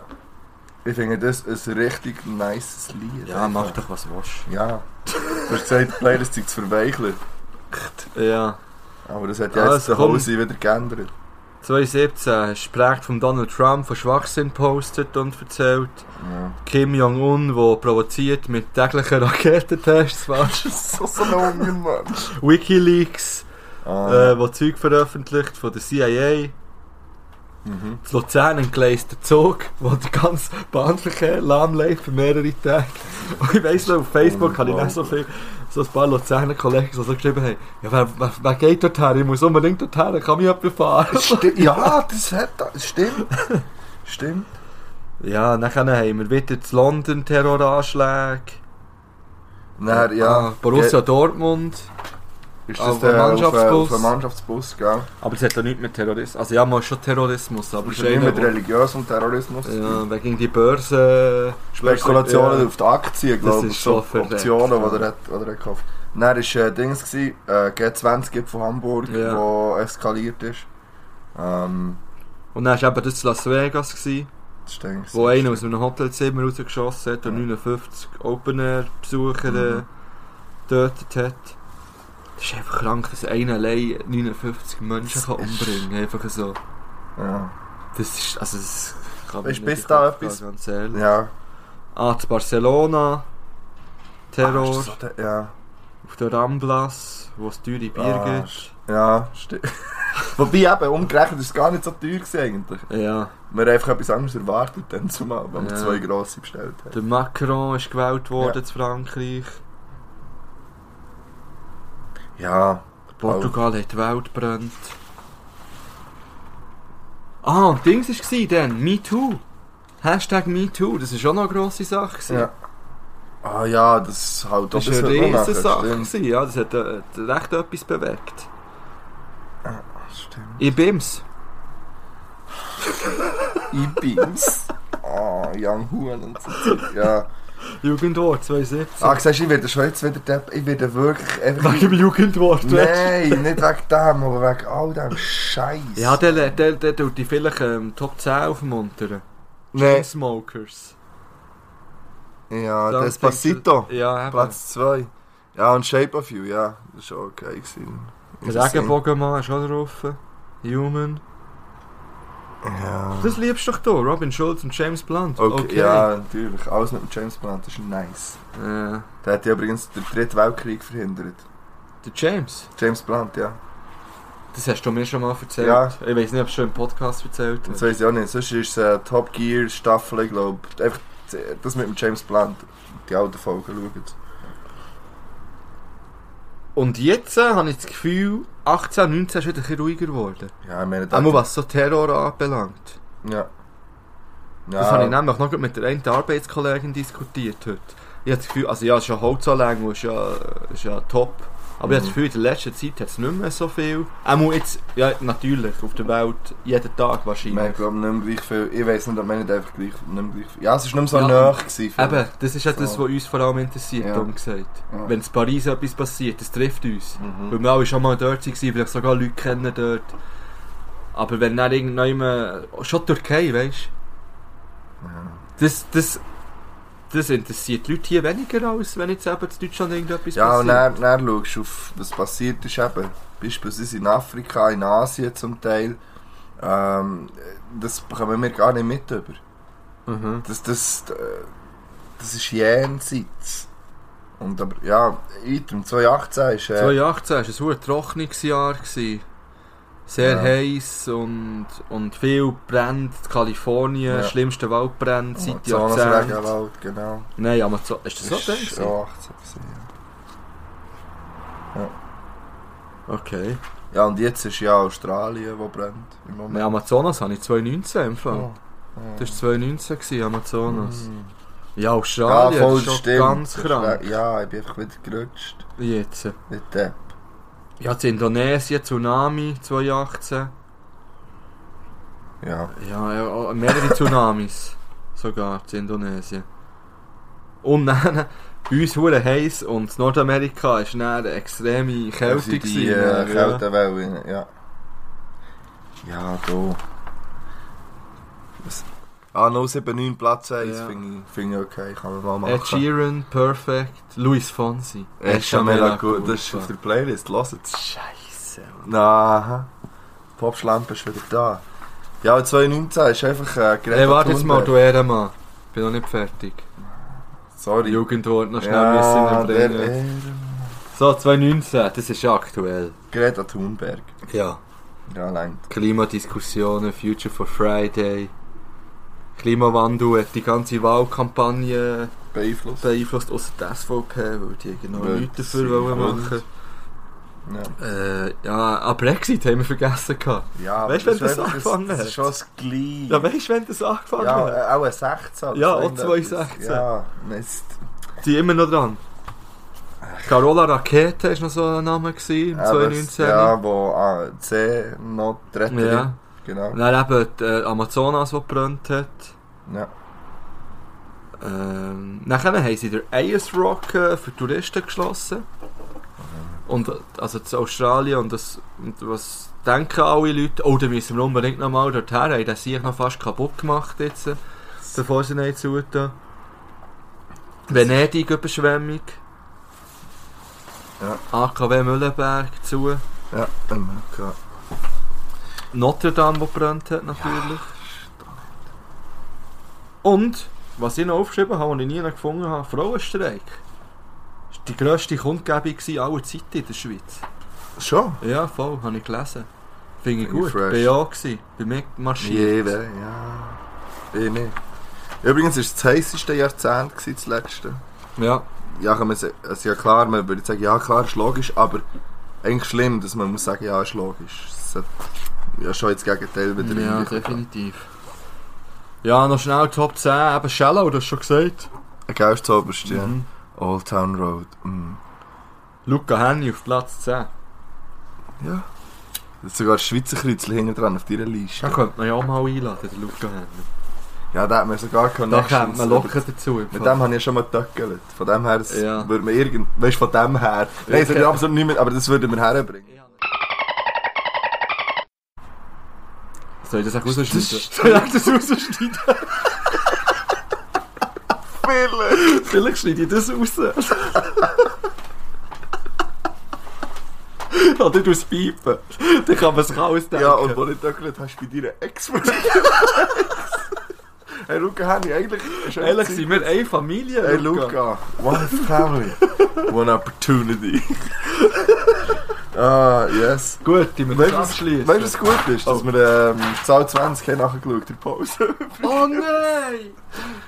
S3: Ich finde das ein richtig nices Lied.
S2: Ja, mach doch was du willst.
S3: Ja. Du hast gesagt, die Playlist sei zu verweicheln.
S2: Ja.
S3: Aber das hat ja
S2: Ah,
S3: jetzt
S2: es
S3: der
S2: kommt.
S3: Hose wieder geändert.
S2: 2017 spricht von Donald Trump von Schwachsinn postet und erzählt.
S3: Ja.
S2: Kim Jong-un, der provoziert mit täglichen Raketentests, falsch.
S3: So, so ein Hunger, Mann.
S2: Wikileaks,
S3: Ah,
S2: äh, wo Zeug veröffentlicht von der CIA.
S3: mhm.
S2: In Luzern entgleist der Zug, wo der ganze Bahnverkehr lahmlegt für mehrere Tage. Und ich weiss noch, auf Facebook habe ich nicht so viel, so ein paar Luzerner Kollegen, die so geschrieben haben, ja, wer, wer, wer geht dorthin? Ich muss unbedingt dorthin, kann mich jemand fahren?
S3: Sti- ja, das hat das. Stimmt. Stimmt.
S2: Ja, nachher haben wir wieder zu London Terroranschläge.
S3: Dann, ja.
S2: Ah, Borussia Äh, ah, Dortmund.
S3: Ge- Ist
S2: Auf
S3: das der
S2: einem
S3: Auf,
S2: Mannschaftsbus?
S3: äh, auf einem Mannschaftsbus, gell?
S2: Aber das hat ja nichts mit Terrorismus. Also ja, mal schon Terrorismus, aber es
S3: Das ist ja nicht
S2: einer,
S3: mit
S2: wo-
S3: religiösem Terrorismus. zu
S2: Ja,
S3: tun.
S2: wegen die Börse.
S3: Spekulationen
S2: Ja.
S3: auf die Aktien, glaube
S2: ist
S3: ich. So
S2: schon verrückt,
S3: Optionen, die
S2: ja.
S3: er, hat, die er hat gekauft Dann war äh, Dings, gewesen, äh, G20 von Hamburg,
S2: Ja.
S3: wo eskaliert ist. Ähm,
S2: Und dann war eben das in Las Vegas, gewesen,
S3: das ist Dings.
S2: wo einer aus einem Hotelzimmer rausgeschossen hat und
S3: Ja.
S2: 59 Open-Air-Besucher äh,
S3: Mhm.
S2: getötet hat. Das ist einfach krank, dass einer allein 59 Menschen
S3: Das
S2: kann
S3: ist-
S2: umbringen kann. Einfach so.
S3: Ja.
S2: Das ist. Also, das kann man
S3: Ist
S2: nicht
S3: bis
S2: in den
S3: da
S2: Kopf
S3: etwas-
S2: haben, Ganz ehrlich.
S3: ja.
S2: Ah, zu Barcelona.
S3: Ah,
S2: Terror.
S3: ist das so der- ja.
S2: auf der Ramblas, wo es teure Bier
S3: Ah,
S2: gibt.
S3: Ja, stimmt. Wobei eben, umgerechnet ist es gar nicht so teuer gewesen eigentlich.
S2: Ja.
S3: Wir haben einfach etwas anderes erwartet dann zumal, weil
S2: Ja.
S3: wir zwei grosse bestellt haben.
S2: Der Macron ist gewählt worden in Frankreich.
S3: Ja.
S2: Portugal hat die Welt brennt. Ah, Dings war dann, MeToo. Hashtag MeToo, das war auch noch eine grosse Sache. gewesen.
S3: Ja. Ah ja, das ist halt
S2: Das
S3: auch-
S2: war eine
S3: wird noch nachher,
S2: riesige Sache,
S3: Stimmt.
S2: gewesen, ja. das hat äh, hat recht etwas bewegt.
S3: stimmt.
S2: Ich bin's.
S3: E-Beams. Ah, Young Huan und so. Zeug. Ja.
S2: Jugendwort 2017.
S3: Ah, siehst du, ich werde schon jetzt wieder Depp. Ich werde wirklich einfach...
S2: Wegen dem Jugendwort, weißt
S3: Nein, nicht wegen dem, aber wegen all dem Scheiß.
S2: du? Ja, der, der, der tut die vielleicht ähm, Top 10 aufmuntern.
S3: Nein.
S2: Smokers.
S3: Ja, Ah, Despacito.
S2: Ja, eben.
S3: Platz 2. Ja, und Shape of You, ja. Das war auch okay. Gewesen.
S2: Der Regenbogenmann ist auch drauf. Human.
S3: Ja.
S2: Das liebst du doch hier, Robin Schulz und James Blunt.
S3: Okay, Ja, natürlich. Alles mit dem James Blunt ist nice.
S2: Äh,
S3: Der hat ja übrigens den dritten Weltkrieg verhindert.
S2: der James,
S3: James Blunt, ja.
S2: das hast du mir schon mal erzählt.
S3: Ja.
S2: Ich weiß nicht, ob du schon im Podcast erzählt
S3: Das
S2: hast.
S3: weiß ich auch nicht. Sonst ist es äh, Top Gear Staffel, glaube ich. Einfach die- das mit dem James Blunt. Die alten Folgen schaut.
S2: Und jetzt äh, habe ich das Gefühl, 18, 19 ist wieder ein bisschen ruhiger geworden.
S3: Ja, ich meine, der-
S2: Einmal was so Terror anbelangt.
S3: Ja.
S2: Das
S3: Ja,
S2: habe ich nämlich noch mit der einen Arbeitskollegin diskutiert heute. Ich habe das Gefühl, also ja, es ist ja halt so lang und es ist ja, es ist ja top. Aber ich habe das
S3: Mhm.
S2: Gefühl, in der letzten Zeit hat es nicht mehr so viel. Auch mal jetzt, ja natürlich, auf der Welt, jeden Tag
S3: ich meine,
S2: wahrscheinlich.
S3: ich glaube nicht mehr gleich viel. Ich weiß nicht, ob man nicht einfach gleich, nicht mehr gleich viel. Ja, es war nicht mehr so
S2: Ja.
S3: nah. Gewesen,
S2: Eben, das ist ja das,
S3: So.
S2: was uns vor allem interessiert,
S3: Ja.
S2: dumm gesagt.
S3: Ja.
S2: Wenn in Paris etwas passiert, das trifft uns. Weil
S3: Mhm.
S2: wir alle schon mal dort waren, vielleicht sogar Leute kennen dort. Aber wenn dann irgendjemand... Schon die Türkei, weißt
S3: Ja.
S2: du? Das, das, das interessiert die Leute hier weniger, als wenn jetzt eben in Deutschland irgendetwas
S3: Ja, und
S2: passiert.
S3: dann, dann schaust du auf, was passiert ist eben. Beispielsweise in Afrika, in Asien zum Teil. Ähm, das bekommen wir gar nicht mit über.
S2: Mhm.
S3: Das, das, äh, das ist jenseits. Und aber, ja, item 2018 ist... Äh,
S2: 2018 war ein verdammt trockenes Jahr. gewesen. Sehr
S3: Ja.
S2: heiß und, und viel Brand. Kalifornien,
S3: Ja. Oh,
S2: schlimmste Waldbrand seit
S3: Amazonas
S2: Jahrzehnten.
S3: Regenwald, genau.
S2: Nein, Amazon. Ist das so
S3: Ist
S2: ein Ding? gewesen?
S3: 2018 gewesen,
S2: Okay.
S3: ja. ja, und jetzt ist ja Australien, wo brennt
S2: Nein,
S3: im Moment. Oh.
S2: Amazonas habe ich 2019 empfangen.
S3: Ja.
S2: Das war 2019 gewesen, Amazonas.
S3: Mhm.
S2: Ja,
S3: Ja,
S2: Australien
S3: voll
S2: ist schon
S3: stimmt.
S2: ganz krank.
S3: Ja, ich bin einfach wieder gerutscht.
S2: Jetzt.
S3: Nicht äh, der.
S2: Ja, zu Indonesien, Tsunami 2018.
S3: Ja.
S2: Ja, ja, auch mehrere Tsunamis. Sogar zu Indonesien. Und dann, bei uns hure heiß und in Nordamerika war dann eine extreme
S3: Also
S2: Kälte.
S3: die
S2: gewesen,
S3: äh,
S2: ja.
S3: Kältewellen, ja. Ja, da. Was? Ah, 079 Platz 1
S2: Ja.
S3: finde ich, find ich okay, kann man mal
S2: Ed
S3: machen.
S2: Sheeran, Perfect, Luis Fonsi.
S3: Eshamela gut,
S2: Culpa.
S3: das ist auf der Playlist, hört es.
S2: Scheisse, Mann.
S3: Na, aha. Popschlampe ist wieder da. Ja, und 2019 ist einfach äh, Greta
S2: Hey, warte jetzt mal,
S3: Thunberg.
S2: du Ehrenmann. Ich bin noch nicht fertig.
S3: Sorry.
S2: Jugendwort noch schnell
S3: ja,
S2: ein bisschen
S3: der
S2: bringen.
S3: Ehre-
S2: So, 2019, das ist ja aktuell.
S3: Greta Thunberg.
S2: Ja.
S3: Ja, langt.
S2: Klimadiskussionen, Future for Friday. Klimawandel hat die ganze Wahlkampagne
S3: Beeinflusst.
S2: beeinflusst, außer die SVP, weil die genau
S3: Weil
S2: nichts
S3: sie
S2: dafür wollen
S3: wollen.
S2: machen.
S3: Ja.
S2: Äh, ja, ah, Brexit haben wir vergessen gehabt.
S3: Ja, aber
S2: Weißt du, wenn
S3: ist
S2: das
S3: einfach-
S2: angefangen
S3: Das
S2: hat?
S3: ist schon das Gleiche.
S2: Ja, weißt du, wenn das angefangen
S3: Ja,
S2: hat?
S3: äh, auch ein 16.
S2: Ja,
S3: so
S2: auch
S3: irgendetwas.
S2: 2,16.
S3: Ja, Mist.
S2: Die immer noch dran.
S3: schlecht.
S2: Carola Rakete war noch so ein Name gewesen, im
S3: Eben,
S2: 2019.
S3: Ja, wo ah, C noch die Retterin.
S2: Ja.
S3: Genau.
S2: Und dann eben die äh, Amazonas, die gebrannt hat.
S3: Ja.
S2: Ähm, nachher haben sie den Ayers Rock äh, für Touristen geschlossen. Und äh, also zu Australien und, das, und was denken alle Leute, oh, da müssen wir unbedingt nochmal dorthin, haben den Sieg noch fast kaputt gemacht jetzt, äh, bevor sie ihn zutun. Venedig Überschwemmung.
S3: Ja.
S2: AKW Mühlenberg zu.
S3: Ja, Amerika.
S2: Notre Dame, die gebrannt hat, natürlich. Und, was ich noch aufgeschrieben habe, was ich nie noch gefunden habe, Frauenstreik. Das war die grösste Kundgebung gewesen aller Zeiten in der Schweiz.
S3: Schon?
S2: Ja, voll, habe ich gelesen. Finde ich
S3: Finde
S2: gut.
S3: ich
S2: Ich
S3: fresh.
S2: bin ja gewesen, bin mitmarschiert.
S3: Jeder, ja. Ich nicht. Übrigens war es das heisseste Jahrzehnt, gewesen, das letzte.
S2: Ja,
S3: Ja, kann man sagen, also ja klar, man würde sagen, ja klar, ist logisch, aber eigentlich schlimm, dass man muss sagen, ja, ist logisch. Es hat ja schon jetzt Gegenteil wieder
S2: ja
S3: eingekommen.
S2: definitiv. Ja, noch schnell Top 10, eben Shallow, das hast du schon gesagt.
S3: Gell, ist das oberste, ja.
S2: Mhm.
S3: Old Town Road. Mm.
S2: Luca Henny auf Platz 10.
S3: Ja. Das ist sogar das Schweizer Kreuzchen hinten dran auf deiner
S2: Da
S3: Liste.
S2: könnte man ja auch mal einladen, den Luca Henny.
S3: Ja, da hat man sogar
S2: Da
S3: Connections.
S2: kommt man locker dazu. im
S3: Mit
S2: Fall.
S3: dem habe ich schon mal getöckelt. Von dem her, das
S2: Ja.
S3: würde man irgend... Weißt du, von dem her... Nein, das würde ich absolut nicht mehr... Aber das würde man herbringen.
S2: Soll ich das auch rausschneiden?
S3: Das-
S2: Soll ich das rausschneiden?
S3: Vielleicht!
S2: Vielleicht schneide ich das raus. Oder du es piepen. Dann kann man sich alles denken.
S3: Ja, und wo ich getöckelt hast du bei deiner ex Hey, Luca, Henny, eigentlich... ist
S2: Ehrlich,
S3: eigentlich-
S2: sind wir eine Familie,
S3: Hey, Luca. One family. One opportunity. ah, yes.
S2: Gut, die müssen
S3: Weißt
S2: wir
S3: du, was-
S2: abschließen.
S3: weißt du, was gut ist? Dass
S2: Oh.
S3: wir ähm, Zahl 20 haben nachgeschaut in der Pause.
S2: Oh nein!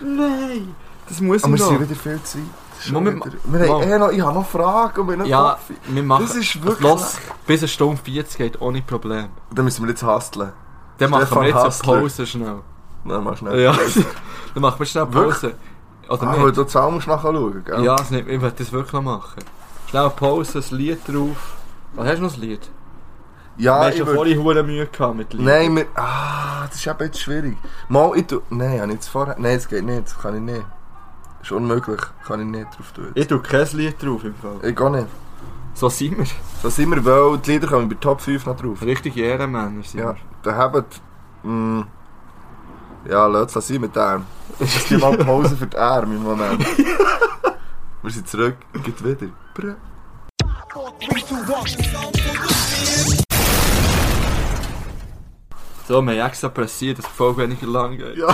S2: Nein! Das muss
S3: Aber
S2: ich
S3: Ah, wir
S2: noch.
S3: sind wieder viel Zeit. Schon
S2: Moment,
S3: wieder- wir haben
S2: Mann.
S3: eh noch, ich habe noch Fragen und wir haben noch
S2: Ja,
S3: Kaffee.
S2: wir machen...
S3: Das ist wirklich-
S2: Los, bis eine Stunde 40 geht ohne Problem.
S3: Dann müssen wir jetzt hasteln.
S2: Dann machen wir
S3: Stefan
S2: jetzt eine
S3: Hassler.
S2: Pause schnell.
S3: Nein, mal schnell.
S2: Ja. Dann machen wir schnell Pause. Oder
S3: Ah,
S2: nicht?
S3: weil du die Zahl musst nachher schauen, gell?
S2: Ja, es nicht, ich werde das wirklich noch machen. Schnell Pause, ein Lied drauf. Was hast du noch das Lied?
S3: ja
S2: Ah, hast
S3: ich
S2: du
S3: würd-
S2: vorhin hure Mühe gehabt mit Lied.
S3: Nein, wir... Ah, das ist eben jetzt schwierig. Mal, ich tu... Nein, habe ich jetzt vorher... Nein, das geht nicht. Das kann ich nicht. Ist unmöglich. Kann ich nicht drauf tun.
S2: Ich tue kein Lied drauf im Fall.
S3: Ich gehe nicht.
S2: So sind wir.
S3: Das sind wir, weil die Lieder kommen bei Top 5 noch drauf.
S2: Richtige Ehrenmänner sind
S3: Ja,
S2: wir.
S3: da haben. Mm, ja, lass es sein mit dem. Das ist die mal Pause für die Arme im Moment. Wir sind zurück, geht wieder. Brr.
S2: So, wir haben extra pressiert, dass die Folge weniger lang geht.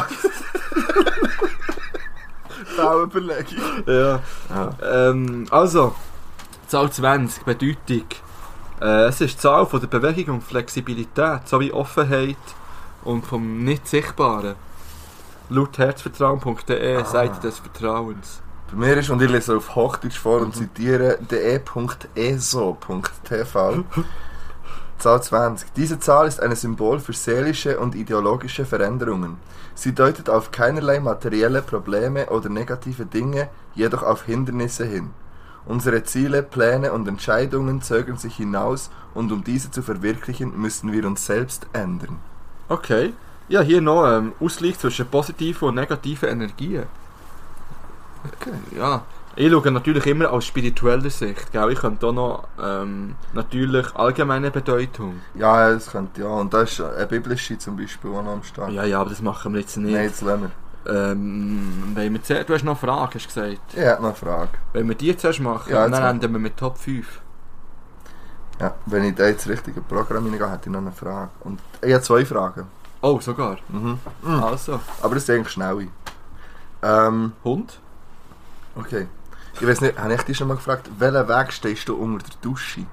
S3: Ja. Dauerbeläge.
S2: Ja.
S3: Ja.
S2: Ähm, also, Zahl 20, Bedeutung. Äh, es ist die Zahl von der Bewegung und Flexibilität sowie Offenheit und vom Nicht-Sichtbaren. Laut herzvertrauen.de Seite des Vertrauens.
S3: Bei mir ist, und ich lese auf Hochdeutsch vor
S2: Mhm.
S3: und zitiere E de.eso.tv. Zahl 20. Diese Zahl ist ein Symbol für seelische und ideologische Veränderungen. Sie deutet auf keinerlei materielle Probleme oder negative Dinge, jedoch auf Hindernisse hin. Unsere Ziele, Pläne und Entscheidungen zögern sich hinaus und um diese zu verwirklichen, müssen wir uns selbst ändern.
S2: Okay. Ja, hier noch ähm, Ausgleich zwischen positiven und negativen Energien.
S3: Okay.
S2: Ja. Ich schaue natürlich immer aus spiritueller Sicht. Gell? Ich könnte auch noch ähm, natürlich allgemeine Bedeutung.
S3: Ja, das könnte ja. Und da ist eine biblische zum Beispiel auch noch am Start.
S2: Ja, ja, aber das machen wir jetzt nicht.
S3: Nein, jetzt lassen
S2: Ähm, wenn wir zuerst, du hast noch Fragen, hast du gesagt.
S3: wir. Ich habe noch eine Frage.
S2: Wenn wir die zuerst machen,
S3: Ja, jetzt
S2: dann
S3: machen
S2: enden wir mit Top 5.
S3: Ja, wenn ich da jetzt das richtige Programm hineingehe, hätte ich noch eine Frage. Und ich habe zwei Fragen.
S2: Oh, sogar.
S3: Mhm.
S2: Also,
S3: Aber das sind eigentlich schnelle. Ähm,
S2: Hund?
S3: okay. Ich weiß nicht, habe ich dich schon mal gefragt, welchen Weg stehst du unter der Dusche?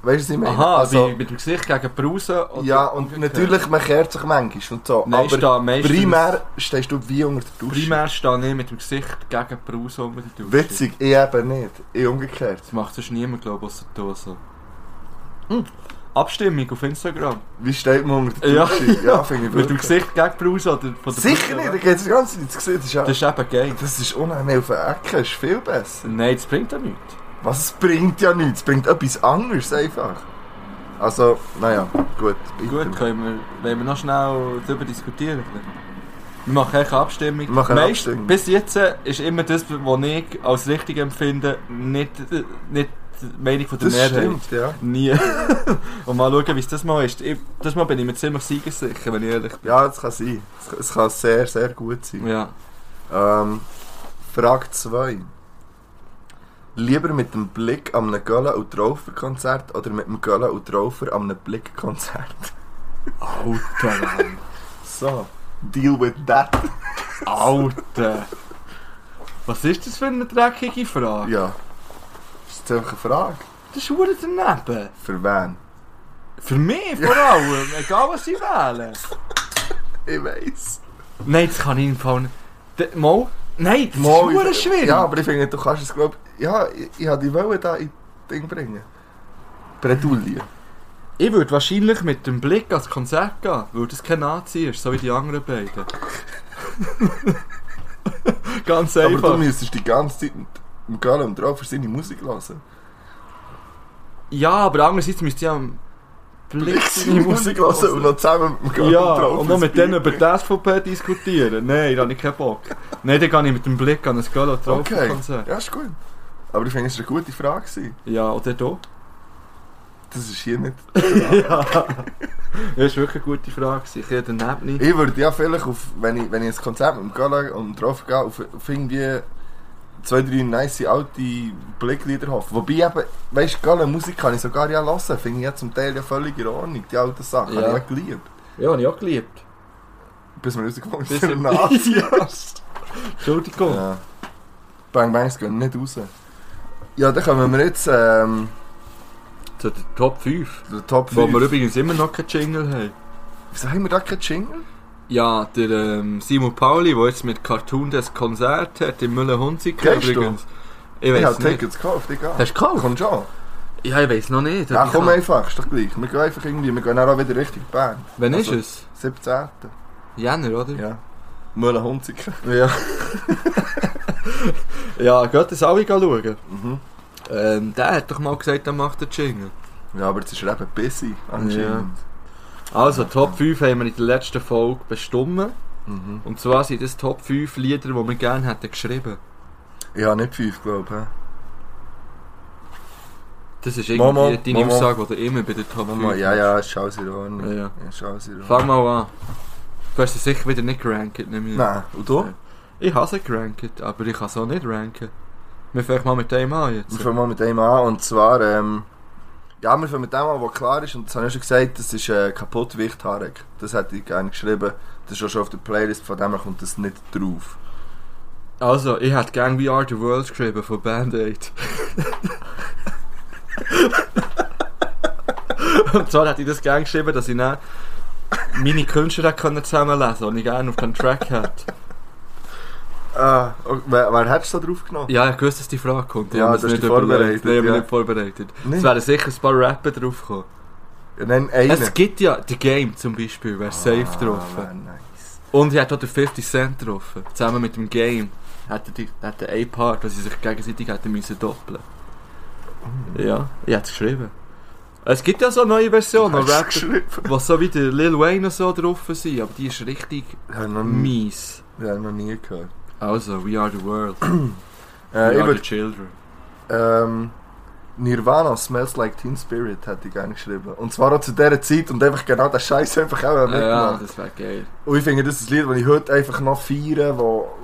S3: Weißt du, was ich meine?
S2: Aha, also,
S3: also,
S2: mit dem Gesicht gegen Brausen. oder-
S3: ja, und natürlich, man kehrt sich manchmal und so.
S2: Nein, ich
S3: aber
S2: stehe meistens-
S3: primär stehst du wie unter der Dusche.
S2: Primär stehe ich mit dem Gesicht gegen Brausen unter der Dusche.
S3: Witzig, ich eben nicht. Ich umgekehrt. Hm.
S2: Das macht sonst niemand, glaube ich, außer du so. also. Abstimmung auf Instagram.
S3: Wie steht man unter der
S2: Ja.
S3: Dusche? ja finde ich
S2: Mit dem
S3: wirklich.
S2: Gesicht gegen die Brause oder von der
S3: Sicher
S2: Brause,
S3: nicht,
S2: ja.
S3: da geht es die ganze Zeit ins Gesicht. Das ist, ja-
S2: Das ist eben gay.
S3: das ist unangenehm auf der Ecke, ist viel besser.
S2: Nein, das bringt ja nichts.
S3: Was, es bringt ja nichts, es bringt etwas anderes einfach. Also, nou naja, gut.
S2: Gut, können wir, wollen wir noch schnell darüber diskutieren. Wir machen keine Abstimmung.
S3: Wir machen eine
S2: Meist-
S3: Abstimmung.
S2: Bis jetzt äh, ist immer das, was ich als richtig empfinde, nicht, äh, nicht die Meinung von der
S3: Das
S2: Mehrheit.
S3: stimmt, ja.
S2: Nie. Und mal schauen, wie es das mal ist. Ich, das Mal bin ich mir ziemlich siegessicher, wenn ich ehrlich bin.
S3: Ja, das kann sein. Es- Es kann sehr, sehr gut sein.
S2: Ja.
S3: Ähm, Frage 2. Lieber mit dem Blick an einem Göller- und Trauferkonzert oder mit dem Göller- und Traufer an einem Blickkonzert?
S2: Alter, Mann.
S3: So, deal with that.
S2: Alter. Was ist das für eine dreckige Frage?
S3: Ja. Das ist einfach eine Frage.
S2: Das ist verdammt daneben.
S3: Für wen?
S2: Für mich vor allem. Egal, was sie wählen.
S3: Ich weiß.
S2: Nein, das kann ich im Fall nicht. D- Mal? Nein, das ist verdammt schwierig.
S3: Ja, aber ich finde, du kannst es, glaube ich. Ja, ich, ich wollte die Welle da in das Ding bringen. Bredouille.
S2: Ich würde wahrscheinlich mit dem Blick ans Konzert gehen, weil das kein Nazi ist, so wie die anderen beiden. Ganz
S3: Aber du
S2: einfach.
S3: müsstest die ganze Zeit mit dem Göller und Traufer seine Musik hören.
S2: Ja, aber andererseits müsste ich am Blick
S3: seine Musik hören und noch zusammen mit dem Göller
S2: Ja,
S3: und Traufer
S2: und noch mit
S3: das
S2: denen über
S3: Bier
S2: die SVP diskutieren. Nein, da habe ich keinen Bock. Nein, dann gehe ich mit dem Blick an das Gala
S3: trinken.
S2: drauf
S3: Okay, ja, ist gut. Aber ich finde, es war eine gute Frage. gewesen.
S2: Ja, oder da?
S3: Das ist hier nicht...
S2: Ja. Das war wirklich eine gute Frage. Ich hätte den nicht.
S3: Ich würde ja vielleicht, auf, wenn, ich, wenn ich ein Konzert mit dem Göller und drauf gehe, auf, auf irgendwie zwei, drei nice alte Blicklieder hoffen. Wobei eben, weißt du, Göller Musik kann ich sogar ja hören. Finde ich ja zum Teil ja völlig in Ordnung. Die alten Sachen
S2: Ja.
S3: habe ich ja geliebt.
S2: Ja, habe ich auch geliebt.
S3: Bis wir rausgefunden
S2: Bis
S3: sind, dass
S2: im-
S3: ein Nazi ist.
S2: Entschuldigung.
S3: Ja. Bang Bangs gehen nicht raus. Ja, dann kommen wir jetzt ähm,
S2: Zu den Top 5.
S3: zu den Top 5.
S2: Wo wir übrigens immer noch keinen Jingle haben.
S3: Wieso haben wir da keinen Jingle?
S2: Ja, der ähm, Simon Pauli, der jetzt mit Cartoon das Konzert hat im Müllerhunzig
S3: Gehst du?
S2: Ich
S3: Ich
S2: weiß
S3: habe
S2: nicht.
S3: Tickets gekauft, egal.
S2: Hast du gekauft?
S3: Komm schon.
S2: Ja, ich weiß noch nicht.
S3: Ja,
S2: ob ich
S3: komm
S2: kann.
S3: einfach, ist doch gleich. Wir gehen einfach irgendwie, wir gehen dann auch wieder richtig Bern.
S2: Wann ist
S3: Also-
S2: es?
S3: 17.
S2: Jänner, oder?
S3: Ja. Müller Hunziker.
S2: Ja. ja, geht das alle schauen?
S3: Mhm.
S2: Ähm, der hat doch mal gesagt, er macht den Jingle.
S3: Ja, aber jetzt ist er eben busy anscheinend.
S2: Also, Top 5 haben wir in der letzten Folge bestimmt.
S3: Mhm.
S2: Und zwar sind das Top 5 Lieder, die wir gerne hätten geschrieben.
S3: Ja, nicht 5, glaube
S2: Das ist
S3: Mama,
S2: irgendwie deine
S3: Mama.
S2: Aussage, die du immer bei der Top
S3: ich.
S2: 5
S3: Mama, ja,
S2: machst.
S3: ja, ist alles in Ordnung.
S2: Ja, ja.
S3: Ist alles in Ordnung.
S2: Fang mal an. Du hast sie sicher wieder nicht gerankt, nehme ich an.
S3: Nein, und du?
S2: Ich habe sie gerankt, aber ich kann sie auch nicht ranken. Wir fangen mal mit dem an
S3: Wir
S2: jetzt.
S3: fangen mal mit dem an und zwar, ähm, ja, wir fangen mit dem an, was klar ist und das habe ich schon gesagt, das ist äh, kaputt Wichtarek. Das hätte ich gerne geschrieben, das ist auch schon auf der Playlist, von dem her kommt das nicht drauf.
S2: Also, ich hätte gerne We Are The World geschrieben von Band-Aid. und zwar hätte ich das gerne geschrieben, dass ich dann meine Künstler hätte können zusammenlesen konnte, die ich gerne auf dem Track hätte.
S3: Ah, okay, wer, wer hättest du da drauf genommen?
S2: Ja, ich wusste, dass die Frage kommt.
S3: Ja,
S2: Ich habe
S3: das
S2: es
S3: ist
S2: nicht überlegt.
S3: die vorbereitet,
S2: Nein, ich bin
S3: ja.
S2: nicht vorbereitet.
S3: Nicht?
S2: Es wären sicher ein paar Rapper draufgekommen.
S3: Ja, Nenn einen.
S2: Es gibt ja The Game zum Beispiel,
S3: Ah.
S2: wäre safe getroffen.
S3: wär nice.
S2: Und er hat auch den 50 Cent getroffen. Zusammen mit dem Game. Hat er, die, hat er einen Part, dass sie sich gegenseitig hätten müssen doppeln Ja, ich hab's geschrieben. Es gibt ja so neue Versionen,
S3: Hast du es
S2: Rapper,
S3: geschrieben?
S2: was so wie der Lil Wayne und so drauf sind, aber die ist richtig
S3: Ich habe noch, nie-
S2: mies.
S3: ich habe noch nie gehört.
S2: Also, we are the world,
S3: Äh,
S2: we
S3: ich
S2: are the
S3: würde,
S2: children.
S3: ähm, Nirvana Smells Like Teen Spirit hätte ich gerne geschrieben. Und zwar auch zu dieser Zeit und einfach genau den Scheiß einfach auch
S2: Ah, ja,
S3: mitgemacht.
S2: das wäre geil.
S3: Und ich finde, das ist ein Lied, das ich heute einfach noch feiere, wo,
S2: Wo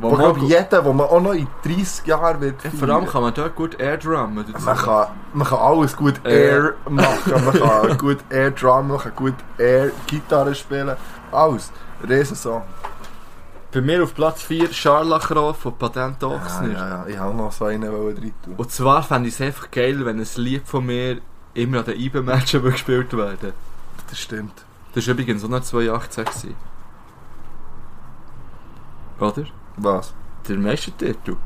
S3: wo,
S2: man-
S3: glaub ich, jeder, wo man auch noch in 30 Jahren wird
S2: Ja, vor
S3: feiern.
S2: allem kann man dort gut airdrummen. dazu.
S3: man kann, man kann alles gut
S2: Air.
S3: Air machen, man kann gut Air Drum, man kann gut Air Gitarre spielen, alles. Riesensong.
S2: Bei mir auf Platz 4 Scharlachrohr von Patent
S3: Ja,
S2: Ochsner.
S3: Ah, ja, ja. Ich habe noch so einen wollen rein tun.
S2: Und zwar fände ich es einfach geil, wenn ein Lied von mir immer an den IBE-Matchen gespielt werden
S3: Das stimmt.
S2: Das war übrigens auch noch 2018. gewesen. Oder?
S3: Was?
S2: Der Meistertitel.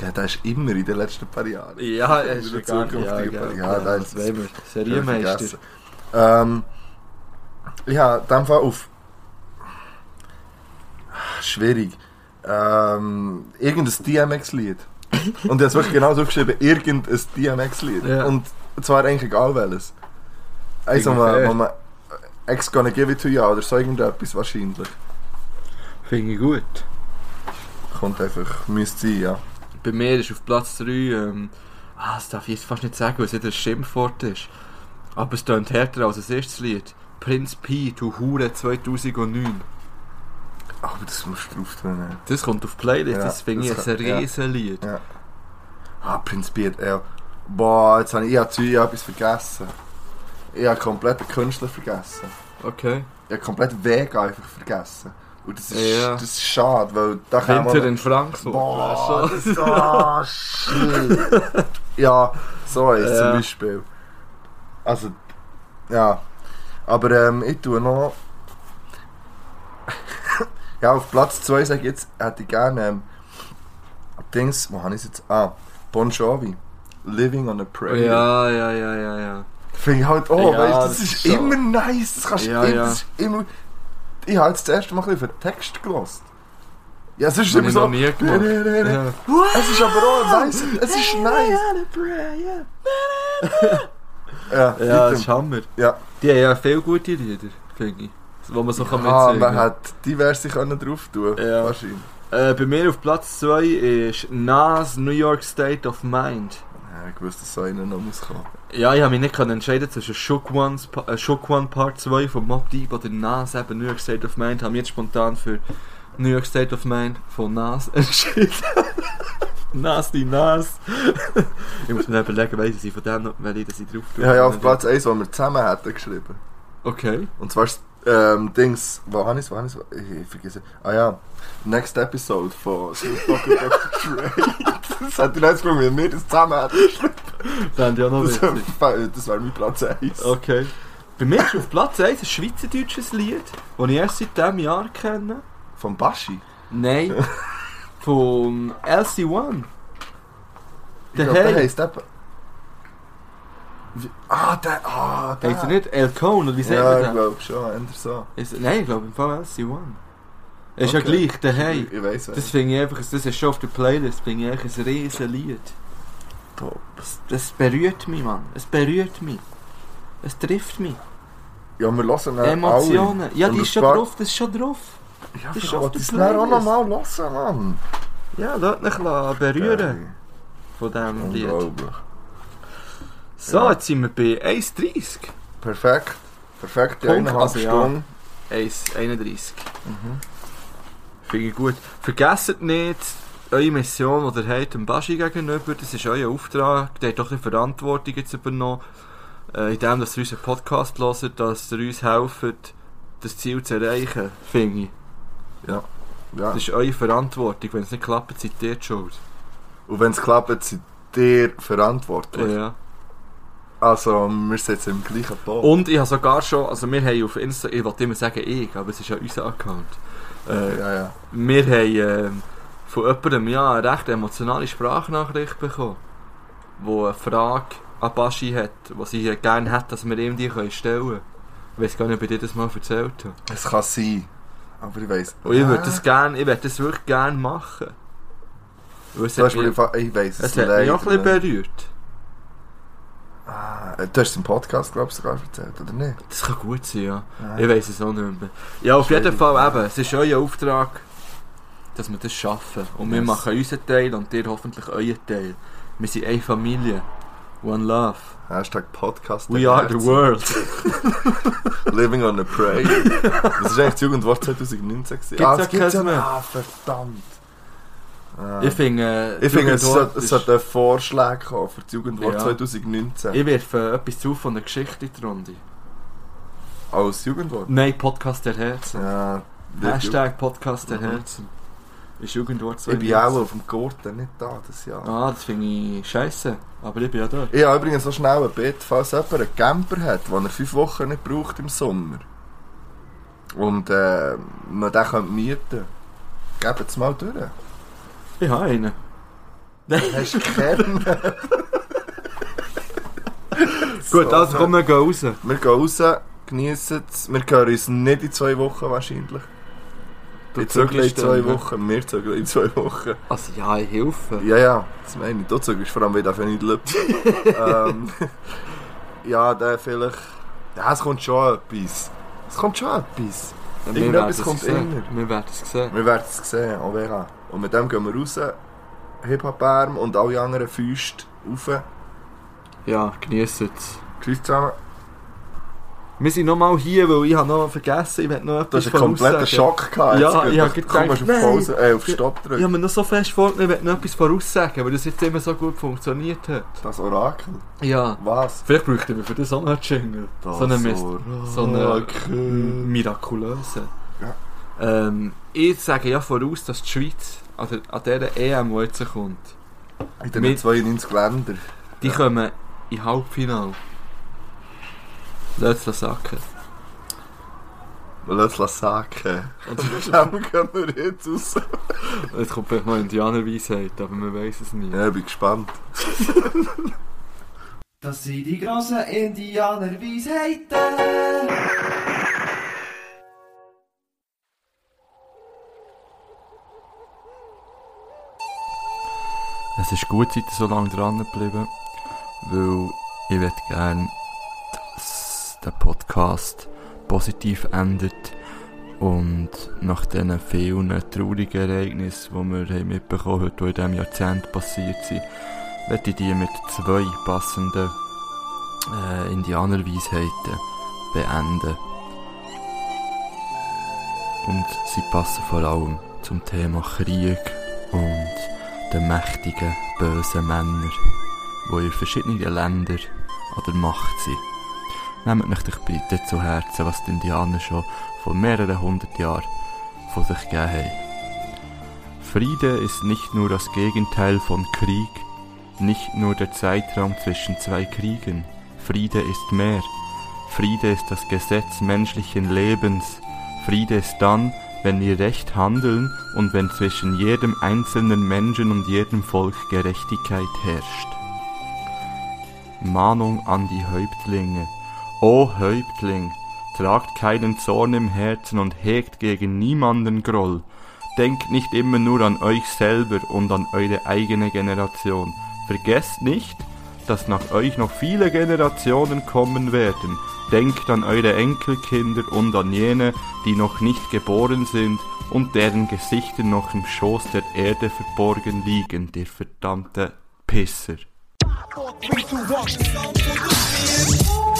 S3: Ja, der ist immer in den letzten paar Jahren.
S2: Ja,
S3: er ist ja gar- ja,
S2: ja,
S3: gell,
S2: ja,
S3: ja,
S2: das
S3: das
S2: wollen wir.
S3: Schön
S2: Serienmeister.
S3: vergessen. Ähm, ich habe in dem Fall auf. Schwierig. Ähm, irgendein DMX-Lied. Und ich habe es wirklich genau so geschrieben: irgendein DMX-Lied.
S2: Ja.
S3: Und zwar eigentlich egal welches. Eins, wo man,
S2: Ungefähr.
S3: wo man Ex gonna give it to you oder so irgendetwas wahrscheinlich.
S2: Finde ich gut.
S3: Kommt einfach, müsste sein, ja.
S2: Bei mir ist auf Platz 3, ähm, ah, das darf ich jetzt fast nicht sagen, weil es nicht ein Schimpfwort ist. Aber es tönt härter als es ist, das Lied. Prinz Pi, du Hure 2009.
S3: Aber das musst du drauf tun. ey.
S2: Das kommt auf die Playlist,
S3: Ja,
S2: das finde ich
S3: das
S2: ein
S3: kann- ja.
S2: riesen Lied.
S3: Ja. Ah, Prinz Beard, ey. Boah, jetzt habe ich, ich, habe zu- ich habe etwas vergessen. Ich habe komplett den Künstler vergessen.
S2: Okay.
S3: Ich habe komplett Vega einfach vergessen. Und das ist,
S2: Ja.
S3: das ist schade, weil da kann
S2: Winter
S3: man...
S2: in Frankfurt.
S3: Boah,
S2: Weißt
S3: das ist oh, shit. Ja, so ist
S2: Ja.
S3: zum Beispiel. Also, ja. Aber ähm, ich tue noch... ja, auf Platz 2 sage ich jetzt, hätte ich gerne... Ähm, Dings, wo habe ich es jetzt? Ah, Bon Jovi. Living on a
S2: du?
S3: Prayer.
S2: Oh, Ja, ja, ja, ja, ja.
S3: Finde ich halt, oh,
S2: Ja,
S3: weißt du, das,
S2: das ist
S3: ist
S2: so.
S3: immer nice, das kannst du
S2: Ja,
S3: immer,
S2: ja.
S3: das ist immer. Ich habe jetzt das erste Mal ein bisschen für den Text gelost. Ja, es ist
S2: Hab
S3: immer
S2: ich
S3: so.
S2: noch nie gemacht. Ja.
S3: Es ist aber auch nice, es ist nice. Ja,
S2: Ja, das
S3: item.
S2: ist halt Hammer.
S3: ja.
S2: Die haben ja viele gute Lieder, finde ich. Wo man so kann
S3: Ah,
S2: mitsingen
S3: man
S2: kann.
S3: hat diverse können drauf tun,
S2: Ja.
S3: wahrscheinlich.
S2: Äh, bei mir auf Platz 2 ist Nas New York State of Mind.
S3: Ja, ich wusste, dass so einer noch muss kommen.
S2: Ja, ich habe mich nicht können entscheiden zwischen Shook, One's, Pa- äh, Shook One Part 2 von Mob Deep oder Nas eben New York State of Mind. Haben jetzt spontan für New York State of Mind von Nas entschieden. Nas, die Nas. ich muss mir noch überlegen, weiss ich von dem noch, welche dass ich drauf tue.
S3: Ja, ja, auf Platz 1, wo wir zusammen hätten geschrieben.
S2: Okay.
S3: Und zwar ist, ähm, Dings, wo habe ich es, wo habe ich es, ich, ich vergesse. Ah ja, Next Episode von Snoop Dogg und Dr. Dre. Das hat die letzte Frage, wenn wir das zusammen hätten.
S2: Dann ja noch
S3: Das,
S2: Oh, witzig. Oh.
S3: wär- das wäre mein Platz 1.
S2: Okay. Bei mir ist auf Platz 1 ein schweizerdeutsches Lied, das ich erst seit diesem Jahr kenne.
S3: Von Baschi?
S2: Nein. Von LC1.
S3: Ich
S2: Der
S3: glaub, der
S2: Hey.
S3: heisst eben... Wie- Ah, der... Ah, der...
S2: Heißt er nicht El Cone oder wie sagt
S3: Ja, ich
S2: man das?
S3: glaube schon, ändert so.
S2: Ist, nein, ich glaube im Fall LC1. Ist ja
S3: Okay.
S2: gleich, der Hey.
S3: Ich weiss
S2: Das
S3: es.
S2: finde ich einfach, das ist schon auf der Playlist, finde ich eigentlich ein riesen Lied.
S3: Top.
S2: Das, das berührt mich, Mann. Es berührt mich. Es trifft mich.
S3: Ja, wir hören ihn
S2: Emotionen. Ja,
S3: Und
S2: die
S3: ein
S2: ist schon
S3: paar-
S2: drauf, das ist schon drauf.
S3: Ja,
S2: Das
S3: das
S2: ist
S3: ist
S2: auf
S3: auch
S2: der
S3: das dann auch
S2: Playlist.
S3: nochmal hören, Mann.
S2: Ja, lass mich lassen berühren von
S3: Ey,
S2: diesem Lied.
S3: Unglaublich.
S2: So,
S3: Ja.
S2: jetzt sind wir bei 1.30.
S3: Perfekt. Perfekt, die
S2: Punkt,
S3: eineinhalb
S2: also ja.
S3: Stunden. Mhm.
S2: 1.31. Finde ich gut. Vergesst nicht, eure Mission, die ihr habt, dem Baschi gegenüber, das ist euer Auftrag. Der hat doch die Verantwortung jetzt übernommen, äh, indem dass ihr unseren Podcast hört, dass ihr uns helft, das Ziel zu erreichen, finde ich.
S3: Ja.
S2: Das ist eure Verantwortung. Wenn es nicht klappt, seid ihr die schuld.
S3: Und wenn es klappt, seid ihr verantwortlich.
S2: Oh, Ja.
S3: Also, wir sitzen im gleichen Boot.
S2: Und ich habe sogar schon, also wir haben auf Insta, ich wollte immer sagen ich, aber es ist ja unser Account. Äh,
S3: ja, ja.
S2: Wir haben ähm, von jemandem ja eine recht emotionale Sprachnachricht bekommen, wo eine Frage an Baschi hat, die sie gerne hat, dass wir ihm die können stellen können. Ich weiß gar nicht, ob ich dir das mal erzählt habe.
S3: Es kann sein. Aber ich weiss.
S2: Und Oh, ich würde
S3: Ah.
S2: das, gern, ich würd das wirklich gerne machen. Weil Es
S3: Du
S2: hat
S3: hast mir äh,
S2: mich,
S3: einfach, ich weiss
S2: es
S3: es
S2: hat mich auch ein bisschen
S3: leider nicht.
S2: berührt.
S3: Ah, Du hast es im Podcast, glaube ich, sogar erzählt, oder nicht?
S2: Das kann gut sein, ja.
S3: Ah.
S2: Ich weiß es auch nicht mehr. Ja, auf jeden
S3: Schwierig.
S2: Fall eben, es ist euer Auftrag, dass wir das schaffen. Und wir
S3: Yes.
S2: machen unseren Teil und ihr hoffentlich euren Teil. Wir sind eine Familie. One love.
S3: Hashtag Podcast.
S2: We are the world.
S3: Living on a Prayer. das ist eigentlich das Jugendwort 2019.
S2: Gibt's ja keins mehr.
S3: Ah, verdammt. Ah.
S2: Ich finde, äh,
S3: Ich finde,
S2: Jugendwort
S3: es sollte- es
S2: ist-
S3: sollte ein Vorschlag kommen für das Jugendwort
S2: Ja.
S3: 2019.
S2: Ich werfe etwas zu von der Geschichte in die Runde.
S3: Als Jugendwort.
S2: Nein, Podcast der Herzen.
S3: Ja, der
S2: Hashtag Podcast der
S3: Mhm.
S2: Herzen. Ist Jugendwort
S3: Ju- Ich bin auch auf dem Gurten nicht da das Jahr.
S2: Ah, das finde ich scheiße. Aber ich bin ja da.
S3: Ich habe übrigens so schnell ein Bett, falls jemand einen Camper hat, den er fünf Wochen nicht braucht im Sommer. Und äh, man den könnte mieten. Gebt es mal durch.
S2: Ich habe einen.
S3: Hast du keinen?
S2: Gut, also kommen wir gehen raus.
S3: Wir gehen raus, genießen es. Wir hören uns nicht in zwei Wochen wahrscheinlich.
S2: Du
S3: Du zögeln in
S2: zügelst
S3: zwei
S2: dann, ne?
S3: Wochen, wir zögeln in zwei Wochen.
S2: Also ja, ich helfe.
S3: Ja, ja, das meine ich. Du zögelst vor allem, weil du nicht läuft. ähm, ja, der vielleicht... Ja, es kommt schon etwas. Es kommt schon etwas.
S2: Wir
S3: irgendetwas
S2: werden es
S3: kommt
S2: sehen.
S3: immer.
S2: Wir werden es sehen.
S3: Wir werden es sehen, auch wer hat. Und mit dem gehen wir raus, Hip-Hop-Arm und alle anderen Füße rauf.
S2: Ja, genießt es.
S3: Tschüss zusammen.
S2: Wir sind nochmal hier, weil ich habe noch vergessen, ich werde noch etwas
S3: Du hast einen kompletten
S2: voraussagen.
S3: Schock gehabt.
S2: Ja,
S3: Jetzt
S2: ich hab
S3: gleich-
S2: gedacht,
S3: komm, musst
S2: nein.
S3: auf Pause, äh, auf Stopp
S2: Ich
S3: drücken.
S2: habe mir noch so fest vorgenommen, ich werde noch etwas voraussagen, weil das jetzt immer so gut funktioniert hat.
S3: Das Orakel.
S2: Ja.
S3: Was?
S2: Vielleicht bräuchten wir für das auch noch einen Jingle.
S3: Das
S2: so einen Mist.
S3: Orakel.
S2: So einen mirakulösen.
S3: Ja.
S2: Ähm, ich sage ja voraus, dass die Schweiz an, der, an dieser EM, die jetzt kommt,
S3: In den
S2: Mit-
S3: 92 Ländern.
S2: die
S3: Ja.
S2: kommen in Halbfinale. Lass das sagen.
S3: Lass es sagen.
S2: Und
S3: Mit dem gehen wir jetzt raus.
S2: jetzt kommt vielleicht noch Indianerweisheit, aber man weiß es nicht.
S3: Ja, ich bin gespannt.
S4: Das sind die grossen Indianerweisheiten.
S2: Es ist gut, dass ich so lange dran geblieben, weil ich würde gerne, dass der Podcast positiv endet und nach diesen vielen traurigen Ereignissen, die wir haben mitbekommen haben, die in diesem Jahrzehnt passiert sind, möchte ich die mit zwei passenden äh, Indianerweisheiten beenden. Und sie passen vor allem zum Thema Krieg und den mächtigen, bösen Männer, die in verschiedenen Ländern an der Macht sind. Nehmt euch doch bitte zu Herzen, was die Indianer schon vor mehreren hundert Jahren von sich gegeben haben. Friede ist nicht nur das Gegenteil von Krieg, nicht nur der Zeitraum zwischen zwei Kriegen. Friede ist mehr. Friede ist das Gesetz menschlichen Lebens. Friede ist dann, wenn wir recht handeln und wenn zwischen jedem einzelnen Menschen und jedem Volk Gerechtigkeit herrscht. Mahnung an die Häuptlinge. O Häuptling, tragt keinen Zorn im Herzen und hegt gegen niemanden Groll. Denkt nicht immer nur an euch selber und an eure eigene Generation. Vergesst nicht, dass nach euch noch viele Generationen kommen werden. Denkt an eure Enkelkinder und an jene, die noch nicht geboren sind und deren Gesichter noch im Schoß der Erde verborgen liegen, der verdammte Pisser.
S5: Three, two, one.